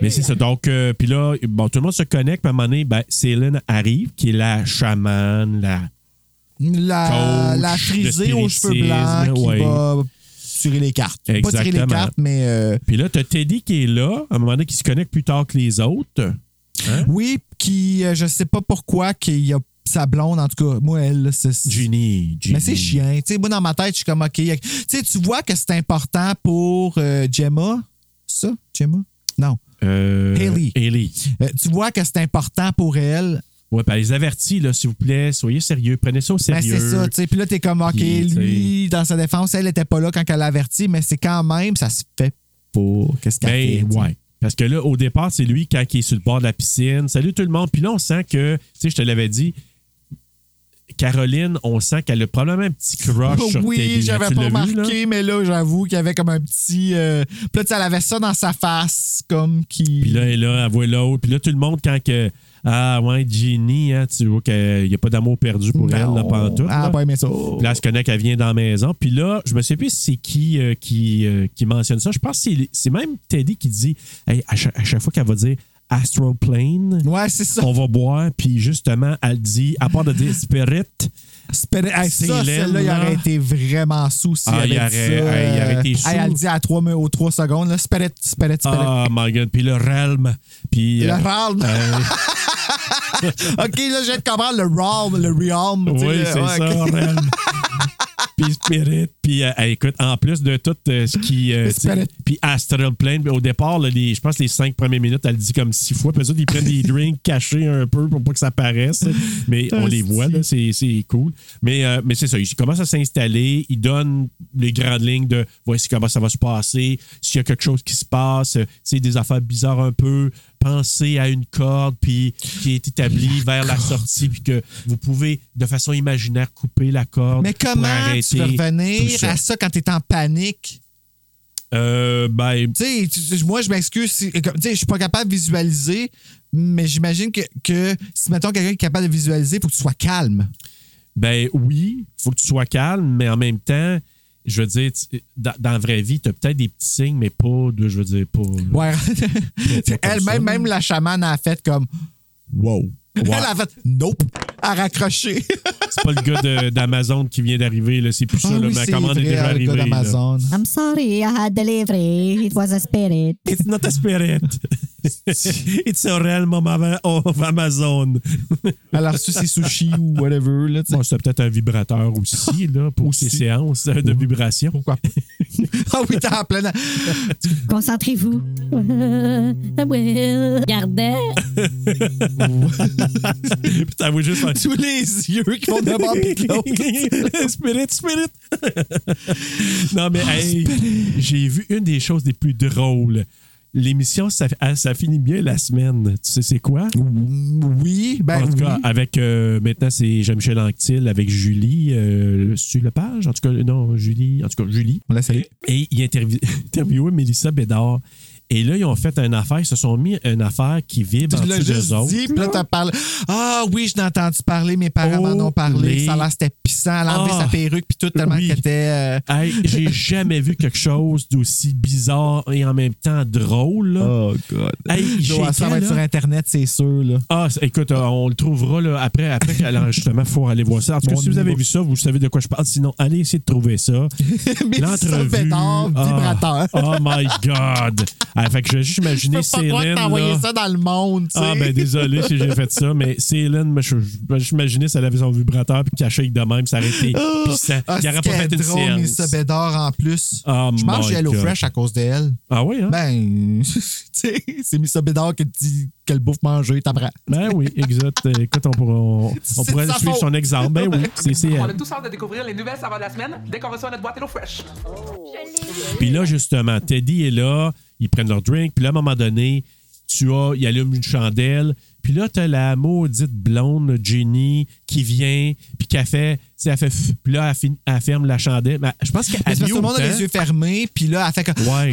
Mais c'est ça. Donc, euh, puis là, bon, tout le monde se connecte. Puis à un moment donné, ben, Céline arrive, qui est la chamane, la.
La,
Coach
la
de
frisée aux cheveux
spiritisme,
blancs qui
ouais.
va tirer les cartes. Pas tirer les
Exactement.
cartes, mais. euh,
Puis là, t'as Teddy qui est là, à un moment donné, qui se connecte plus tard que les autres.
Oui, qui, euh, je sais pas pourquoi, qu'il y a sa blonde, en tout cas, moi, elle, là, c'est.
Ginny, Ginny.
Mais c'est chiant. Tu sais, moi, dans ma tête, je suis comme, OK. y a- Tu sais, tu vois que c'est important pour euh, Gemma. Ça, Gemma? Non.
Euh,
Hailey.
Hailey.
Euh, tu vois que c'est important pour elle.
Ouais, ben, les avertis, là, s'il vous plaît, soyez sérieux, prenez ça au
Ben,
sérieux.
c'est ça, tu sais. Puis là, t'es comme, OK,
Puis, tu sais.
lui, dans sa défense, elle était pas là quand elle avertit, mais c'est quand même, ça se fait pas. Qu'est-ce qu'elle fait?
Ben,
tu sais.
ouais. Parce que là, au départ, c'est lui quand il est sur le bord de la piscine. Salut tout le monde. Puis là, on sent que, tu sais, je te l'avais dit, Caroline, on sent qu'elle a probablement un petit crush sur
Oui,
Teddy.
j'avais
Tu
pas
l'as vu, là?
remarqué, mais là, j'avoue qu'il y avait comme un petit. euh, Puis là, tu sais, elle avait ça dans sa face, comme qui.
Puis là, elle, est là, elle voit l'autre. Puis là, tout le monde, quand que. Ah, ouais, Ginny, hein, tu vois qu'il n'y a pas d'amour perdu pour elle, là, pendant tout.
Ah,
là.
pas aimé ça.
Puis là, elle se connecte, elle vient dans la maison. Puis là, je me sais plus c'est qui euh, qui, euh, qui mentionne ça. Je pense que c'est- c'est même Teddy qui dit Hey, à, cha- à chaque fois qu'elle va dire Astral Plane,
Ouais, c'est ça.
on va boire. Puis justement, elle dit, à part de dire Spirit,
Spirit- Hey,
c'est
ça,
laid,
celle-là, il
là.
aurait été vraiment sous s'il
Ah,
avait
il
dit
aurait-
ça.
hey, il aurait été
euh,
sous.
hey, elle dit à 3, aux 3 secondes, là, spirit, spirit, spirit.
oh my god, puis le Realm. Puis,
le
euh,
realm.
euh,
OK, là, j'ai de comprendre le realm, le realm. tu sais,
Oui,
le-
c'est
ouais,
ça,
ok.
Ren. Puis Spirit, puis euh, hey, écoute, en plus de tout euh, ce qui. euh, tu sais,
Spirit.
puis Astral Plane, puis au départ, là, les, je pense les cinq premières minutes, elle le dit comme six fois. Puis eux autres, ils prennent des drinks cachés un peu pour pas que ça paraisse. Mais on les voit, là, c'est c'est cool. Mais, euh, mais c'est ça, ils commencent à s'installer, ils donnent les grandes lignes de voici comment ça va se passer, s'il y a quelque chose qui se passe, euh, tu sais, des affaires bizarres un peu. Pensez à une corde puis qui est établie vers la sortie, puis que vous pouvez, de façon imaginaire, couper la corde.
Mais
pour
comment
arrêter
tu peux
tout
revenir
ça.
à ça quand t'es en panique?
Euh, ben,
Tu sais, tu- moi, je m'excuse. si- comme, Tu sais, je suis pas capable de visualiser, mais j'imagine que, que si, mettons, quelqu'un est capable de visualiser, il faut que tu sois calme.
Ben oui, faut que tu sois calme, mais en même temps, je veux dire, tu- dans, dans la vraie vie, tu as peut-être des petits signes, mais pas de, je veux dire, pas.
Ouais.
comme ça,
Elle-même,
là.
même la chamane a fait comme.
Wow.
Elle
Ouais.
a fait nope, à raccrocher.
C'est pas le gars de- d'Amazon qui vient d'arriver, là. C'est plus ça,
Ah
là,
oui,
ma
c'est
commande
vrai,
est déjà
le
arrivée.
gars
là.
d'Amazon.
I'm sorry, I had delivery. It was a spirit.
It's not a spirit. It's a realm of Ama- of Amazon.
Elle a reçu ses sushis ou whatever. Là, tu sais.
Bon, c'est peut-être un vibrateur aussi, là, pour ces
Aussi.
séances de vibration.
Pourquoi pas? Ah oui, t'es en plein.
Concentrez-vous. I will. Gardez.
Putain, oui, juste un
Tous les yeux qui vont de bord pis de l'autre.
spirit, spirit. non, mais hey, j'ai vu une des choses les plus drôles. L'émission, ça, ah, ça finit bien la semaine. Tu sais, c'est quoi?
Oui, ben.
en tout cas,
oui.
avec euh, maintenant, c'est Jean-Michel Anctil, avec Julie, euh, sur le page. En tout cas, non, Julie, en tout cas, Julie.
On l'a salué.
Et il a intervi- interviewé Mélissa Bédard. Et là, ils ont fait une affaire, ils se sont mis une affaire qui vibre
Tu
en
l'as
dessous
juste
d'eux autres.
dit, puis là, t'as parlé. Ah oui, je l'ai entendu parler, mes parents
Oh,
m'en ont parlé.
les-
Ça a l'air, c'était pissant. Elle a enlevé
Ah.
sa perruque, puis tout, tellement
Oui.
qu'elle était. euh,
Hey, j'ai jamais vu quelque chose d'aussi bizarre et en même temps drôle. là.
Oh, God.
Hey, j'ai
ça va
quel,
être sur
là?
Internet, c'est sûr. Là.
Ah, c'est- écoute, euh, on le trouvera là, après, après à l'enregistrement. Il faut aller voir ça. En tout cas,
Mon
si vous avez
niveau.
vu ça, vous savez de quoi je parle. Sinon, allez essayer de trouver ça.
Mais ça
L'entrevue.
pétard,
Ah,
vibrateur.
Oh, my God. Ah, fait que je vais juste imaginer
Je peux pas croire
Céline.
que t'as envoyé
là.
ça dans le monde. tu sais.
Ah, ben désolé si j'ai fait ça, mais Céline, moi, je- je- j'imaginais si elle avait son vibrateur puis qu'elle shake de même, ça aurait été
Ah,
pissant.
ah,
Il n'y aurait pas
c'est
fait une
drôle, mais
séance.
ça Bédard en plus.
Ah,
je mange
my
du Hello
God.
Fresh à cause d'elle.
Ah oui, hein?
Ben, tu sais, c'est Missa Bédard qui te dit quelle bouffe manger, t'apprends.
Ben oui, exact. Euh, Écoute, on pourrait, on, on
C'est
pourrait
de sa
suivre
faute.
son exemple. Ben oui, c'est c'est
On a
elle.
tous hâte de découvrir les nouvelles saveurs de la semaine dès qu'on reçoit notre boîte Hello Fresh.
Puis là, justement, Teddy est là, ils prennent leur drink, puis là, à un moment donné, tu as, il allume une chandelle, puis là, t'as la maudite blonde, Jenny, qui vient, puis qui a fait, tu sais, elle fait, pff, puis là, elle, fin- elle ferme la chandelle. Ben, je pense qu'elle
Mais c'est parce que tout le monde a
miaute,
les
hein?
yeux fermés, puis là, elle fait comme.
Ouais.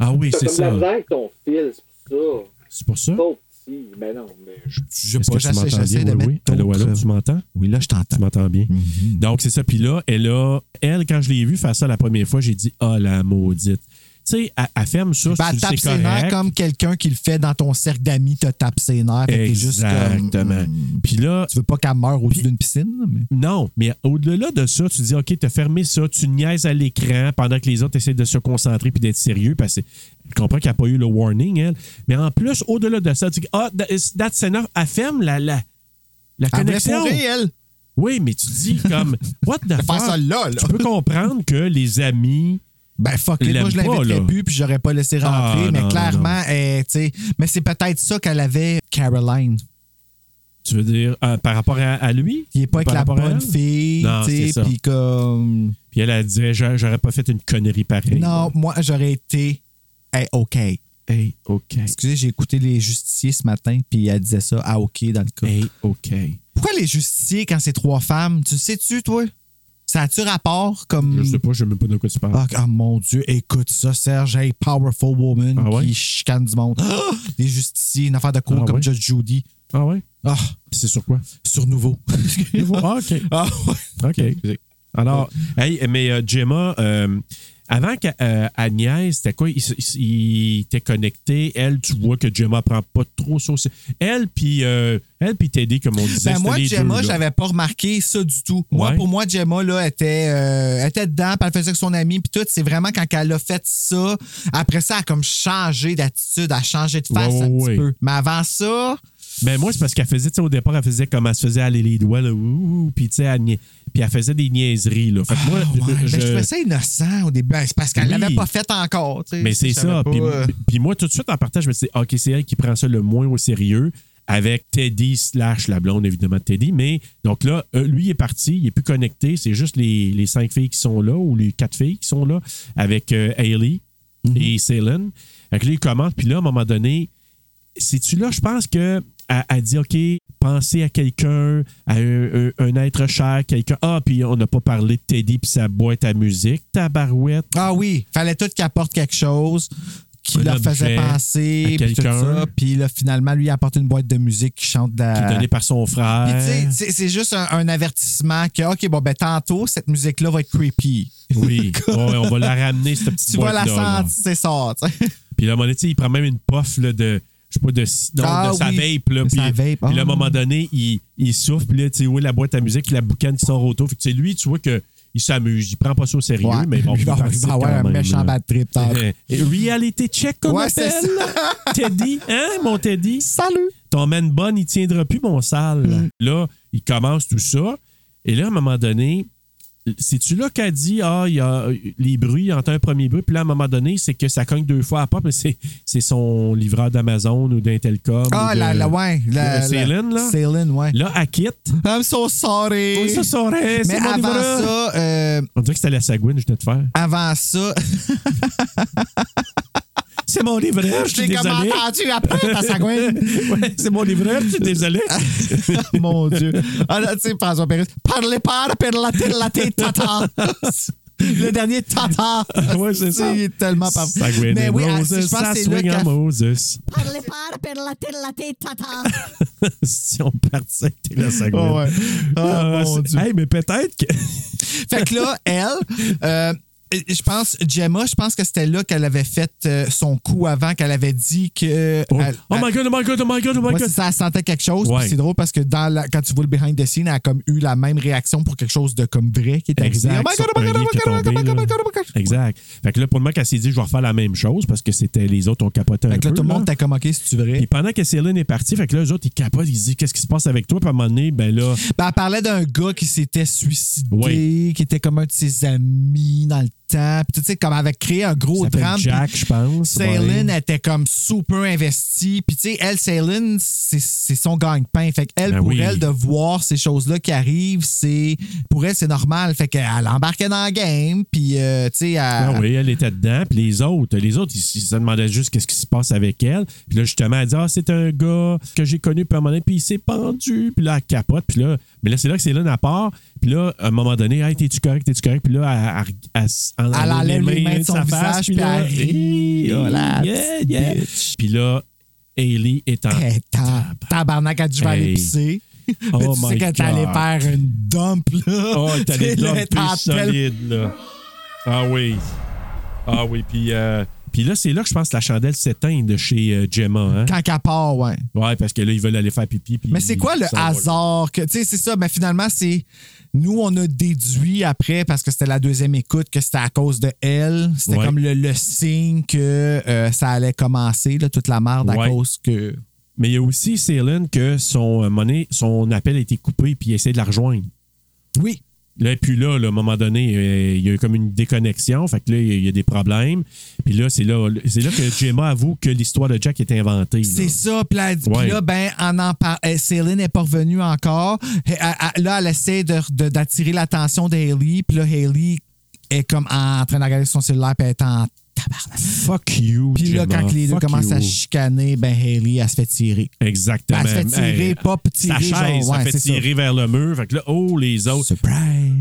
Ah oui, c'est ça.
avec ton fil, c'est pour ça.
C'est pour ça.
Trop petit. Mais non, mais.
Je sais
pas, j'essaie- j'essaie de
oui, oui.
mettre Mhm.
Allô, allô,
d'autres-
tu m'entends?
Oui, là, je t'entends.
Tu m'entends bien. Donc, c'est ça. Puis là, elle a, elle, quand je l'ai vue faire ça la première fois, j'ai dit, ah, la maudite. Tu sais, elle, elle ferme ça,
Ben, elle
c'est
tape
c'est
ses nerfs
correct.
comme quelqu'un qui le fait dans ton cercle d'amis, te tape ses nerfs. Fait que t'es juste comme, hmm,
Exactement. Puis là,
tu veux pas qu'elle meure au-dessus d'une piscine, mais.
non, mais au-delà de ça, tu dis, OK, t'as fermé ça, tu niaises à l'écran pendant que les autres essaient de se concentrer puis d'être sérieux parce que je comprends qu'elle n'a pas eu le warning, elle. Mais en plus, au-delà de ça, tu dis, ah, tha- that's enough, elle ferme la, la, La
Elle voulait
connexion.
fourrer, elle.
Oui, mais tu dis comme, what the
De
fuck?
faire ça là, là.
Tu peux comprendre que les amis.
Ben fuck, it, moi je
l'aiment pas,
l'inviterais
là.
plus puis j'aurais pas laissé
Ah,
rentrer, mais
non, non,
clairement, eh, tu sais, mais c'est peut-être ça qu'elle avait Caroline.
Tu veux dire, euh, par rapport à, à lui?
Il est pas avec
Par
la
rapport à
bonne
elle?
fille,
Non,
tu
c'est
sais,
ça.
puis comme
Puis elle, elle disait, J'a- j'aurais pas fait une connerie pareille.
non, moi j'aurais été hey, OK.
Hey, OK.
Excusez, j'ai écouté les justiciers ce matin puis elle disait ça ah OK dans le cas.
Hey, OK.
Pourquoi les justiciers quand c'est trois femmes, tu sais-tu toi Ça a-tu rapport comme
Je sais pas, je sais même pas de quoi tu parles.
Ah ah, mon Dieu, écoute ça, Serge. Hey, powerful woman
Ah ouais?
qui chicane du monde. Ah, des justiciers, une affaire de cours
Ah
comme
ouais?
Judge Judy.
Ah ouais?
Ah,
Puis c'est sur quoi?
sur nouveau.
Ah, OK.
ah, ouais.
OK. Alors, hey, mais euh, Gemma, euh, avant qu'Agnès, c'était quoi? Ils il, étaient connectés. Elle, tu vois que Gemma prend pas trop sauce. Elle, puis euh, elle, puis Teddy, comme on disait.
Ben moi,
c'était les
Gemma,
deux, là.
j'avais pas remarqué ça du tout. Moi,
Ouais.
pour moi, Gemma, là, était, euh, était dedans, puis elle faisait avec son ami, puis tout. C'est vraiment quand elle a fait ça, après ça, elle a comme changé d'attitude, elle a changé de face
Ouais, ouais,
un
ouais.
petit peu. Mais avant ça,
Ben moi, c'est parce qu'elle faisait, tu sais, au départ, elle faisait comme elle se faisait aller les doigts, là, ouh, ouh, puis tu sais, elle nia- puis elle faisait des niaiseries, là. Fait que moi,
ah, ouais, ben,
je-
je... trouvais ça innocent au début. Ben, c'est parce qu'elle
Oui.
l'avait pas fait encore. tu sais.
Mais c'est
Je savais
ça.
pas,
Puis,
euh,
puis moi, tout de suite, en partage, je me suis dit, OK, c'est elle qui prend ça le moins au sérieux avec Teddy slash la blonde, évidemment, de Teddy. Mais donc là, euh, lui, il est parti, il est plus connecté. C'est juste les, les cinq filles qui sont là ou les quatre filles qui sont là avec euh, Hailey
Mhm.
et Ceylan. Fait que là, il commence. Puis là, à un moment donné, c'est-tu là, je pense que elle, elle dit, OK, pensez à quelqu'un, à un, un- un être cher, quelqu'un. Ah, puis on n'a pas parlé de Teddy puis sa boîte à musique, tabarouette.
Ah oui, fallait tout qu'il apporte quelque chose qui
Un
leur faisait
objet
penser,
à
puis tout
quelqu'un.
ça. Puis là, finalement, lui, il a apporté une boîte de musique qui chante de
qui est
la...
donné par son
Euh, Puis tu
frère.
sais, c'est- c'est juste un, un avertissement que, OK, bon, ben tantôt, cette musique-là va être creepy.
Oui, Ouais, on va la ramener, cette petite
Tu vas la
boîte-là, là.
sentir, c'est ça. tu sais.
Puis là, à un moment donné, tu sais, il prend même une pof là, de, je sais pas, de, non,
Ah
de sa
oui,
vape. Là,
de
puis,
sa vape,
puis là, à
ah.
un moment donné, il, il souffle. Puis là, tu sais, où est la boîte à musique, puis la boucane qui sort autour. Fait que, tu sais, lui, tu vois que il s'amuse. Il prend pas ça au sérieux,
Ouais.
mais bon,
il va, il va
participe
avoir
quand
un
même,
méchant
là.
bad trip tantôt.
Eh, eh, Reality check, comme
Ouais,
on
c'est
appelle. Teddy, hein, mon Teddy? Salut! Ton man bon, il tiendra plus, mon sale.
Mm.
Là, il commence tout ça. Et là, à un moment donné, c'est-tu là qu'elle dit, ah, il y a les bruits, il entend un premier bruit, puis là, à un moment donné, c'est que ça cogne deux fois à pas, mais c'est c'est son livreur d'Amazon ou d'Intelcom.
Ah,
ou de-
la, la, ouais. La,
de Céline, là.
Céline, ouais.
Là, elle quitte.
I'm so sorry.
Oui, ça, ça aurait-
Mais
c'est mon
avant
livreur.
ça, Ah! euh,
On dirait que c'était la sagouine, je venais de faire.
avant ça,
C'est mon livreur, je
je
suis
l'ai comme
désolé.
entendu après, ta sagouine.
Ouais, c'est mon livreur, je suis désolé.
Mon Dieu. Ah là, tu sais, François Pérez, parlez pas, perdre la tête, la tête, tata. Le dernier tata.
Ouais, c'est ça.
Il est Ah, tellement parfait.
Sagouine
Mais
and
oui, ah,
Moses,
je pense
ça
que c'est là
swing en
qu'elle
Moses.
Parlez pas, perdre la tête, la tête, tata.
si on partait, t'es la sagouine.
Ah ouais. Ah,
Ah,
mon
c'est-
Dieu.
Hey, mais peut-être que.
Fait que là, elle, euh, je pense, Gemma, je pense que c'était là qu'elle avait fait euh, son coup avant, qu'elle avait dit que.
Oh,
elle-
oh
elle-
my god, oh my god, oh my god, oh my
Ouais,
god.
c'est ça, elle sentait quelque chose.
Ouais.
Puis C'est drôle parce que dans la- quand tu vois le behind the scene, elle a comme eu la même réaction pour quelque chose de comme vrai qui est arrivé.
Exact.
Oh my God, oh my God, oh my God, oh my God, oh my God, oh my God, oh my God.
Exact. Fait que là, pour le moment, qu'elle s'est dit, je vais refaire la même chose parce que c'était les autres ont capoté un
Fait que
peu.
là, tout le monde
là.
t'a comme OK, si tu vrai.
Puis pendant que Céline est partie, fait que là, les autres, ils capotent, ils se disent, qu'est-ce qui se passe avec toi? Puis à un moment donné, ben là,
Ben, elle parlait d'un gars qui s'était suicidé,
Oui.
qui était comme un de ses amis dans le temps. Puis tu sais, comme elle avait créé un gros
ça s'appelle
drame. puis
Jack, je pense.
Céline
ouais.
était comme super investie. Puis, tu sais, elle, Céline, c'est c'est son gagne-pain. Fait qu'elle,
Ben
pour
oui.
elle, de voir ces choses-là qui arrivent, c'est. Pour elle, c'est normal. Fait qu'elle embarquait dans la game. Puis, euh, tu sais, elle-
Ah oui, elle était dedans. Puis les autres, les autres, ils, ils se demandaient juste qu'est-ce qui se passe avec elle. Puis là, justement, elle dit Ah, c'est un gars que j'ai connu, puis à un moment donné, puis il s'est pendu. Puis là, elle capote. Puis là, mais là, c'est là que Céline, elle part. Puis là, à un moment donné, Hey, t'es-tu correct, t'es-tu correct? Puis là, elle, elle, elle- elle
Elle enlève les mains de son
sa
visage,
face,
puis elle rit.
Hey,
Oh, la
yeah,
petite
yeah.
bitch.
Puis là, Hailey est en.
Hey, tab- tabarnak, elle dit, je vais aller
Hey.
pisser. Mais
Oh
tu sais
my
qu'elle est allée
God.
faire une dump, là.
Oh, t'as des
Tu sais, là,
blocs
t'as tellement-
solides, là. Ah oui. Ah oui, puis. euh, puis là, c'est là que je pense que la chandelle s'éteint de chez euh, Gemma. Hein?
Quand elle part, ouais.
Ouais, parce que là, ils veulent aller faire pipi. puis
Mais c'est quoi
ils
le
s'en vont, là.
hasard? que- Tu sais, c'est ça. Mais finalement, c'est. Nous, on a déduit après, parce que c'était la deuxième écoute, que c'était à cause de elle. C'était
Ouais.
comme le, le signe que euh, ça allait commencer, là, toute la merde à
Ouais.
cause que.
Mais il y a aussi Ceylan que son euh, monnaie, son appel a été coupé puis il essaie de la rejoindre.
Oui.
Là, puis là, là, à un moment donné, euh, il y a eu comme une déconnexion. Fait que là, il y a- il y a des problèmes. Puis là, c'est là, c'est là que Gemma avoue que l'histoire de Jack est inventée. là.
C'est ça. Puis là, elle dit- puis
Ouais.
là, ben, en en par- euh, Céline n'est pas revenue encore. Et, à- à- Là, elle essaie de- de- d'attirer l'attention d'Hailey. Puis là, Hailey est comme en, en train de regarder son cellulaire, puis elle est en tabarnak.
Fuck you,
Puis là,
Gemma.
quand les deux
Fuck
commencent à
you.
chicaner, ben, Hailey, elle se fait tirer.
Exactement.
Ben, elle se fait tirer, pas tirer,
Sa chaise,
genre,
ça
ouais,
fait
c'est
tirer vers le mur. Fait que là, oh, les autres.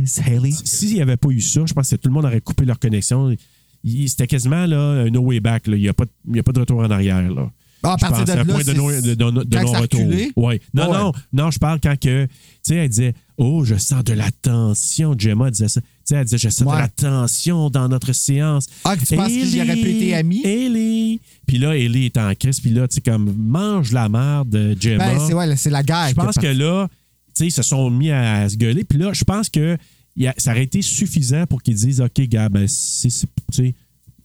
Surprise, Haley.
S'il n'y avait pas eu ça, je pense que tout le monde aurait coupé leur connexion. Il- C'était quasiment là, un no way back. là. Il n'y a, pas de- il y a pas de retour en arrière. Là.
Ah, à
Je
partir
pense,
de
un
là,
point de
c'est-
non- de- de- de
quand ça a
non-retour.
reculé?
Ouais. Non,
Ouais.
non, non, je parle quand que. Tu sais, elle disait Oh, je sens de la tension. Gemma disait ça. Tu sais, elle disait Je sens de
Ouais.
la tension dans notre séance.
Ah, que tu penses
Ellie,
qu'ils auraient pu être amis?
Ellie. Puis là, Ellie est en crise. Puis là, tu sais, comme mange la merde, Gemma.
Ben, c'est ouais, c'est la guerre.
Je
qui est
pense que là, tu sais, ils se sont mis à, se gueuler. Puis là, je pense que il y a- ça aurait été suffisant pour qu'ils disent OK, gars, ben, c'est. c'est- tu sais,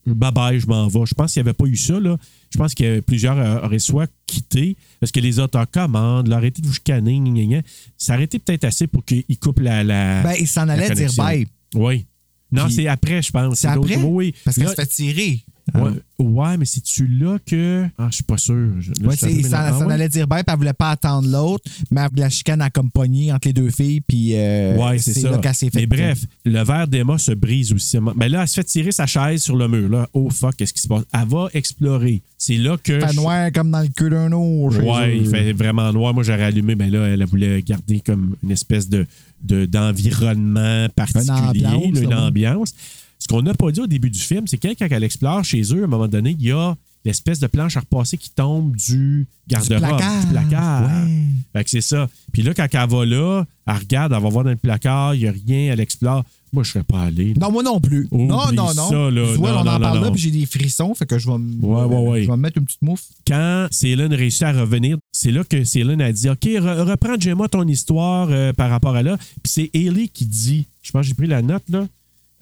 Bye bye, je m'en vais. Je pense qu'il n'y avait pas eu ça. Là. Je pense que plusieurs euh, auraient soit quitté parce que les autres en commandent, leur arrêté de vous chicaner, gna, gna, gna. Ça aurait été peut-être assez pour qu'ils coupent la. la
Ben, ils s'en
la
allaient dire
connexion.
bye.
Oui. Non,
Puis-
c'est après, je pense.
C'est
d'autres-
après?
Oui.
Parce qu'elle
Là-
se fait tirer.
Ouais, ouais, mais c'est-tu là que. Ah, je suis pas sûr. Je- là, je
Ouais,
suis
c'est-
arrivé
il s'en
là- Ah,
s'en
ouais?
allait dire ben, puis elle voulait pas attendre l'autre, mais elle- la chicane a comme pognée entre les deux filles, puis euh,
ouais, c'est ça.
là qu'elle s'est fait.
Mais bref, le verre d'Emma se brise aussi. Mais là, elle se fait tirer sa chaise sur le mur. Là. Oh fuck, qu'est-ce qui se passe? Elle va explorer. C'est là que.
Fait
je-
noir comme dans le cul d'un autre. chez
Ouais,
eux.
il fait vraiment noir. Moi, j'aurais allumé, mais là, elle voulait garder comme une espèce de, de- d'environnement particulier, là,
ambiance,
une
là, ouais.
ambiance. Ce qu'on n'a pas dit au début du film, c'est que quand elle explore chez eux, à un moment donné, il y a l'espèce de planche à repasser qui tombe du garde-robe, du placard.
placard. Ouais.
Fait que c'est ça. Puis là, quand elle va là, elle regarde, elle va voir dans le placard, il n'y a rien, elle explore. Moi, je serais pas allé.
Non, moi non plus.
Oublie
non, non, non.
ça, là.
Tu vois,
Non,
on
non,
en
non,
parle
non.
là, puis j'ai des frissons, fait que je vais, me-
Ouais, ouais, ouais.
je vais me mettre une petite mouffe.
quand Céline réussit à revenir, c'est là que Céline a dit OK, re- reprends, Gemma, ton histoire euh, par rapport à là. Puis c'est Ellie qui dit Je pense que j'ai pris la note, là.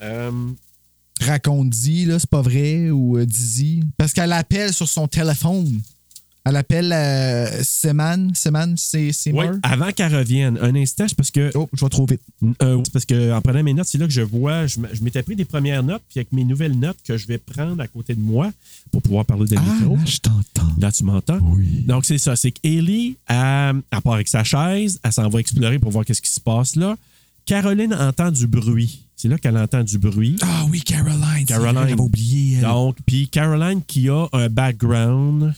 Euh,
Raconte-y, là, c'est pas vrai, ou euh, dis-y. Parce qu'elle appelle sur son téléphone. Elle appelle euh, Seman. Seman, c'est
ouais,
Seymour.
avant qu'elle revienne, un instant, c'est parce que.
Oh, je vais trop vite.
euh, c'est parce que en prenant mes notes, c'est là que je vois, je, m- je m'étais pris des premières notes, puis avec mes nouvelles notes que je vais prendre à côté de moi pour pouvoir parler de la micro.
là, je t'entends.
Là, tu m'entends?
Oui.
Donc, c'est ça. C'est qu'Ellie, elle, elle part avec sa chaise, elle s'en va explorer pour voir qu'est-ce qui se passe là. Caroline entend du bruit. C'est là qu'elle entend du bruit.
Ah oui, Caroline. c'est vrai,
Caroline.
J'avais oublié. elle.
Donc, puis Caroline qui a un background.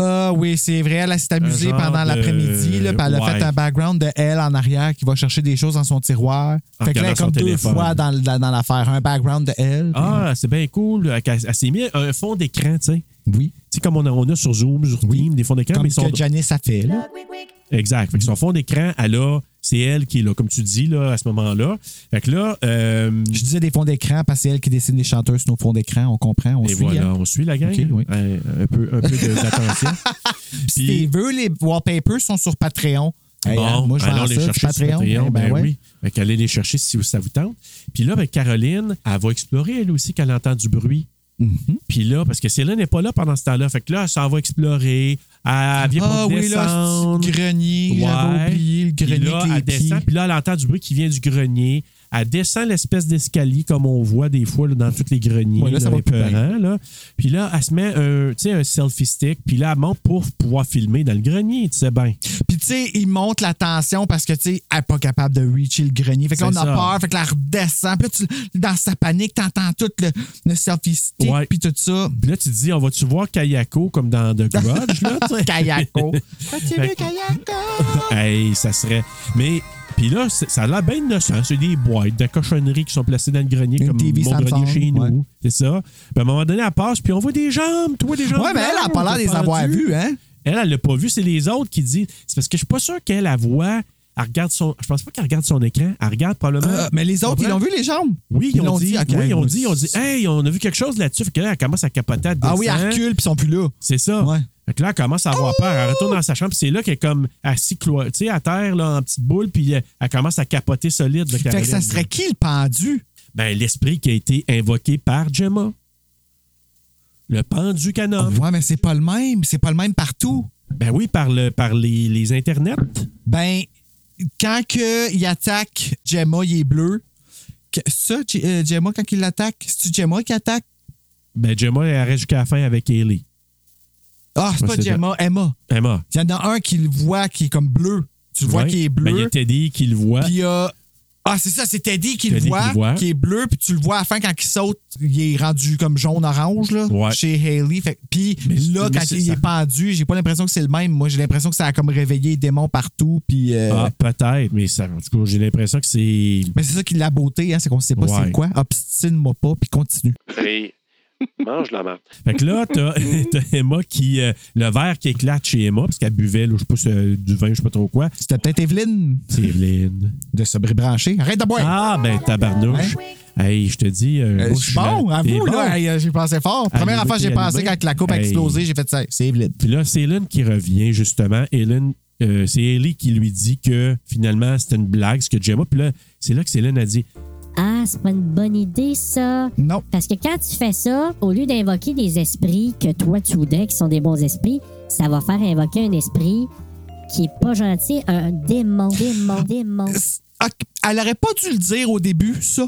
Ah oui, c'est vrai, elle s'est amusée
Un genre
pendant
de-
l'après-midi, là, puis elle a
ouais.
fait un background de elle en arrière qui va chercher des choses dans son tiroir.
En
fait que là,
regardant
elle est comme
son
deux
téléphone.
fois dans, le- dans- dans l'affaire, un background de elle. puis-
Ah, c'est bien cool. Elle, elle s'est mis un fond d'écran, tu sais.
oui,
Tu sais, comme on, a- on a sur Zoom, sur Teams, des fonds d'écran.
comme Mm-hmm.
mais son-
que Janice a fait. là.
Exact. Fait que son fond d'écran, elle a- c'est elle qui est là, comme tu dis, là, à ce moment-là. Fait que là, euh,
Je disais des fonds d'écran parce que c'est elle qui dessine les chanteuses sur nos fonds d'écran, on comprend, on
et
suit.
voilà,
hein.
on suit la gang. Euh,
Ok, oui.
un, un peu, un peu de- d'attention.
Puis si t'es veux, les wallpapers sont sur Patreon. Hey, hein, moi, je
allons
vends
les
ça sur
chercher sur
Patreon. Eh
ben,
ben ouais.
oui. Fait qu'allez les chercher si ça vous tente. Puis là, ben, Caroline, elle va explorer elle aussi qu'elle entend du bruit.
Mhm.
Puis là, parce que Céline n'est pas là pendant ce temps-là. Fait que là, elle s'en va explorer. Elle vient
Ah
pour
oui, là,
descendre.
c'est du grenier, j'avais
Ouais.
oublié le
Puis
grenier
là,
des
elle descend.
pieds.
Puis là, elle entend du bruit qui vient du grenier. Elle descend l'espèce d'escalier comme on voit des fois là, dans tous les greniers.
Ouais, là, ça
là,
va plus bien.
épeurants, là. Puis là, elle se met un, tu sais, un selfie stick. Puis là, elle monte pour pouvoir filmer dans le grenier. Tu sais bien.
Puis, tu sais, il monte la tension parce que, tu sais, elle n'est pas capable de reacher le grenier. Fait que là, on
C'est
a
ça.
peur. Fait que là, elle redescend. Puis là, tu- dans sa panique, t'entends tout le, le selfie stick,
Ouais.
puis tout ça.
Puis là, tu te dis, on va-tu voir Kayako comme dans The Grudge, là? tu sais?
Kayako. As-tu
Fait
vu
que-
Kayako?
hey, ça serait. Mais, puis là, c'est- ça a l'air bien innocent. C'est des boîtes de cochonneries qui sont placées dans le grenier,
Une
comme
TV
mon grenier
Samsung,
chez nous.
ouais.
C'est ça. Puis à un moment donné, elle passe, puis on voit des jambes. Tu vois des jambes.
Ouais, mais elle elle a pas
blanches,
l'air de les
pendues.
avoir vus, hein?
Elle, elle l'a pas vu. C'est les autres qui disent. C'est parce que je suis pas sûr qu'elle la voit. Elle regarde son. Je pense pas qu'elle regarde son écran. Elle regarde probablement.
Euh, mais les autres, ils l'ont vu, les jambes?
Oui, ils, ont dit,
OK,
oui, ils ont
moi,
dit, ils ont dit, hein, hey, on a vu quelque chose là-dessus. Fait que là, elle commence à capoter. elle
Ah oui,
descend.
elle recule, puis ils sont plus là.
C'est ça.
Ouais.
Fait que là, elle commence à avoir peur. Elle retourne dans sa chambre, puis c'est là qu'elle est comme assise clo- tu sais, à terre, là, en petite boule, puis elle, elle commence à capoter solide. là,
Fait
Caroline.
que ça serait qui le pendu?
Ben, l'esprit qui a été invoqué par Gemma. Le pendu canon. Ah.
Ah, Ouais, mais c'est pas le même. C'est pas le même partout.
Ben oui, par, le, par les, les internets.
Ben, quand que il attaque Gemma, il est bleu. Que- Ça, G- euh, Gemma, quand il l'attaque, c'est-tu Gemma qui attaque?
Ben, Gemma, elle reste jusqu'à la fin avec Ellie.
Ah, c'est
Ouais,
pas
c'est
Gemma, Emma.
Emma.
Il y en a un qui le voit qui est comme bleu. Tu le vois
Ouais.
qui est
Ben, il y a
bleu.
Teddy qui le voit.
Puis il y a- Ah, c'est ça, c'est Teddy qui le
Teddy qui le
voit,
voit.
qui est bleu, puis tu le vois à la fin quand il saute, il est rendu comme jaune-orange, là,
Ouais.
chez Haley. Fait- Puis
Mais-
là,
mais
quand
c'est
il
ça.
est pendu, j'ai pas l'impression que c'est le même. Moi, j'ai l'impression que ça a comme réveillé les démons partout, puis. euh,
Ah, peut-être, mais ça, en tout cas, j'ai l'impression que c'est.
Mais c'est ça qui est la beauté, hein, c'est qu'on sait pas
Ouais.
c'est quoi. Obstine-moi pas, puis continue.
Hey, mange la merde.
Fait que là, t'as t'as Emma qui. euh, le verre qui éclate chez Emma, parce qu'elle buvait, là, je sais pas, si, euh, du vin, je sais pas trop quoi.
C'était peut-être Evelyne
C'est Evelyne.
de se brancher. Arrête de boire!
Ah, ben, tabarnouche. Hey, je te dis. euh,
Euh,
moi,
je suis bon,
mal-
à
t'es
vous,
bon. Ah,
là. Hey, euh, j'ai pensé fort.
Allumé,
Première affaire, j'ai
t'es
pensé
allumé.
quand la coupe a
Hey.
explosé, j'ai fait ça. C'est Evelyne.
Puis là, c'est Hélène qui revient, justement. Hélène, euh, c'est Ellie qui lui dit que finalement, c'était une blague, ce que Gemma. Puis là, c'est là que Hélène a dit
Ah, c'est pas une bonne idée, ça.
Non.
Parce que quand tu fais ça, au lieu d'invoquer des esprits que toi tu voudrais qui sont des bons esprits, ça va faire invoquer un esprit qui est pas gentil, un démon, démon, démon.
Ah, Elle aurait pas dû le dire au début, ça.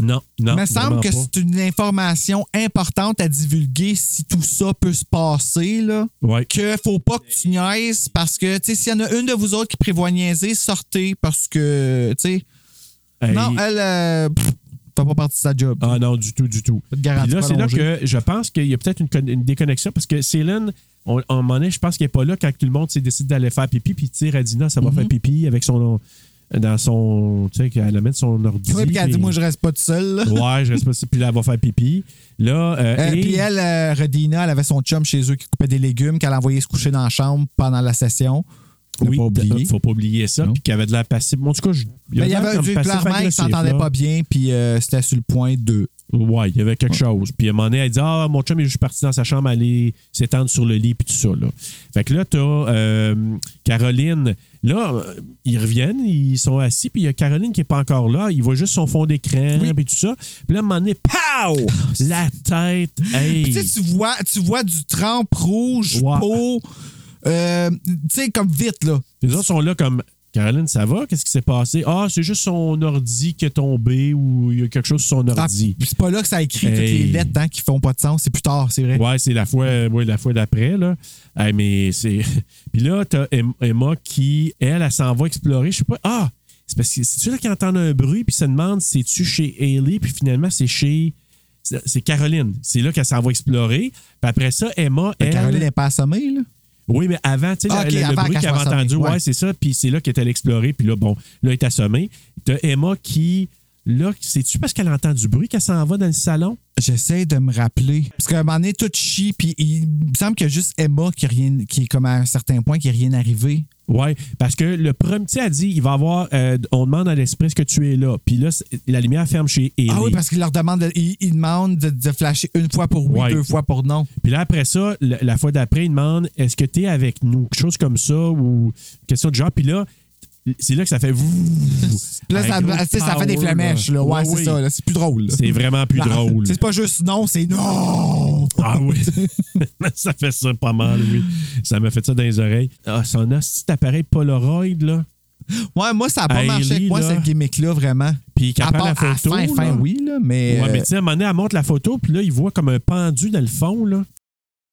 Non, non.
Il me
Ah, vraiment
semble que
pas.
c'est une information importante à divulguer si tout ça peut se passer, là.
Ouais.
Que faut pas que tu niaises parce que, tu sais, s'il y en a une de vous autres qui prévoit niaiser, sortez parce que, tu sais.
Hey.
Non, elle, euh, pff, fait pas partie de sa job.
Ah non, du tout, du tout.
Pas de garantie
Puis là, c'est là
prolongée.
que je pense qu'il y a peut-être une, con- une déconnexion parce que Céline, on, à un moment donné, je pense qu'elle n'est pas là quand tout le monde tu sais, décide d'aller faire pipi, puis tire Radina, ça va
Mm-hmm.
faire pipi avec son. Dans son. Tu sais, qu'elle amène son ordi.
Ouais, puis elle dit,
puis-
moi, je reste pas tout seul, là.
Ouais, je reste pas. Puis là, elle va faire pipi. Là. euh,
Euh,
et-
Puis elle, euh, Redina, elle avait son chum chez eux qui coupait des légumes, qu'elle envoyait se coucher dans la chambre pendant la session. Faut
Oui,
pas oublier.
t- faut pas oublier ça. Puis qu'elle avait de la passive. Bon, en tout cas, je-
Ben, il y
de l'air
avait
comme
du clairement, ils
passif-agressif,
s'entendaient
là.
pas bien, puis euh, c'était sur le point de.
Ouais, il y avait quelque chose. Puis à un moment donné, elle dit Ah, mon chum est juste parti dans sa chambre aller s'étendre sur le lit, puis tout ça. Là. Fait que là, t'as euh, Caroline. Là, euh, ils reviennent, ils sont assis, puis il y a Caroline qui n'est pas encore là. Il voit juste son fond d'écran, puis tout ça. Puis là, à un moment donné, pow La tête. Hey!
Ah, Puis, Tu sais, tu vois, tu vois du trempe rouge,
Ouais.
peau, euh, tu sais, comme vite, là.
Les autres sont là comme Caroline, ça va Qu'est-ce qui s'est passé Ah, c'est juste son ordi qui est tombé ou il y a quelque chose sur son
Ah,
ordi.
puis c'est pas là que ça écrit toutes
Hey.
les lettres hein, qui font pas de sens, c'est plus tard, c'est vrai.
Ouais, c'est la fois, euh, ouais, la fois d'après, là. Hey, mais c'est. Puis là, t'as Em- Emma qui, elle, elle, s'en va explorer. Je sais pas. Ah! C'est parce que c'est-tu là qui entend un bruit, puis ça demande c'est-tu chez Haley, puis finalement, c'est chez. C'est c'est Caroline. C'est là qu'elle s'en va explorer. Puis après ça, Emma,
Ben,
elle.
Caroline n'est pas assommée, là.
Oui, mais avant, tu sais,
Ah,
le-
ok,
le, le
avant
bruit
qu'elle
qu'elle avait
soit
entendu,
assommée,
ouais,
ouais.
c'est ça. Puis c'est là qu'elle est allée explorer, puis là, bon, là, elle est assommée. T'as Emma qui. Là, c'est-tu parce qu'elle entend du bruit qu'elle s'en va dans le salon?
J'essaie de me rappeler. Parce qu'à un moment donné, tout chie, puis il me semble qu'il y a juste Emma qui, est rien, qui est comme à un certain point, qui est rien arrivé.
Oui, parce que le premier, tu sais, elle dit, il va avoir, euh, on demande à l'esprit est-ce que tu es là. Puis là, c'est- la lumière ferme chez Ellie.
Ah oui, parce qu'il leur demande, de- il, il demande de, de flasher une fois pour oui,
Ouais.
deux fois pour non.
Puis là, après ça, la, la fois d'après, il demande est-ce que tu es avec nous Quelque chose comme ça, ou une question de genre. Puis là, c'est là que ça fait.
Puis là, ça,
Un gros
tu sais, ça fait des
power,
flamèches, là. Ouais,
Ouais,
c'est
oui.
ça, là. C'est plus drôle. là.
C'est vraiment plus
Là,
drôle.
C'est pas juste non, c'est non.
Ah oui. ça fait ça pas mal, oui. Ça m'a fait ça dans les oreilles. Ah, son petit appareil Polaroid, là.
Ouais, moi, ça a pas
Hailey,
marché avec moi,
là.
cette gimmick-là, vraiment.
Puis qu'elle
À
prend la
part à
photo.
fin, fin,
là.
oui, là, mais,
Ouais, mais
euh,
tu sais, à un moment donné, elle montre la photo, puis là, il voit comme un pendu dans le fond, là.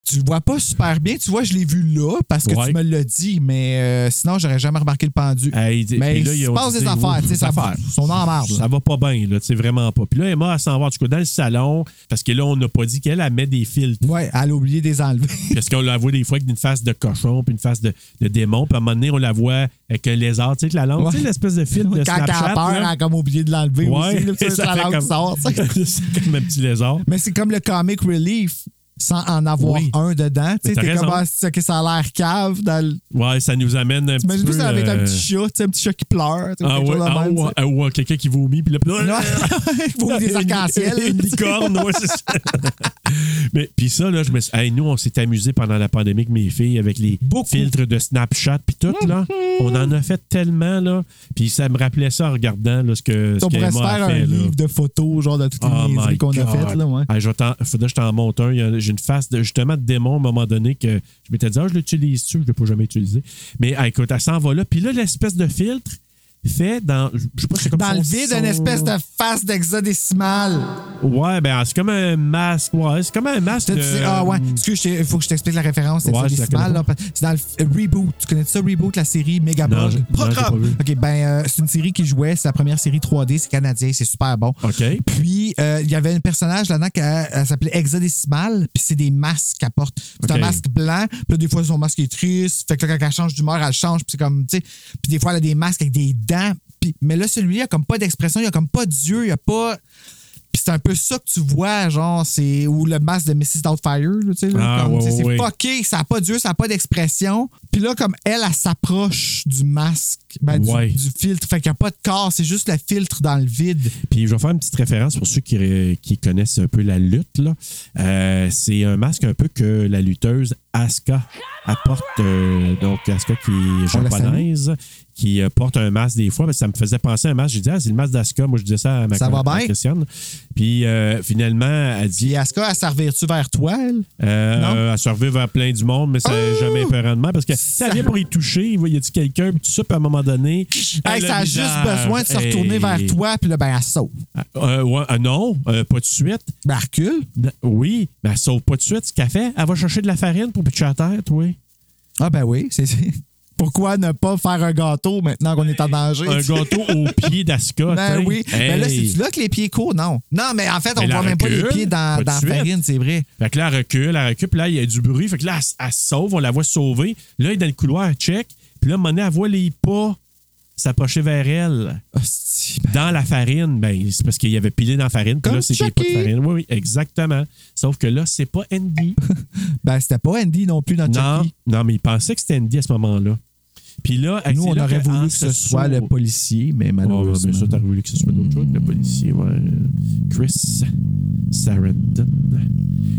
tu le vois pas super bien. Tu vois, je l'ai vu là parce que
Ouais.
tu me l'as dit, mais euh, sinon, j'aurais jamais remarqué le pendu.
Hey, d-
mais
puis là,
il
ils
se
ont
passe
dit,
des
ouf,
affaires, tu sais,
des
ça
affaires.
Son en marbre. là.
Ça va pas bien, là, tu sais, vraiment pas. Puis là, Emma, elle s'en va, en tout cas, dans le salon, parce que là, on n'a pas dit qu'elle, elle met des filtres.
Ouais, elle a oublié des enlever.
Parce qu'on la voit des fois avec une face de cochon, puis une face de, de démon, puis à un moment donné, on la voit avec un lézard, tu sais, avec la langue,
Ouais.
tu sais, l'espèce de fil de
Quand elle a
Snapchat.
peur, elle
là.
a comme oublié de l'enlever aussi. là, puis
et
ça,
ça
la
fait
langue
comme-
sort, ça.
c'est comme un petit lézard.
Mais c'est comme le comic relief sans en avoir
Oui.
un dedans. Tu
Mais
sais,
t'as
t'es
raison.
comme, ah, c'est ok, ça a l'air cave. Dans le...
Ouais, ça nous amène un petit peu...
T'imagines ça avec un
euh,
petit chat, tu sais, un petit chat qui pleure. tu sais,
Ah
quelque
ouais,
chose de
ah
même, tu sais.
ouais, ah ouais, quelqu'un qui vomit, puis là...
Il faut des arcs-en-ciel.
Une, licorne, ouais, c'est ça. Mais puis ça, là, je me suis- hey, nous, on s'est amusés pendant la pandémie avec mes filles, avec les filtres de Snapchat, puis tout,
Mhm.
là. On en a fait tellement, là. Puis ça me rappelait ça en regardant, là, ce que. ce
On pourrait se
qu'Emma a
faire
fait,
un
là.
livre de photos, genre de toutes les
Oh
niaiseries
my
qu'on a
God.
faites. Là, ouais.
Hey, je vais t'en- faudrait que je t'en monte un. Il y en a- J'ai j'ai une face de, justement de démon à un moment donné que je m'étais dit, ah, je l'utilise-tu, je ne l'ai pas jamais utilisé. Mais ah, écoute, elle s'en va là. Puis là, l'espèce de filtre fait dans. Je sais pas, c'est comme
Dans
son-
le vide,
son-
une espèce de face d'hexadécimal.
Ouais, ben c'est comme un masque. Ouais, c'est comme un masque.
Tu
de-
sais, ah ouais, excuse, il faut que je t'explique la référence
Ouais, je la
hexadécimale.
connais
là, parce- C'est dans le f- Reboot. Tu connais ça, Reboot, la série
Non, je-
Megabug?
non, j'ai pas vu.
OK, ben, euh, c'est une série qui jouait. C'est la première série 3D. C'est canadien. C'est super bon.
OK.
Puis, euh, il y avait un personnage là-dedans qui euh, elle s'appelait Hexadécimal, puis c'est des masques qu'elle porte. C'est
OK.
un masque blanc, puis là, des fois, son masque est triste. Fait que là, quand elle change d'humeur, elle change, puis c'est comme, tu sais. Puis des fois, elle a des masques avec des dents. Puis, mais là, celui-là, il a comme pas d'expression, il a comme pas d'yeux, il a pas. Puis c'est un peu ça que tu vois, genre, c'est. Ou le masque de Mrs. Doubtfire, là, tu sais. là,
Ah,
comme,
ouais,
tu sais,
ouais,
c'est
ouais.
fucké, ça a pas d'yeux, ça a pas d'expression. Puis là, comme elle, elle s'approche du masque, ben, du-
Ouais.
du, filtre. Fait qu'il n'y a pas de corps, c'est juste le filtre dans le vide.
Puis je vais faire une petite référence pour ceux qui, qui connaissent un peu la lutte. là. Euh, c'est un masque un peu que la lutteuse Asuka apporte. euh, donc Asuka qui est
On la
japonaise, qui euh, porte un masque des fois. Parce que ça me faisait penser à un masque. J'ai dit, ah, c'est le masque d'Asuka. Moi, je disais ça à ma
Ça va
collègue
bien?
Christiane. Puis euh, finalement, elle dit.
Puis Asuka, elle servir-tu vers toi, elle?
Euh,
Non. Oh!
euh, elle se revit vers plein du monde, mais ça n'a jamais épeurant de moi parce que ça vient pour y toucher, il y a-tu quelqu'un, puis tout ça, puis à un moment donné.
Hey,
elle
ça a
le
juste
visage.
besoin de se retourner
Hey.
vers toi, puis là, ben, elle saute.
Euh, ouais, euh, non, euh, pas de suite.
Ben, elle recule.
Ben, Oui, mais elle sauve pas de suite ce qu'elle fait. Elle va chercher de la farine pour pitcher à terre, oui.
Ah, ben oui, c'est. c'est- Pourquoi ne pas faire un gâteau maintenant qu'on est en danger?
Un gâteau au pied d'Aska.
Ben
t'sais.
oui. Mais là,
Hey.
c'est là que les pieds courent, non? Non, mais en fait, on
Elle
ne voit
la
même pas les
recule,
pieds dans,
pas de
dans la
suite.
farine, c'est vrai.
Fait que là, elle recule, elle recule, puis là, il y a du bruit. Fait que là, elle, s- elle se sauve, on la voit sauver. Là, elle est dans le couloir, elle check. Puis là, à un moment donné, elle voit les pas s'approcher vers elle.
Hostie,
Dans la farine, ben, c'est parce qu'il y avait pilé dans la farine. Puis
Comme
là, c'est des pas de
Chucky.
farine. Oui, oui, exactement. Sauf que là, c'est pas Andy.
Ben, c'était pas Andy non plus dans
non,
Chucky.
non, mais il pensait que c'était Andy à ce moment-là. Puis là,
Nous,
c'est
on
là
aurait
en
voulu que ce
se
soit le
sauve-
policier, mais
Ah, Ouais, ouais, mais
malheureusement.
ça, t'aurais voulu que ce soit d'autre chose que le policier, ouais. Chris Sarandon.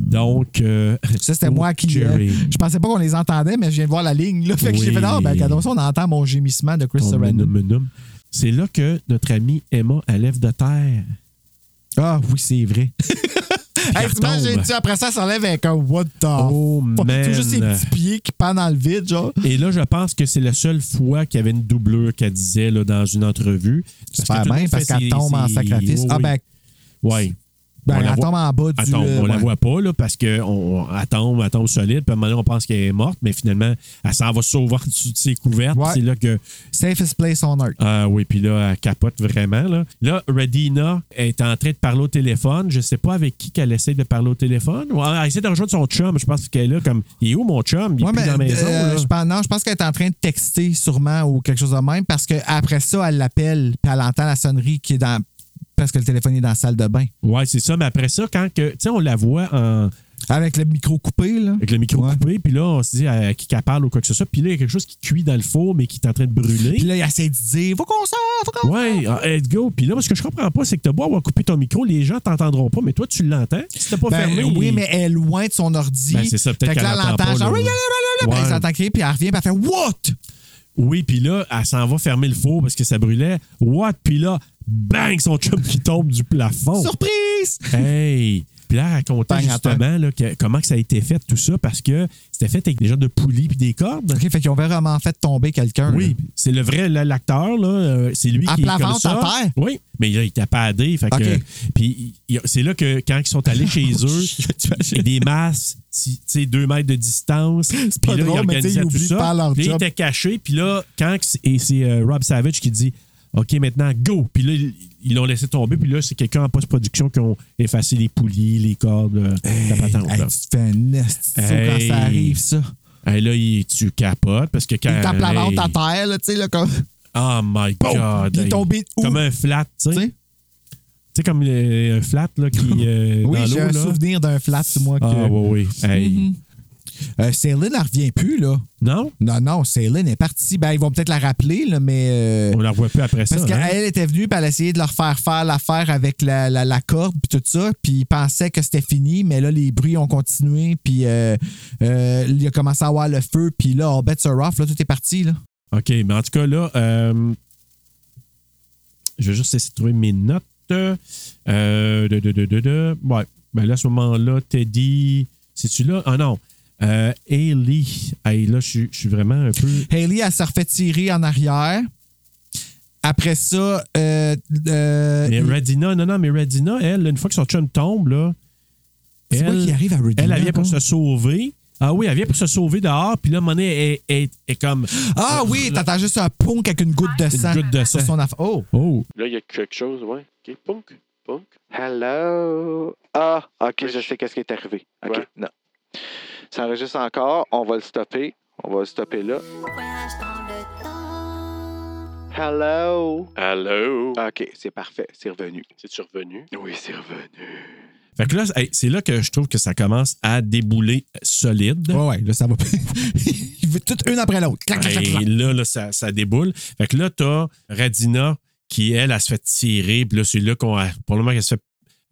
Donc. euh,
Ça, c'était moi qui.
Jerry.
euh, je pensais pas qu'on les entendait, mais je viens de voir la ligne. Là, fait que j'ai
Oui.
fait, ah, ben, regardons ça, on entend mon gémissement de Chris
Ton
Sarandon.
menum-menum. C'est là que notre amie Emma, elle lève de terre.
Ah, oui, c'est vrai.
elle
Hey,
retombe.
t'imagines-tu, après ça, elle s'enlève avec un what the
Oh,
fuck?
man.
C'est juste Ah. ses petits pieds qui pendent dans le vide, genre.
Et là, je pense que c'est la seule fois qu'il y avait une doublure qu'elle disait là, dans une entrevue.
Super bien, parce qu'elle tombe en sacrifice. Ah, ben,
Oui.
ben,
On la
elle
voit-
tombe en bas du.
Attends,
euh,
on la
ouais.
voit pas, là, parce qu'on on, elle tombe, elle tombe solide, puis à un moment donné, on pense qu'elle est morte, mais finalement, elle s'en va sauver en dessous de ses couvertes. puis
Ouais.
C'est là que.
Safest place on earth.
Ah oui, puis là, elle capote vraiment. Là, là Redina est en train de parler au téléphone. Je sais pas avec qui qu'elle essaie de parler au téléphone. Ouais, Elle essaie de rejoindre son chum. Je pense qu'elle est là comme. Il est où mon chum? Il est
Ouais,
plus
mais,
dans la maison.
euh,
là.
je pense, non, je pense qu'elle est en train de texter sûrement ou quelque chose de même parce qu'après ça, elle l'appelle puis elle entend la sonnerie qui est dans. Parce que le téléphone est dans la salle de bain.
Ouais, c'est ça. Mais après ça, quand que. Tu sais, on la voit en.
Avec le micro coupé, là.
Avec le micro
Ouais.
coupé, puis là, on se dit à qui qu'elle parle ou quoi que ce soit. Puis là, il y a quelque chose qui cuit dans le four, mais qui est en train de brûler.
Puis là, il essaie de dire Faut qu'on sorte, faut qu'on
Ouais, ah, let's go. Puis là, moi, ce que je comprends pas, c'est que t'as beau avoir coupé ton micro, les gens t'entendront pas, mais toi, tu l'entends. Si t'as pas
Ben,
fermé.
Oui, mais elle est loin de son ordi.
Ben, c'est ça, peut-être
Fait que là,
qu'elle
elle
l'entend
entend
pas,
genre.
là.
Oui, là, là, là, là. Ben,
Ouais.
elle s'entend crier, puis elle revient, puis elle fait What?
Oui, puis là, elle s'en va fermer le four parce que ça brûlait. What? Puis là, bang, son chum qui tombe du plafond.
Surprise!
Hey! Puis là, elle racontait
Bang,
justement là, que- comment que ça a été fait, tout ça, parce que c'était fait avec des gens de poulies puis des cordes.
OK, fait qu'ils ont vraiment fait tomber quelqu'un.
Oui, c'est le vrai là, l'acteur, là, euh, c'est lui
À
qui est comme
Plavante,
ça.
à terre?
Oui, mais là, il était padé. Fait que,
OK.
puis il y a- c'est là que quand ils sont allés chez eux, il y a des masses, si- tu sais, deux mètres de distance. Puis
pas
là, ils
drôle, mais tu sais,
organisaient
ils
tout
oublient de faire
ça.
leur
Puis là,
job.
il était caché. Puis là, quand que c'est- et c'est euh, Rob Savage qui dit OK, maintenant, go. Puis là, ils- ils l'ont laissé tomber. Puis là, c'est quelqu'un en post-production qui ont effacé les poulies, les cordes, euh, la patente.
Hey,
là.
tu te fais un esti de saut
Hey.
quand ça arrive, ça.
Hey, là, il, tu capotes parce que quand.
Il tape la vente
hey,
à terre, là, tu sais, là, comme.
Oh my
Boum!
God!
Il est
hey.
tombé où?
Comme un flat, tu
Tu
sais.
sais?
Tu sais, comme le- un flat là, qui. euh,
Oui,
dans
j'ai
l'eau,
un
là.
souvenir d'un flat, c'est moi.
Ah,
que...
oui, oui. Hey.
Mhm. Euh, Céline, elle revient plus, là.
Non?
Non, non, Céline est partie. Ben, ils vont peut-être la rappeler, là, mais. euh,
On la revoit plus après
parce
ça. hein?
qu'elle était venue, puis elle a essayé de leur faire faire l'affaire avec la, la- la corde, puis tout ça. Puis ils pensaient que c'était fini, mais là, les bruits ont continué, puis euh, euh, il a commencé à avoir le feu, puis là, on bet sur off, là, tout est parti, là.
OK, mais en tout cas, là, euh, je vais juste essayer de trouver mes notes. Euh, de, de, de, de, de. Ouais. Ben là, à ce moment-là, Teddy. C'est-tu là? Ah non. Euh, Hailey. Hey, là, je suis- je suis vraiment un peu.
Hailey, elle s'est refait tirer en arrière. Après ça, euh, euh,
Mais Radina, non, non, mais Radina, elle, une fois que son chum tombe, là.
C'est quoi qui arrive à Radina,
Elle, elle vient pour se
encore?
sauver. Ah oui, elle vient pour se sauver dehors, puis là, à un moment donné, elle, elle- elle- elle est comme.
Ah oui, t'entends juste un punk avec une goutte de sang.
goutte de
sur
sang.
son aff- Oh!
Oh!
Là, il y a quelque chose, ouais. OK, punk, punk. Hello. Ah, OK, je sais qu'est-ce qui est arrivé. OK, non. Ça enregistre encore. On va le stopper. On va le stopper là. Hello. Hello. OK, c'est parfait. C'est revenu. C'est-tu revenu? Oui, c'est revenu.
Fait que là, hey, c'est là que je trouve que ça commence à débouler solide.
Ouais, ouais, là, ça va. Il veut toutes une après l'autre. Clac, clac, clac, clac.
Et là, là, ça, ça déboule. Fait que là, t'as Radina qui, elle, elle se fait tirer. Puis là, c'est là qu'on. a- Pour le moment, elle se fait.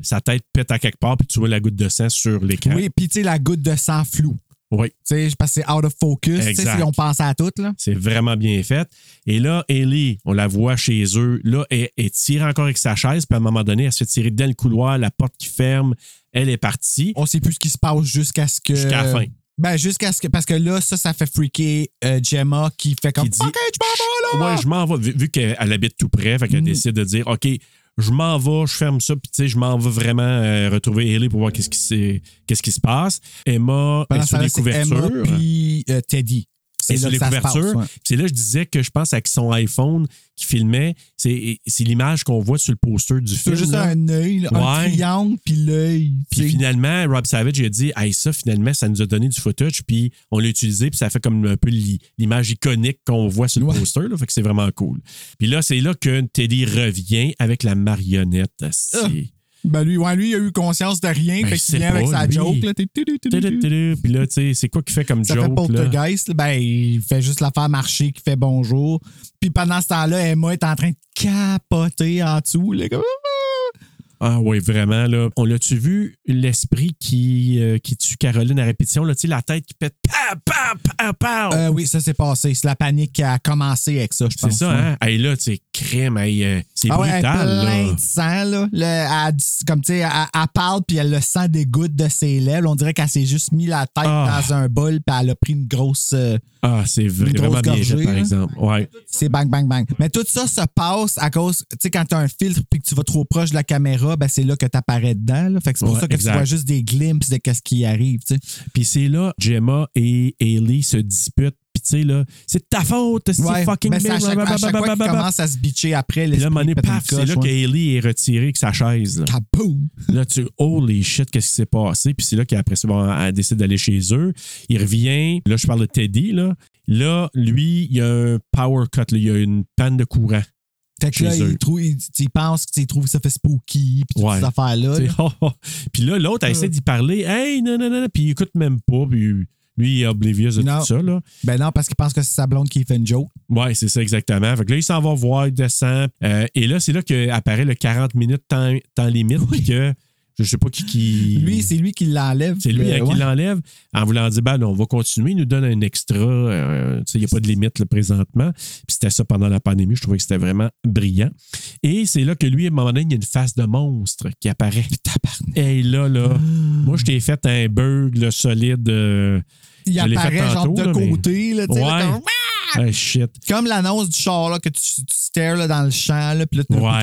Sa tête pète à quelque part, puis tu vois la goutte de sang sur l'écran.
Oui, puis tu sais, la goutte de sang floue.
Oui.
Tu sais, parce que c'est out of focus. Tu sais,
Exact.
si on pense à tout, là.
C'est vraiment bien fait. Et là, Ellie, on la voit chez eux. Là, elle, elle tire encore avec sa chaise. Puis à un moment donné, elle se fait tirer dans le couloir, la porte qui ferme. Elle est partie.
On sait plus ce qui se passe jusqu'à ce que.
Jusqu'à la fin.
Ben, jusqu'à ce que. Parce que là, ça, ça fait freaker euh, Gemma qui fait comme.
Qui dit-
OK, je m'en vais, là!
Ouais, je m'en vais. Vu, vu qu'elle elle habite tout près, fait
Mm.
qu'elle décide de dire OK, je m'en vais, je ferme ça. Puis tu sais, je m'en vais vraiment euh, retrouver Ellie pour voir qu'est-ce qui, s'est- qu'est-ce qui se passe. Emma
Pendant
est
ce
sur
temps-là,
ben, les
c'est Emma
couvertures.
puis euh, Teddy.
C'est sur
là
les
que ça se passe,
couvertures.
ouais.
Puis C'est là que je disais que je pense avec son iPhone qui filmait. C'est c'est l'image qu'on voit sur le poster du
C'est
film.
juste
là.
un œil, là, un
Ouais.
triangle, puis l'œil. tu
Puis
sais.
finalement, Rob Savage il a dit Hey, ça, finalement, ça nous a donné du footage, puis on l'a utilisé, puis ça fait comme un peu l'i- l'image iconique qu'on voit sur le poster. Là, fait que c'est vraiment cool. Puis là, c'est là que Teddy revient avec la marionnette. asti.
Ah. Ben lui, ouais, lui, il a eu conscience de rien,
Ben,
fait
je
qu'il
sais
vient avec
pas,
sa
lui.
joke. Là, t'es- tu- tu- tu- tu- tu-
Tudu-tudu. Puis là, tu sais, c'est quoi qui fait comme
ça fait
joke? là?
poltergeist, là. ben il fait juste la faire marcher, qui fait bonjour. Puis pendant ce temps-là, Emma est en train de capoter en dessous. là, comme, ah!
Ah oui, vraiment. Là. On l'a-tu vu, l'esprit qui, euh, qui tue Caroline à répétition? Là, tu sais, la tête qui pète. Pa, pa, pa, pa.
Euh, oui, ça s'est passé. C'est la panique qui a commencé avec ça, je
Oh. c'est
pense.
ça,
ouais.
hein? Hey, là, tu sais, crème, hey, euh, c'est
Ah ouais, elle est
brutal.
plein
là.
de sang, là. Le- elle dit- comme tu sais, elle, elle parle puis elle le sang dégoûte de ses lèvres. On dirait qu'elle s'est juste mis la tête
Ah.
dans un bol puis elle a pris une grosse. euh,
Ah, c'est
Une grosse
vraiment bien fait,
gorgée, hein?
par
là.
exemple. Ouais.
C'est bang, bang, bang. Mais tout ça se passe à cause, tu sais, quand tu as un filtre puis que tu vas trop proche de la caméra, ben c'est là que tu apparais dedans. là. Fait que c'est pour
Ouais,
ça que
exact.
tu vois juste des glimpses de quest ce qui arrive, tu sais.
Puis c'est là, Gemma et Ellie se disputent. Puis tu sais, là, c'est de ta faute, c'est
Ouais,
fucking
mais c'est à
mille,
chaque, à chaque fois qu'ils
blablabla.
commencent à se bitcher après,
Puis là, à un moment donné,
l'esprit pète une
paf, c'est
coche,
là
ouais.
qu'Ellie est retirée avec sa chaise. Là,
Kaboum!
Là, tu holy shit, qu'est-ce qui s'est passé? Puis c'est là qu'après ça, bon, elle décide d'aller chez eux. Il revient. Là, je parle de Teddy, là. Là, lui, il y a un power cut, là. il y a une panne de courant.
Fait que là,
Chez eux.
il, trouve, il, il pense qu'il trouve ça fait spooky puis toutes
Ouais.
ces affaires-là.
Tu
là.
sais, oh, oh. Puis là, l'autre, elle essaie d'y parler. Hey, non, non, non, non. Puis il écoute même pas. Puis lui, il est oblivious de
Non.
tout ça, là.
Ben non, parce qu'il pense que c'est sa blonde qui fait une joke.
Ouais, c'est ça exactement. Fait que là, il s'en va voir, il descend. Euh, et là, c'est là qu'apparaît le 40 minutes temps, temps limite. puis que je sais pas qui. qui-
Lui, c'est lui qui l'enlève.
c'est lui
Euh,
hein,
ouais.
qui l'enlève en voulant dire ben, là, on va continuer. Il nous donne un extra. euh, tu sais, il n'y a pas de limite là, présentement. Puis c'était ça pendant la pandémie. Je trouvais que c'était vraiment brillant. Et c'est là que lui, à un moment donné, il y a une face de monstre qui apparaît. Et là, là, moi, je t'ai fait un bug là, solide. euh,
Il
je l'ai fait
apparaît genre
tantôt,
de
là, mais-
côté, là, tu sais, là,
Ouais.
comme-
Ah, shit.
Comme l'annonce du char là, que tu, tu stares là, dans le champ, là, puis là, tu
Ouais. Ah,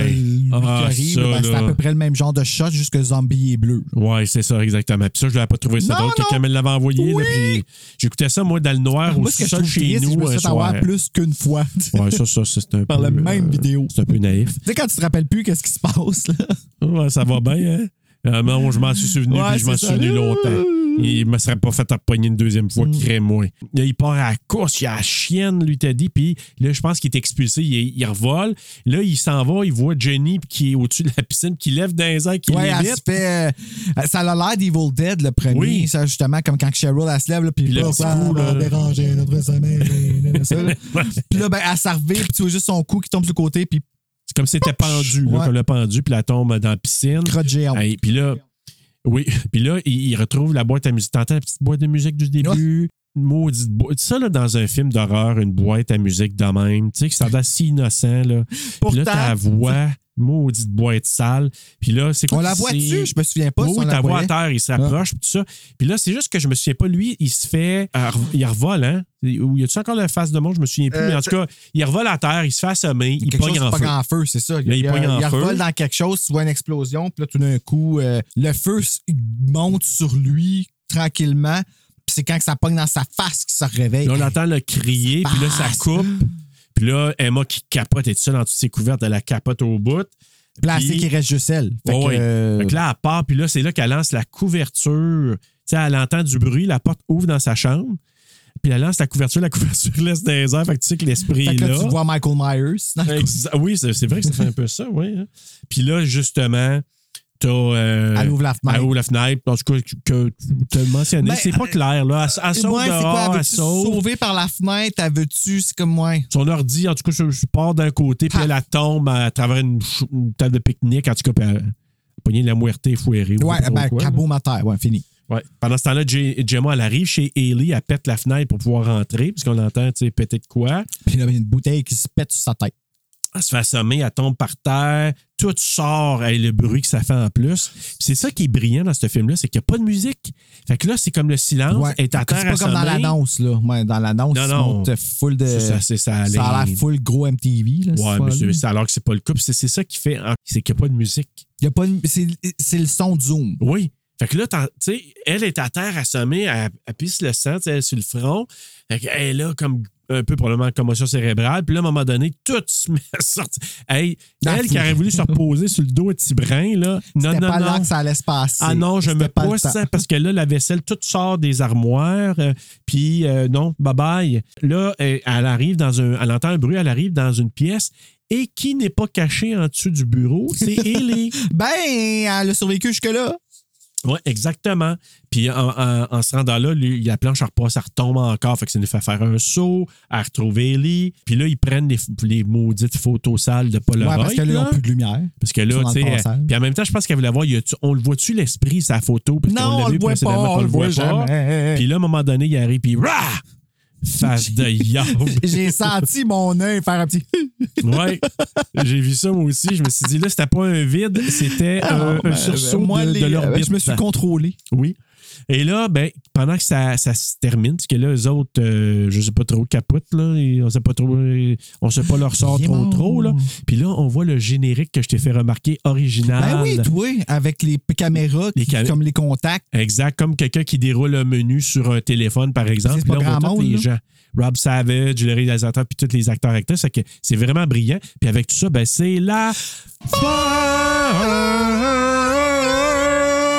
arrive,
ça,
là, ben, c'est
là.
à peu près le même genre de shot, juste que le zombie est bleu.
Ouais, c'est ça, exactement. Puis ça, je l'avais pas trouvé ça
Non,
drôle.
non.
Quelqu'un me l'avait envoyé. là,
Oui. Ah,
puis j'écoutais ça, moi, dans le noir, au
Moi, ce que je
sous-sol
trouve
chez
triste, c'est que je
nous.
me
un
suis fait
soir.
avoir plus qu'une fois. tu
Ouais, ça, ça, ça, c'est un peu. euh,
Par la même vidéo.
C'est un peu naïf.
sais, quand tu te rappelles plus qu'est-ce qui se passe, là.
Ouais, ça va bien, hein? Euh, non, je m'en suis souvenu,
Ouais,
puis je m'en
c'est
suis souvenu
ça. Mm.
longtemps. Il me serait pas fait empoigner une deuxième fois, crée-moi. Là, il part à la course, il a la chienne, lui, t'as dit, puis là, je pense qu'il est expulsé, il, il revole. Là, il s'en va, il voit Jenny puis qui est au-dessus de la piscine, qui lève dans les airs, qui
Ouais, elle se
l'évite.
fait. euh, ça a l'air d'Evil Dead, le premier.
Oui.
Ça, justement, comme quand Cheryl, elle se lève, là, puis
Puis le
là,
petit
ça
coup, là.
va déranger notre sommeil. ça, là. Puis là, ben, elle s'en revient, puis tu vois juste son cou qui tombe sur le côté, puis
C'est comme si c'était pendu, là,
Ouais.
comme le pendu, puis la tombe dans la piscine.
crotte géante.
Hey, puis là, oui, puis là, il, il retrouve la boîte à musique. T'entends la petite boîte de musique du début? Une Maudite boîte. Ça, là, dans un film d'horreur, une boîte à musique de même, tu sais, qui semble si innocent, là. Puis là,
Pourtant,
ta voix. maudite boîte sale. Puis là, c'est quoi
On la
c'est-
voit-tu? Je me souviens pas
Oui,
si
oui,
on
ta
la
voix à
voyait. Ah.
terre, il s'approche, puis tout ça. Puis là, c'est juste que je me souviens pas, lui, il se fait. euh, rev- Il revole, hein? Ou y a-tu encore la face de monde? Je me souviens plus.
Euh,
mais en tout cas, il revole à terre, il se fait assommer, il
quelque
pogne
chose
en
pogne
feu.
en feu, c'est ça.
Là, il pogne en
il
feu.
revole dans quelque chose, tu vois une explosion, puis là, tout d'un coup, euh, le feu s- monte sur lui tranquillement, puis c'est quand que ça pogne dans sa face qu'il se réveille.
Là, on entend le crier, puis là, ça coupe. Puis là, Emma qui capote, elle est toute seule en toutes ses couvertes, elle la capote au bout.
Plastique,
Puis-
il reste juste elle. Fait
Ouais,
que,
ouais.
euh,
Fait que là, elle part, puis là, c'est là qu'elle lance la couverture. Tu sais, elle entend du bruit, la porte ouvre dans sa chambre, puis elle lance la couverture, la couverture laisse des airs. Fait que tu sais que l'esprit
fait
est
que là,
là. Euh,
tu vois Michael Myers. dans le coup.
Exa- ah Oui, c'est c'est vrai que ça fait un peu ça, oui. hein. Puis là, justement, t'as. euh,
Elle ouvre la fenêtre.
Elle ouvre la fenêtre. En tout cas, que- que tu as mentionné,
Ben,
c'est pas
euh,
clair, là. Elle, elle
Et
saute
moi, c'est
dehors,
quoi?
elle
Veux-tu
saute.
sauver par la fenêtre? Elle veut-tu? C'est comme moi.
Son ordi, en tout cas, je, je pars d'un côté, puis
Ah.
elle, elle tombe à travers une, ch- une table de pique-nique. En tout cas, puis elle, elle a pogné de la muerte fouérée. ou
Ouais,
je sais pas
ben,
trop quoi, là.
caboum à terre. Ouais, fini.
Ouais. Pendant ce temps-là, J- Gemma, elle arrive chez Ellie, elle pète la fenêtre pour pouvoir rentrer, puisqu'on entend, tu sais, péter de quoi.
Puis là, il y a une bouteille qui se pète sur sa tête.
Elle se fait assommer, elle tombe par terre, tout sort et le bruit que ça fait en plus. Puis C'est ça qui est brillant dans ce film-là, c'est qu'il n'y a pas de musique. Fait que là, c'est comme le silence,
Ouais.
Ah, elle est à
Fait que
terre
C'est pas comme dans
assommée.
l'annonce, là. Ouais, dans l'annonce,
Non,
ils
non.
montrent full de.
C'est ça, c'est ça,
Ça a
Alain.
l'air full gros MTV, là.
Ouais, mais c'est- c'est alors que c'est pas le coup. Puis C'est c'est ça qui fait, hein, c'est qu'il n'y a pas de musique.
Il y a pas une- c'est, c'est le son de Zoom.
Oui. Fait que là, t'en- tu sais, elle est à terre assommée, elle, elle pisse le sang, tu sais, elle est sur le front. Fait qu'elle est là comme un peu probablement commotion cérébrale. Puis là, à un moment donné, tout se met à sortir. Hey,
Ah,
elle qui
fou.
aurait voulu se reposer sur le dos à Tibrin, là. Non,
C'était
non,
pas
non.
là que ça allait se passer.
Ah non, je
C'était
me
pas le
pousse
temps.
hein, parce que là, la vaisselle, tout sort des armoires. euh, puis euh, non, bye bye. Là, euh, elle arrive dans un. Elle entend un bruit, elle arrive dans une pièce. Et qui n'est pas caché en dessous du bureau, c'est Ellie.
Ben, elle a survécu jusque-là.
Oui, exactement. Puis en, en- en se rendant là, lui, la planche elle repasse, elle retombe encore. Fait que ça nous fait faire un saut, à retrouver Ellie. Puis là, ils prennent les, les maudites photos sales de Polaroid.
ouais, parce qu'elle
là.
n'a plus de lumière.
Parce que
Ils sont
là,
dans
tu
le
sais.
passage.
euh, Puis en même temps, je pense qu'elle voulait voir, il y a- tu- on le voit-tu l'esprit, sa photo? Parce qu'on
Non,
l'a
on
vu
le voit pas,
précédemment qu'on
on le voit
pas.
jamais.
Puis là, à un moment donné, il arrive, puis rah! Face de yab.
J'ai senti mon œil faire un petit.
Ouais, j'ai vu ça moi aussi. Je me suis dit, là, c'était pas un vide, c'était un,
Ah,
un
ben,
sursaut
ben, moi,
de,
les-
de l'orbite.
Je me suis contrôlé.
Oui. Et là, ben, pendant que ça, ça se termine, parce que là, eux autres, euh, je sais pas trop, capotent, là, et on sait pas trop, euh, on sait pas leur sort
Il est
trop,
mort.
trop, là. Puis là, on voit le générique que je t'ai fait remarquer, original.
Ben oui, toi, avec les p- caméras,
Ah, Les
qui-
cam-
comme les contacts.
Exact, comme quelqu'un qui déroule un menu sur un téléphone, par exemple.
C'est
Puis là,
pas
on voit
grand
tous
monde,
les
là.
gens. Rob Savage, le réalisateur, puis tous les acteurs actrices. Fait que c'est vraiment brillant. Puis avec tout ça, ben, c'est la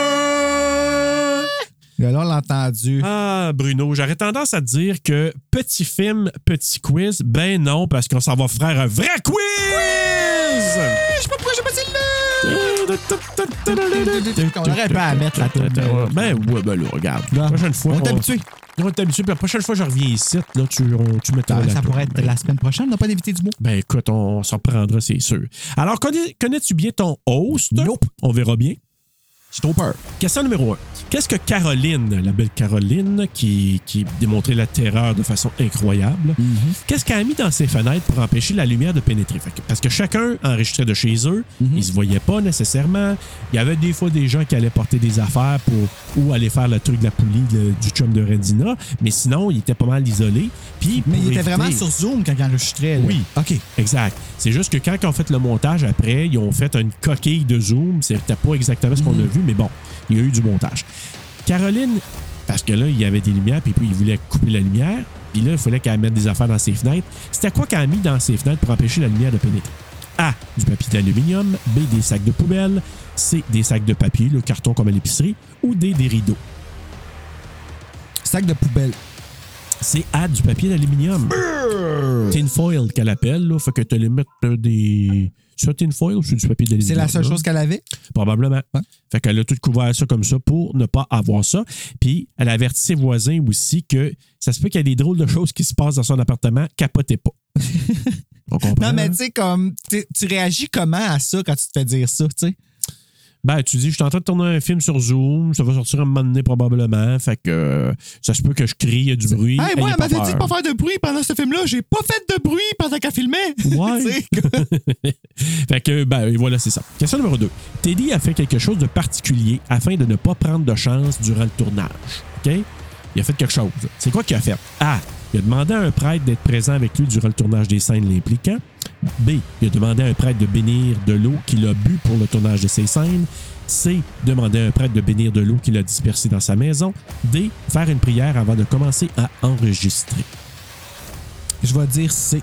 fin!
Là, on l'a entendu.
Ah, Bruno, j'aurais tendance à te dire que petit film, petit quiz. Ben non, parce qu'on s'en va faire un vrai quiz!
Je sais pas pourquoi j'ai passé le. On aurait pas à mettre la tête.
Ben ouais, ben là, regarde. La prochaine fois,
On est habitué.
On est habitué, puis la prochaine fois, je reviens ici. Là, tu, on- tu mettras
Ben,
la
Ça
tour.
pourrait être la semaine prochaine. On n'a pas d'invité du mot.
Ben écoute, on, s'en prendra, c'est sûr. Alors, connais- connais-tu bien ton host?
Nope.
On verra bien.
J'ai trop peur.
Question numéro 1. Qu'est-ce que Caroline, la belle Caroline, qui, qui démontrait la terreur de façon incroyable,
Mhm.
qu'est-ce qu'elle a mis dans ses fenêtres pour empêcher la lumière de pénétrer? Fait que- parce que chacun enregistrait de chez eux,
Mhm.
ils se voyaient pas nécessairement. Il y avait des fois des gens qui allaient porter des affaires pour ou aller faire le truc de la poulie de- du chum de Rendina, mais sinon, ils étaient pas mal isolés. Puis,
Mais
pour
il était vraiment
éviter-
sur Zoom quand il enregistrait. là.
Oui.
OK.
Exact. C'est juste que quand ils ont fait le montage après, ils ont fait une coquille de zoom. C'était pas exactement ce qu'on a vu, mais bon, il y a eu du montage. Caroline, parce que là, il y avait des lumières, puis puis il voulait couper la lumière. Puis là, il fallait qu'elle mette des affaires dans ses fenêtres. C'était quoi qu'elle a mis dans ses fenêtres pour empêcher la lumière de pénétrer? A. Du papier d'aluminium. B. Des sacs de poubelle. C. Des sacs de papier, le carton comme à l'épicerie. Ou D. Des rideaux.
Sac de poubelle.
C'est A. Du papier d'aluminium. Tin foil qu'elle appelle, là. Faut que tu les mettes euh, des. C'est un tin foil ou c'est du papier d'aluminium?
C'est la seule
là?
chose qu'elle avait.
Probablement.
Ouais.
Fait qu'elle a tout couvert ça comme ça pour ne pas avoir ça. Puis elle avertit ses voisins aussi que ça se peut qu'il y a des drôles de choses qui se passent dans son appartement. Capotez pas. On comprend.
Non, mais
hein?
tu sais, comme, tu tu réagis comment à ça quand tu te fais dire ça, tu sais?
Ben, tu dis, je suis en train de tourner un film sur Zoom, ça va sortir un moment donné probablement, fait que euh, ça se peut que je crie, il y a du bruit.
Hey, moi,
ayez
elle m'avait dit de
peur.
pas faire de bruit pendant ce film-là. J'ai pas fait de bruit pendant qu'elle filmait.
Ouais. fait que, ben, voilà, c'est ça. Question numéro 2. Teddy a fait quelque chose de particulier afin de ne pas prendre de chance durant le tournage. OK? Il a fait quelque chose. C'est quoi qu'il a fait? A. Il a demandé à un prêtre d'être présent avec lui durant le tournage des scènes l'impliquant. B. Il a demandé à un prêtre de bénir de l'eau qu'il a bu pour le tournage de ses scènes. C. Demander à un prêtre de bénir de l'eau qu'il a dispersée dans sa maison. D. Faire une prière avant de commencer à enregistrer. Je vais dire C.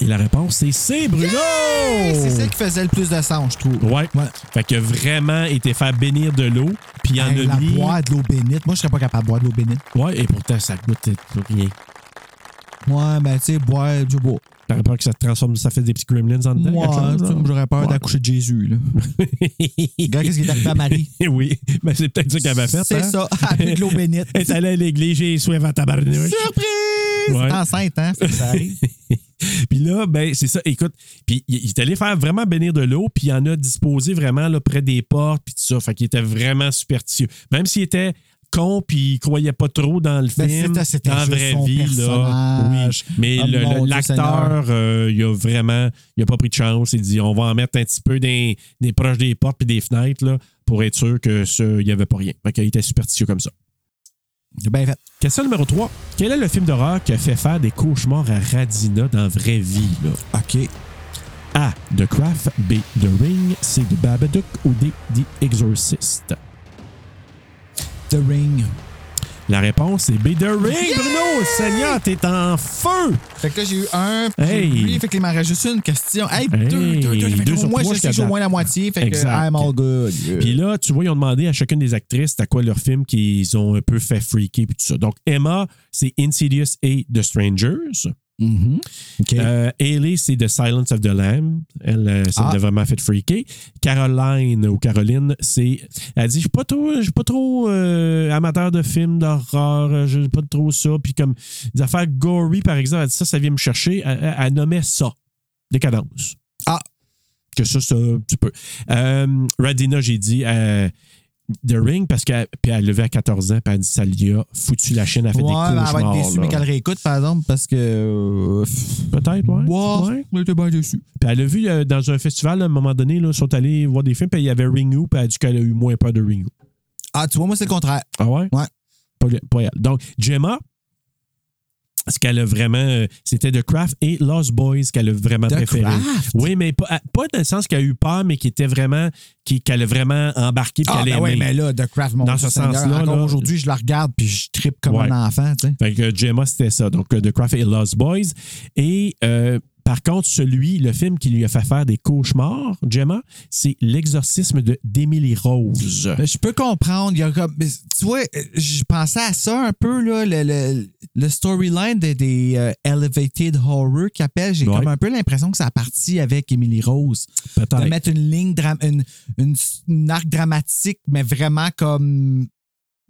Et la réponse, c'est C, Bruno!
Hey, c'est celle qui faisait le plus de sens, je trouve.
Ouais. Fait que vraiment été faire bénir de l'eau, puis il en
Hey,
a
la
mis.
boire de l'eau bénite. Moi, je serais pas capable de boire de l'eau bénite.
Ouais, et pourtant, ça goûte rien.
Ouais, ben, tu sais, boire du bois.
T'aurais peur que ça te transforme, ça fait des petits gremlins en dedans?
Moi,
quelque chose,
tu sais,
genre?
j'aurais peur
Ouais.
d'accoucher de Jésus, là. Regarde qu'est-ce qui est arrivé à Marie.
oui, mais c'est peut-être ça qu'elle avait fait. hein?
C'est ça, avec de l'eau bénite.
Elle est allée à l'église, j'ai soif à tabarnouche.
Surprise!
Ouais.
Enceinte, hein? Faut que ça arrive.
puis là, ben, c'est ça. Écoute, puis il il est allé faire vraiment bénir de l'eau, puis il en a disposé vraiment là, près des portes, puis tout ça. Fait qu'il était vraiment superstitieux. Même s'il était con, puis il croyait pas trop dans le
Ben,
film,
c'était- c'était
dans la
juste
vraie
son
vie, là.
personnage.
Oui. Mais
Ah,
le-
mon
le-
Dieu
l'acteur,
Seigneur.
euh, il a vraiment, il a pas pris de chance. Il dit, on va en mettre un petit peu des, des proches des portes puis des fenêtres, là, pour être sûr que ce- il y avait pas rien. Fait qu'il était superstitieux comme ça.
Ben, fait.
Question numéro 3. Quel est le film d'horreur qui a fait faire des cauchemars à Radina dans la vraie vie? Là?
OK.
A. The Craft. B. The Ring. C. The Babadook. Ou D. The Exorcist.
The Ring.
La réponse est B. The Ring, Bruno! Seigneur, t'es en feu!
Fait que là, j'ai eu un, puis
Hey.
lui, fait qu'il m'en reste juste une question. Hey,
Hey,
deux, deux, deux. Fait que
deux sur
moi,
trois
je
jusqu'à
sais que j'ai au
date.
moins la moitié. Fait que
Exact.
I'm all good.
Puis là, tu vois, ils ont demandé à chacune des actrices c'était quoi leur film qu'ils ont un peu fait freaker puis tout ça. Donc, Emma, c'est Insidious et The Strangers.
Mhm. OK.
Euh, Hailey, c'est The Silence of the Lamb. Elle, euh, ça
Ah.
l'a vraiment fait freaker. Caroline ou Caroline, c'est. Elle dit Je suis pas trop, je suis pas trop euh, amateur de films d'horreur, euh, je suis pas trop ça. Puis comme des affaires gory, par exemple, elle dit ça, ça vient me chercher. Elle, elle- elle nommait ça Décadence.
Ah.
Que ça, ça, un petit peu. Euh, Radina, j'ai dit. euh, The Ring, parce qu'elle puis elle levait à 14 ans, puis elle dit ça lui a foutu la chaîne, elle a fait
ouais,
des
ben, elle va
cauchemars.
être déçue, mais
là.
qu'elle réécoute, par exemple, parce que. euh,
Peut-être, ouais.
Ouais,
Ouais.
elle était bien déçue.
Puis elle a vu euh, dans un festival, à un moment donné, là, ils sont allés voir des films, puis il y avait Ringu, puis elle a dit qu'elle a eu moins peur de Ringu.
Ah, tu vois, moi, c'est le contraire.
Ah ouais?
Ouais.
Pas, pas elle. Donc, Gemma, ce qu'elle a vraiment, euh, c'était The Craft et Lost Boys qu'elle a vraiment
The
préféré.
Craft?
Oui, mais pas, euh, pas dans le sens qu'elle a eu peur, mais qui était vraiment, qui- qu'elle a vraiment embarqué, puis
Ah,
qu'elle
ben
a
oui,
aimé.
mais là, The Craft, mon
Dans
Dieu
ce
Seigneur,
sens-là,
encore
là-
aujourd'hui, je la regarde puis je trippe comme
Ouais.
un enfant, tu sais.
Fait que Gemma, c'était ça. Donc, euh, The Craft et Lost Boys. Et euh, par contre, celui, le film qui lui a fait faire des cauchemars, Gemma, c'est L'exorcisme de- d'Emily Rose.
Ben, je peux comprendre. Il y a comme, mais tu vois, euh, je pensais à ça un peu, là, le, le- le storyline des, des, euh, Elevated Horror qui appelle. J'ai
Ouais.
comme un peu l'impression que ça a parti avec Emily Rose.
Peut-être.
De mettre une ligne, dra- une, une, une arc dramatique, mais vraiment comme.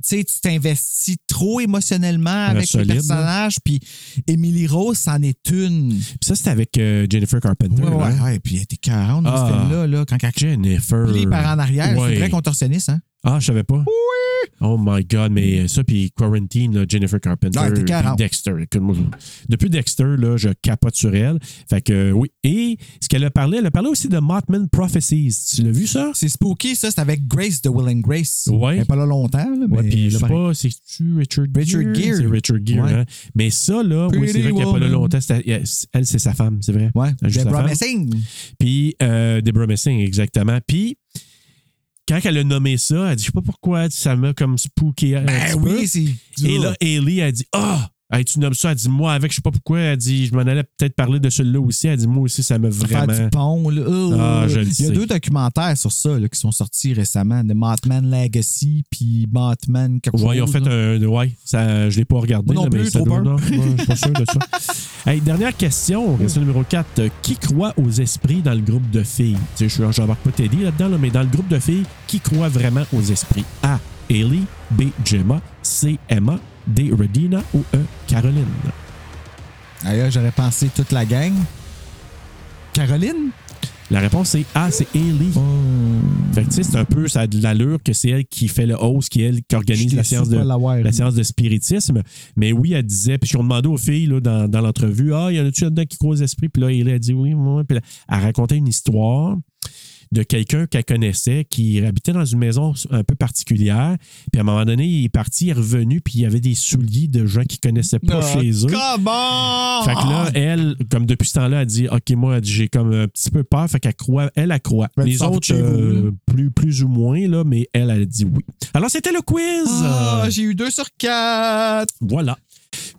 Tu sais, tu t'investis trop émotionnellement avec
solide,
le
là.
personnage, puis Emily Rose, c'en est une.
Puis ça, c'était avec euh, Jennifer Carpenter.
Ouais,
hein?
ouais, ouais. Puis elle était 40 dans
Ah.
ce film-là, là, quand elle
Jennifer.
les par en arrière.
Ouais.
C'est vrai contorsionniste, hein?
Ah, je savais pas. Oui! Oh my God, mais ça, puis Quarantine, là, Jennifer Carpenter.
Ouais, t'es
puis
carrément.
Dexter. Écoute, moi, je- Depuis Dexter, là, je capote sur elle. Fait que euh, oui. Et ce qu'elle a parlé, elle a parlé aussi de Mothman Prophecies. Tu l'as vu, ça?
C'est spooky, ça. C'est avec Grace de Will and Grace.
Ouais.
Elle est pas là longtemps, là, mais
Ouais, puis je
là, ben,
sais
pareil.
pas, c'est-tu Richard
Richard Gere.
C'est Richard Gere,
Ouais.
hein. Mais ça, là, oui, c'est
Pretty
vrai qu'il n'y a pas là
woman.
longtemps, c'était- elle, c'est sa femme, c'est vrai.
Ouais.
Elle joue sa
Deborah
femme.
Messing.
Puis euh, Deborah Messing, exactement. Puis quand elle a nommé ça, elle dit Je sais pas pourquoi, ça m'a comme spooké. un
Ben
petit
oui, c'est.
peu. Et là, Ellie, elle dit Ah Hey, tu nommes ça, elle dit moi avec, je sais pas pourquoi, elle dit je m'en allais peut-être parler de celui-là aussi, elle dit moi aussi ça me
Faire
vraiment.
du pont, là. Oh,
Ah, je le
Il y a
sais.
deux documentaires sur ça là, qui sont sortis récemment de Mothman Legacy puis Mothman quelque
Ouais, ils ont
chose,
fait un.
là.
Ouais, ça, je l'ai pas regardé.
Moi
là,
non
mais
plus,
ça
trop
doit-
peur.
non, moi, je suis pas sûr de ça. Hey, dernière question, question numéro 4. Qui croit aux esprits dans le groupe de filles? Tu sais, je n'embarque pas Teddy là-dedans, là, mais dans le groupe de filles, qui croit vraiment aux esprits? A. Ellie. B. Gemma. C. Emma. D. Redina. Ou E. Caroline.
D'ailleurs, j'aurais pensé toute la gang. Caroline?
La réponse c'est A, c'est Ailey.
Oh.
Fait que tu sais, c'est un peu, ça a de l'allure que c'est elle qui fait le host, qui est elle qui organise
J'étais
la séance, de,
sûr de l'avoir,
la
oui.
séance de spiritisme. Mais oui, elle disait, puis on demandait aux filles là, dans, dans l'entrevue, ah, il y en a-tu là-dedans qui croise l'esprit? Puis là, Ailey a dit oui, moi. Puis là, elle racontait une histoire de quelqu'un qu'elle connaissait qui habitait dans une maison un peu particulière. Puis à un moment donné, il est parti, il est revenu, puis il y avait des souliers de gens qu'il connaissait pas
Ah,
chez eux.
Comment?
Fait que là, elle, comme depuis ce temps-là, elle dit Ok, moi, j'ai comme un petit peu peur. Fait qu'elle croit, elle, elle croit.
Ben,
Les
sortez
autres,
chez vous,
euh, plus, plus ou moins, là, mais elle, elle dit oui. Alors, c'était le quiz.
Ah,
Euh,
j'ai eu deux sur quatre.
voilà.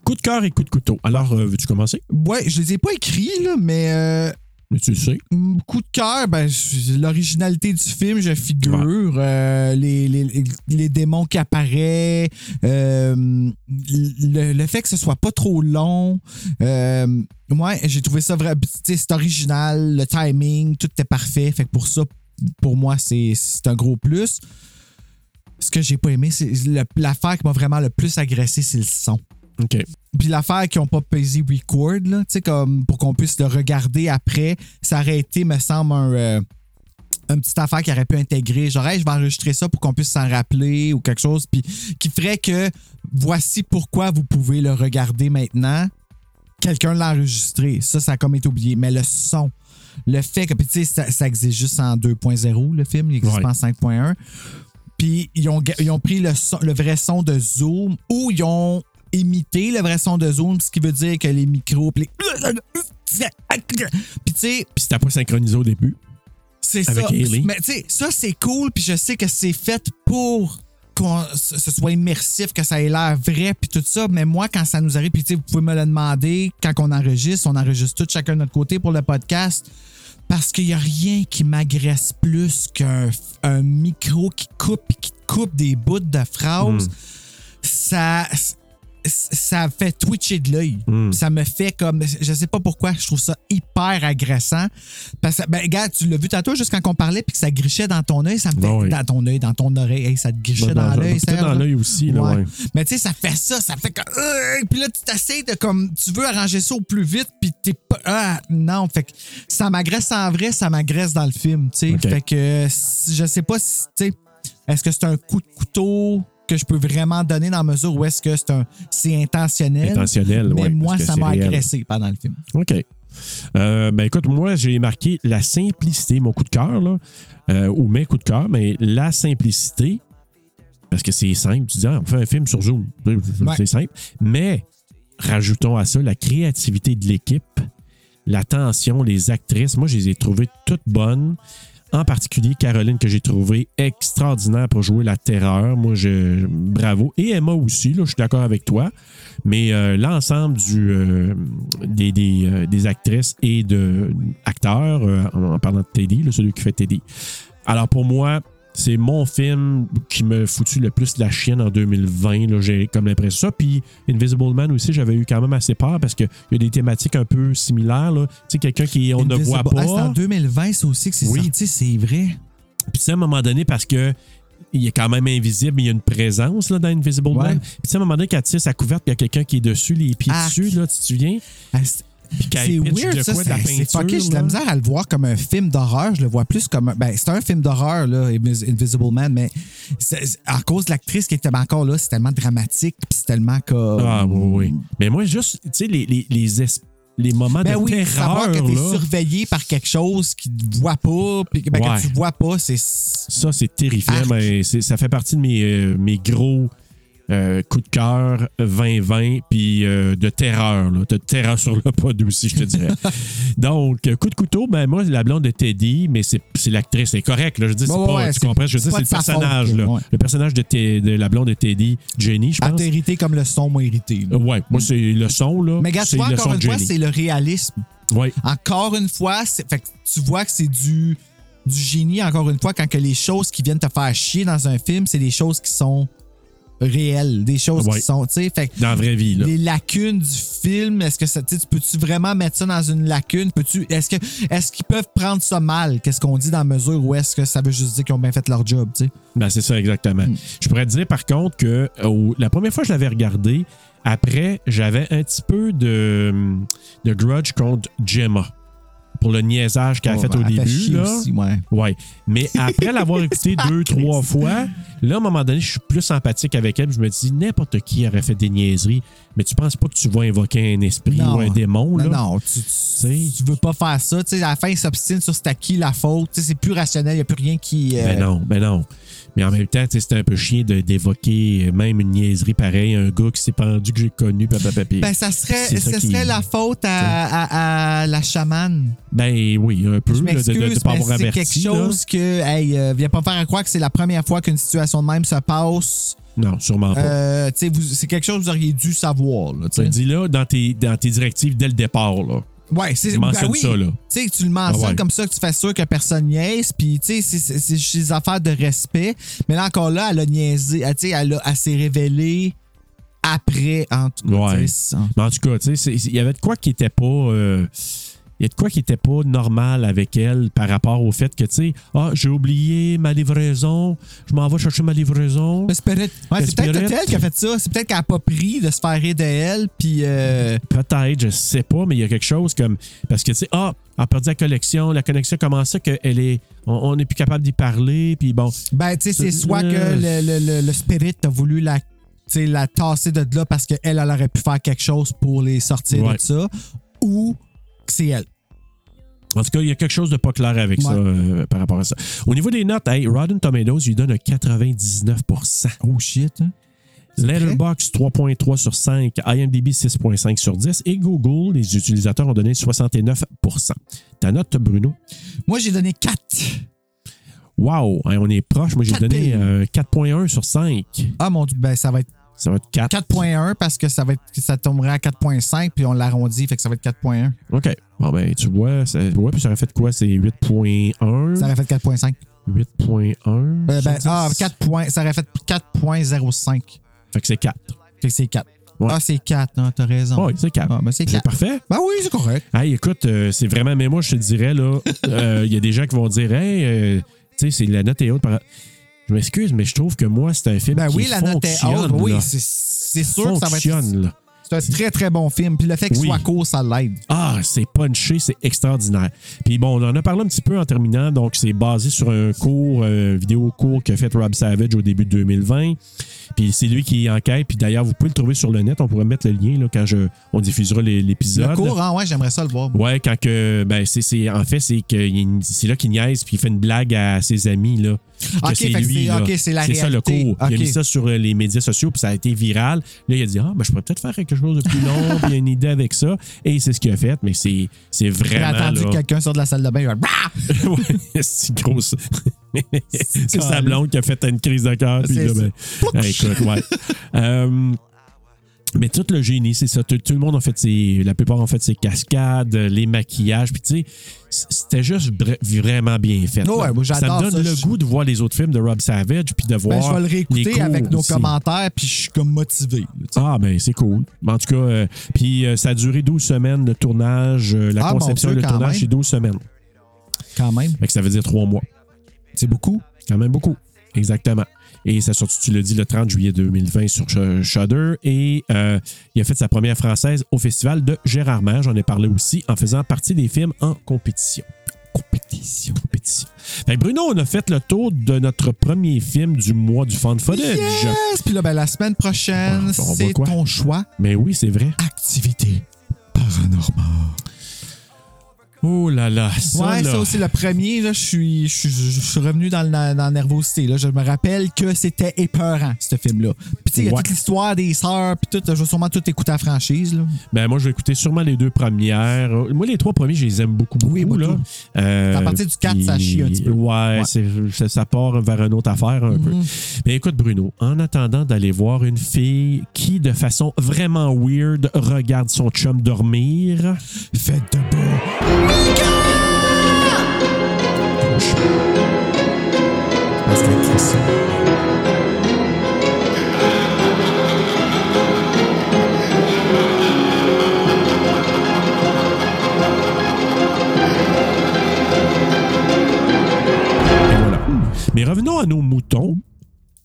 Coup de cœur et coup de couteau. Alors, euh, veux-tu commencer
Ouais, je les ai pas écrits, là, mais euh,
Mais tu le sais.
Mm, coup de cœur, ben, je- l'originalité du film, je figure. euh, les, les- les démons qui apparaissent, euh, le, le fait que ce soit pas trop long. Euh, ouais, j'ai trouvé ça vraiment. C'est original, le timing, tout était parfait. Fait que pour ça, pour moi, c'est c'est un gros plus. Ce que j'ai pas aimé, c'est le- l'affaire qui m'a vraiment le plus agressé, c'est le son.
OK.
Puis l'affaire qu'ils n'ont pas pesé record, là, tu sais, comme pour qu'on puisse le regarder après, ça aurait été, me semble, un, euh, une petite affaire qui aurait pu intégrer. Genre, Hey, je vais enregistrer ça pour qu'on puisse s'en rappeler ou quelque chose, puis qui ferait que voici pourquoi vous pouvez le regarder maintenant. Quelqu'un l'a enregistré. Ça, ça a comme été oublié. Mais le son, le fait que, puis tu sais, ça, ça existe juste en 2.0, le film, il existe
Ouais.
pas en 5.1. Puis ils ont, ga- ils ont pris le, son- le vrai son de Zoom ou ils ont imité le vrai son de Zoom, ce qui veut dire que les micros. Puis, les- Puis, tu sais,
Puis c'était pas synchronisé au début.
c'est ça.
Avec Hailey.
Mais tu sais, ça c'est cool, puis je sais que c'est fait pour qu'on ce ce soit immersif, que ça ait l'air vrai, puis tout ça. Mais moi, quand ça nous arrive, puis tu sais, vous pouvez me le demander quand on enregistre, on enregistre tout chacun de notre côté pour le podcast. Parce qu'il n'y a rien qui m'agresse plus qu'un un micro qui coupe, puis qui te coupe des bouts de
Mm.
phrases. Ça, ça fait twitcher de l'œil. Ça me fait comme. Je sais pas pourquoi, je trouve ça hyper agressant. Parce que, ben, regarde, tu l'as vu tantôt, juste quand on parlait, puis que ça grichait dans ton œil, ça me fait.
Ouais.
Dans ton œil, dans ton oreille, Hey, ça te grichait
Ouais,
dans,
dans-
l'œil.
peut-être
Serge,
dans
là.
l'œil aussi, là, ouais.
Mais tu sais, ça fait ça, ça fait que. euh, puis là, tu t'essayes de comme. Tu veux arranger ça au plus vite, puis t'es pas. Ah, non, fait que ça m'agresse en vrai, ça m'agresse dans le film, tu sais.
Ok.
Fait que euh, si- je sais pas si. Tu sais, est-ce que c'est un coup de couteau que je peux vraiment donner dans la mesure où est-ce que c'est un c'est intentionnel?
Intentionnel,
Mais
ouais,
moi,
parce que
ça
c'est
m'a
réel.
agressé pendant le film.
OK. Euh, ben écoute, moi, j'ai marqué la simplicité, mon coup de cœur, là, euh, ou mes coups de cœur, mais la simplicité, parce que c'est simple, tu dis, Ah, on fait un film sur Zoom, c'est simple, mais rajoutons à ça la créativité de l'équipe, la tension, les actrices, moi, je les ai trouvées toutes bonnes. En particulier Caroline, que j'ai trouvée extraordinaire pour jouer la terreur. Moi, je. Bravo. Et Emma aussi, là, je suis d'accord avec toi. Mais euh, l'ensemble du, euh, des, des, euh, des actrices et de acteurs, euh, en, en parlant de Teddy, là, celui qui fait Teddy. Alors pour moi, c'est mon film qui me foutu le plus la chienne en 2020. là. J'ai comme l'impression ça. Puis Invisible Man aussi, j'avais eu quand même assez peur parce qu'il y a des thématiques un peu similaires. là. Tu sais, quelqu'un qui on ne
Invisible-
voit pas.
Ah, c'est en 2020, ça aussi, que c'est
Oui.
sorti, tu sais, c'est vrai.
Puis ça, à un moment donné, parce que il est quand même invisible, mais il y a une présence là, dans Invisible
Ouais.
Man. Puis tu sais, à un moment donné, quand tu tires sa couverte, puis il y a quelqu'un qui est dessus, les pieds
Arc.
dessus, là, tu te souviens?
Ah, c'est-
Puis qu'elle
C'est
pitch
weird,
de
ça.
quoi, de la
C'est c'est
peinture,
fucké. J'ai de la
là.
misère à le voir comme un film d'horreur. Je le vois plus comme un. Ben, c'est un film d'horreur, là, Invis- Invisible Man, mais c'est- c'est- à cause de l'actrice qui était encore là, c'est tellement dramatique, puis c'est tellement comme.
Ah oui, oui. Mais moi, juste, tu sais, les, les, les, es- les moments
Ben
de
oui,
terreur,
savoir que t'es
là,
surveillé par quelque chose qui te voit pas, puis ben,
Ouais.
que tu vois pas, c'est. c'est-
ça, c'est terrifiant.
Arc.
Mais c'est- ça fait partie de mes, euh, mes gros euh, coups de cœur 20-20, puis euh, de terreur, là, de terreur sur le pod aussi, je te dirais. Donc, euh, coup de couteau, ben moi, la blonde de Teddy, mais c'est c'est l'actrice, c'est correct. Là, je dis, c'est
Ouais, ouais,
pas,
ouais,
tu
c'est-
comprends, je veux
c'est
dire,
pas
c'est le
de sa faute,
personnage, là.
ouais.
Le personnage de, Te- de la blonde de Teddy, Jenny, je
Ah,
pense.
t'es irrité comme le son m'a irrité.
Euh,
là.
Ouais, moi, c'est le son, là.
Mais regarde,
Oh, c'est
tu vois,
le son
encore
de
une fois,
Jenny.
c'est le réalisme.
Ouais.
Encore une fois, c'est- fait que tu vois que c'est du, du génie, encore une fois, quand que les choses qui viennent te faire chier dans un film, c'est des choses qui sont réelles, des choses
Ouais.
qui sont, tu sais, fait que
Dans la vraie vie, là.
les lacunes du film, est-ce que ça, tu sais, tu peux-tu vraiment mettre ça dans une lacune? Peux-tu, est-ce que, est-ce qu'ils peuvent prendre ça mal? Qu'est-ce qu'on dit dans la mesure où est-ce que ça veut juste dire qu'ils ont bien fait leur job, tu sais?
Ben, c'est ça, exactement.
Mm.
Je pourrais te dire, par contre, que au- la première fois que je l'avais regardé, après, j'avais un petit peu de, de grudge contre Gemma. pour le niaisage qu'elle
Oh,
a fait
ben,
au
elle fait
début.
chier
Là.
aussi, Ah, ouais.
Ouais. Mais après l'avoir écouté deux, trois fois, là, à un moment donné, je suis plus empathique avec elle. Je me dis, n'importe qui aurait fait des niaiseries, mais tu penses pas que tu vas invoquer un esprit
Non.
ou un démon.
Non,
Là.
non, tu, tu, tu veux pas faire ça. Tu sais, à la fin, ils s'obstinent sur c'est à qui la faute. Tu sais, c'est plus rationnel. Il n'y a plus rien qui. euh,
Ben non, ben non. Mais en même temps, tu sais, c'était un peu chiant de- d'évoquer même une niaiserie pareille, un gars qui s'est pendu que j'ai connu, papapapi.
Ben, ça serait,
C'est
ce
qui-
serait la faute à, à- à la chamane.
Ben oui, un peu,
Je
là, de ne
m'excuse,
pas
mais
avoir
c'est
averti.
quelque
là.
chose que. Hey, euh, viens pas me faire à croire que c'est la première fois qu'une situation de même se passe.
Non, sûrement pas.
Euh, tu sais, vous- c'est quelque chose que vous auriez dû savoir. Là, tu
Tu
sais.
le dis là dans tes, dans tes directives dès le départ. Là.
Ouais, c'est
Tu mentionnes
ben oui.
ça, là.
Tu sais, tu le mentionnes
Ah ouais.
comme ça que tu fais sûr que personne niaise. Puis, tu sais, c'est- c'est c'est juste des affaires de respect. Mais là, encore là, elle a niaisé. Elle, tu sais, elle, a- elle s'est révélée après, en tout cas.
Ouais.
tu sais,
Mais en tout cas, tu sais, c'est- il y avait de quoi qui était pas. euh, il y a de quoi qui était pas normal avec elle par rapport au fait que, tu sais, ah, j'ai oublié ma livraison, je m'en vais chercher ma livraison.
Ouais, c'est peut-être
Espérette.
elle qui a fait ça. C'est peut-être qu'elle n'a pas pris de se faire rire de elle. Puis, euh,
Peut-être, je sais pas, mais il y a quelque chose comme. Parce que, tu sais, ah, on a perdu la collection, la connexion, comment ça qu'elle est. On n'est plus capable d'y parler, puis bon.
ben, tu sais, c'est
C'est-
soit que le, le, le, le spirit a voulu la, tu sais, la tasser de là parce qu'elle, elle aurait pu faire quelque chose pour les sortir
Ouais.
de ça. Ou que c'est elle.
En tout cas, il y a quelque chose de pas clair avec ça
Ouais.
euh, par rapport à ça. Au niveau des notes, hey, Rotten Tomatoes lui donne un 99
Oh shit, hein?
Letterboxd 3.3 sur 5, IMDb 6.5 sur 10 et Google, les utilisateurs ont donné 69 Ta note, Bruno?
Moi, j'ai donné 4.
Wow, hein, on est proche. Moi, j'ai
Quatre
donné
piles.
euh, 4.1 sur 5.
Ah mon dieu, ben ça va être
Ça va être 4.
4.1 parce que ça va être ça tomberait à 4.5 puis on l'arrondit, fait que ça va être 4.1.
OK. Bon, ben, tu vois, ça, ouais, puis ça aurait fait quoi? C'est 8.1?
Ça aurait fait 4.5.
8.1?
Euh, ben,
sur 10?
ah, 4 points, ça aurait fait 4.05.
Fait que c'est 4.
Fait que c'est 4.
Ouais.
Ah, c'est 4, non, t'as raison.
Oui, c'est 4.
Ah, ben, c'est
C'est
quatre.
parfait.
Ben oui, c'est correct.
Hey, écoute, euh, c'est vraiment, mais moi, je te dirais, là, euh, il y a des gens qui vont dire, hey, euh, tu sais, c'est la note est haute. par- Je m'excuse, mais je trouve que moi, c'est un film
Ben
qui
oui, la note est haute.
fonctionne,
Oui,
là.
c'est- c'est sûr que ça va être.
Fonctionne, là.
C'est un très très bon film. Puis le fait qu'il
Oui.
soit court, ça l'aide.
Ah, c'est punché, c'est extraordinaire. Puis bon, on en a parlé un petit peu en terminant. Donc, c'est basé sur un cours, euh, vidéo cours que fait Rob Savage au début de 2020. Puis c'est lui qui enquête. Puis d'ailleurs, vous pouvez le trouver sur le net. On pourrait mettre le lien là, quand je, on diffusera les- l'épisode.
Le court, hein, ouais, j'aimerais ça le voir.
Ouais, quand que. Ben, c'est, c'est- en fait, c'est, que, il- c'est là qu'il niaise puis il fait une blague à ses amis, là.
Ok, fait que c'est-
là.
ok, c'est la
ça le
réalité.
cours. Il a
Ok.
mis ça sur euh, les médias sociaux puis ça a été viral. Là, il a dit Ah, ben, je pourrais peut-être faire quelque chose de plus long puis il a une idée avec ça. Et c'est ce qu'il a fait, mais c'est, c'est
J'ai
vraiment.
attendu que
là,
quelqu'un sorte de la salle de bain. il va- Bah!
Ouais, c'est gros. ça. c'est sa
calme.
blonde qui a fait une crise de cœur. Puis
C'est
là, ben, ah, écoute, ouais. Euh, mais tout le génie, c'est ça. Tout, tout le monde a fait ses. La plupart ont fait ses cascades, les maquillages. Puis, tu sais, c- c'était juste br- vraiment bien fait.
Oh
là.
ouais, moi,
ça
j'adore
me donne
ça.
le
Je-
goût de voir les autres films de Rob Savage. Puis de voir.
Ben, je vais le
les
réécouter
cours
avec nos
aussi.
commentaires, puis je suis comme motivé. là, tu sais.
Ah, ben, c'est cool. Mais En tout cas, euh, puis euh, ça a duré 12 semaines, le tournage. euh, la
Ah, mon
conception et
Dieu,
le
quand
tournage,
même.
c'est 12 semaines.
Quand même.
Fait que ça veut dire trois mois.
C'est beaucoup.
Quand même beaucoup. Exactement. Et ça sorti, tu l'as dit, le 30 juillet 2020 sur Sh- Shudder. Et euh, il a fait sa première française au festival de Gérardmer. J'en ai parlé aussi en faisant partie des films en compétition. Compétition. Compétition. Fait que Bruno, on a fait le tour de notre premier film du mois du Fan Footage.
Yes! Puis là, ben, la semaine prochaine,
Ouais, on va
c'est
quoi?
ton choix.
Mais oui, c'est vrai.
Activité paranormale.
Oh là là, ça,
ouais,
là.
ça aussi, le premier, là, je suis, je suis, je suis revenu dans, le- dans la nervosité. Là. Je me rappelle que c'était épeurant, ce film-là. Puis tu sais, il y a
Ouais.
toute l'histoire des sœurs, puis tout. Je vais sûrement tout écouter à la franchise. Là.
Ben, moi, je vais écouter sûrement les deux premières. Moi, les trois premiers, je les aime beaucoup, beaucoup.
Oui, moi,
là.
tout.
Euh,
À partir du quatre,
puis-
ça chie un petit peu.
Ouais,
Ouais. Mhm.
c'est- c'est- ça part vers une autre affaire un peu. Mais écoute, Bruno, en attendant d'aller voir une fille qui, de façon vraiment weird, regarde son chum dormir.
Faites de beau.
Parce que Chris, et voilà. Mais revenons à nos moutons,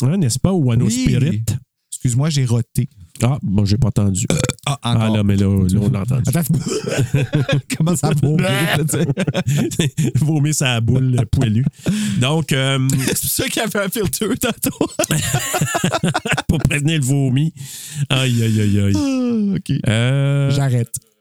hein, n'est-ce pas, ou à nos
Oui.
spirites.
Excuse-moi, j'ai roté.
Ah, bon, j'ai pas entendu.
Ah,
Ah
encore.
là, mais là, là, on l'a entendu.
Attends, comment ça vomit? là, tu sais?
Vomir sa boule euh, poilue. Donc, euh,
C'est pour ça qu'il y avait un filtre tantôt.
pour prévenir le vomi. Aïe, aïe, aïe, aïe.
Ah, OK.
Euh,
J'arrête.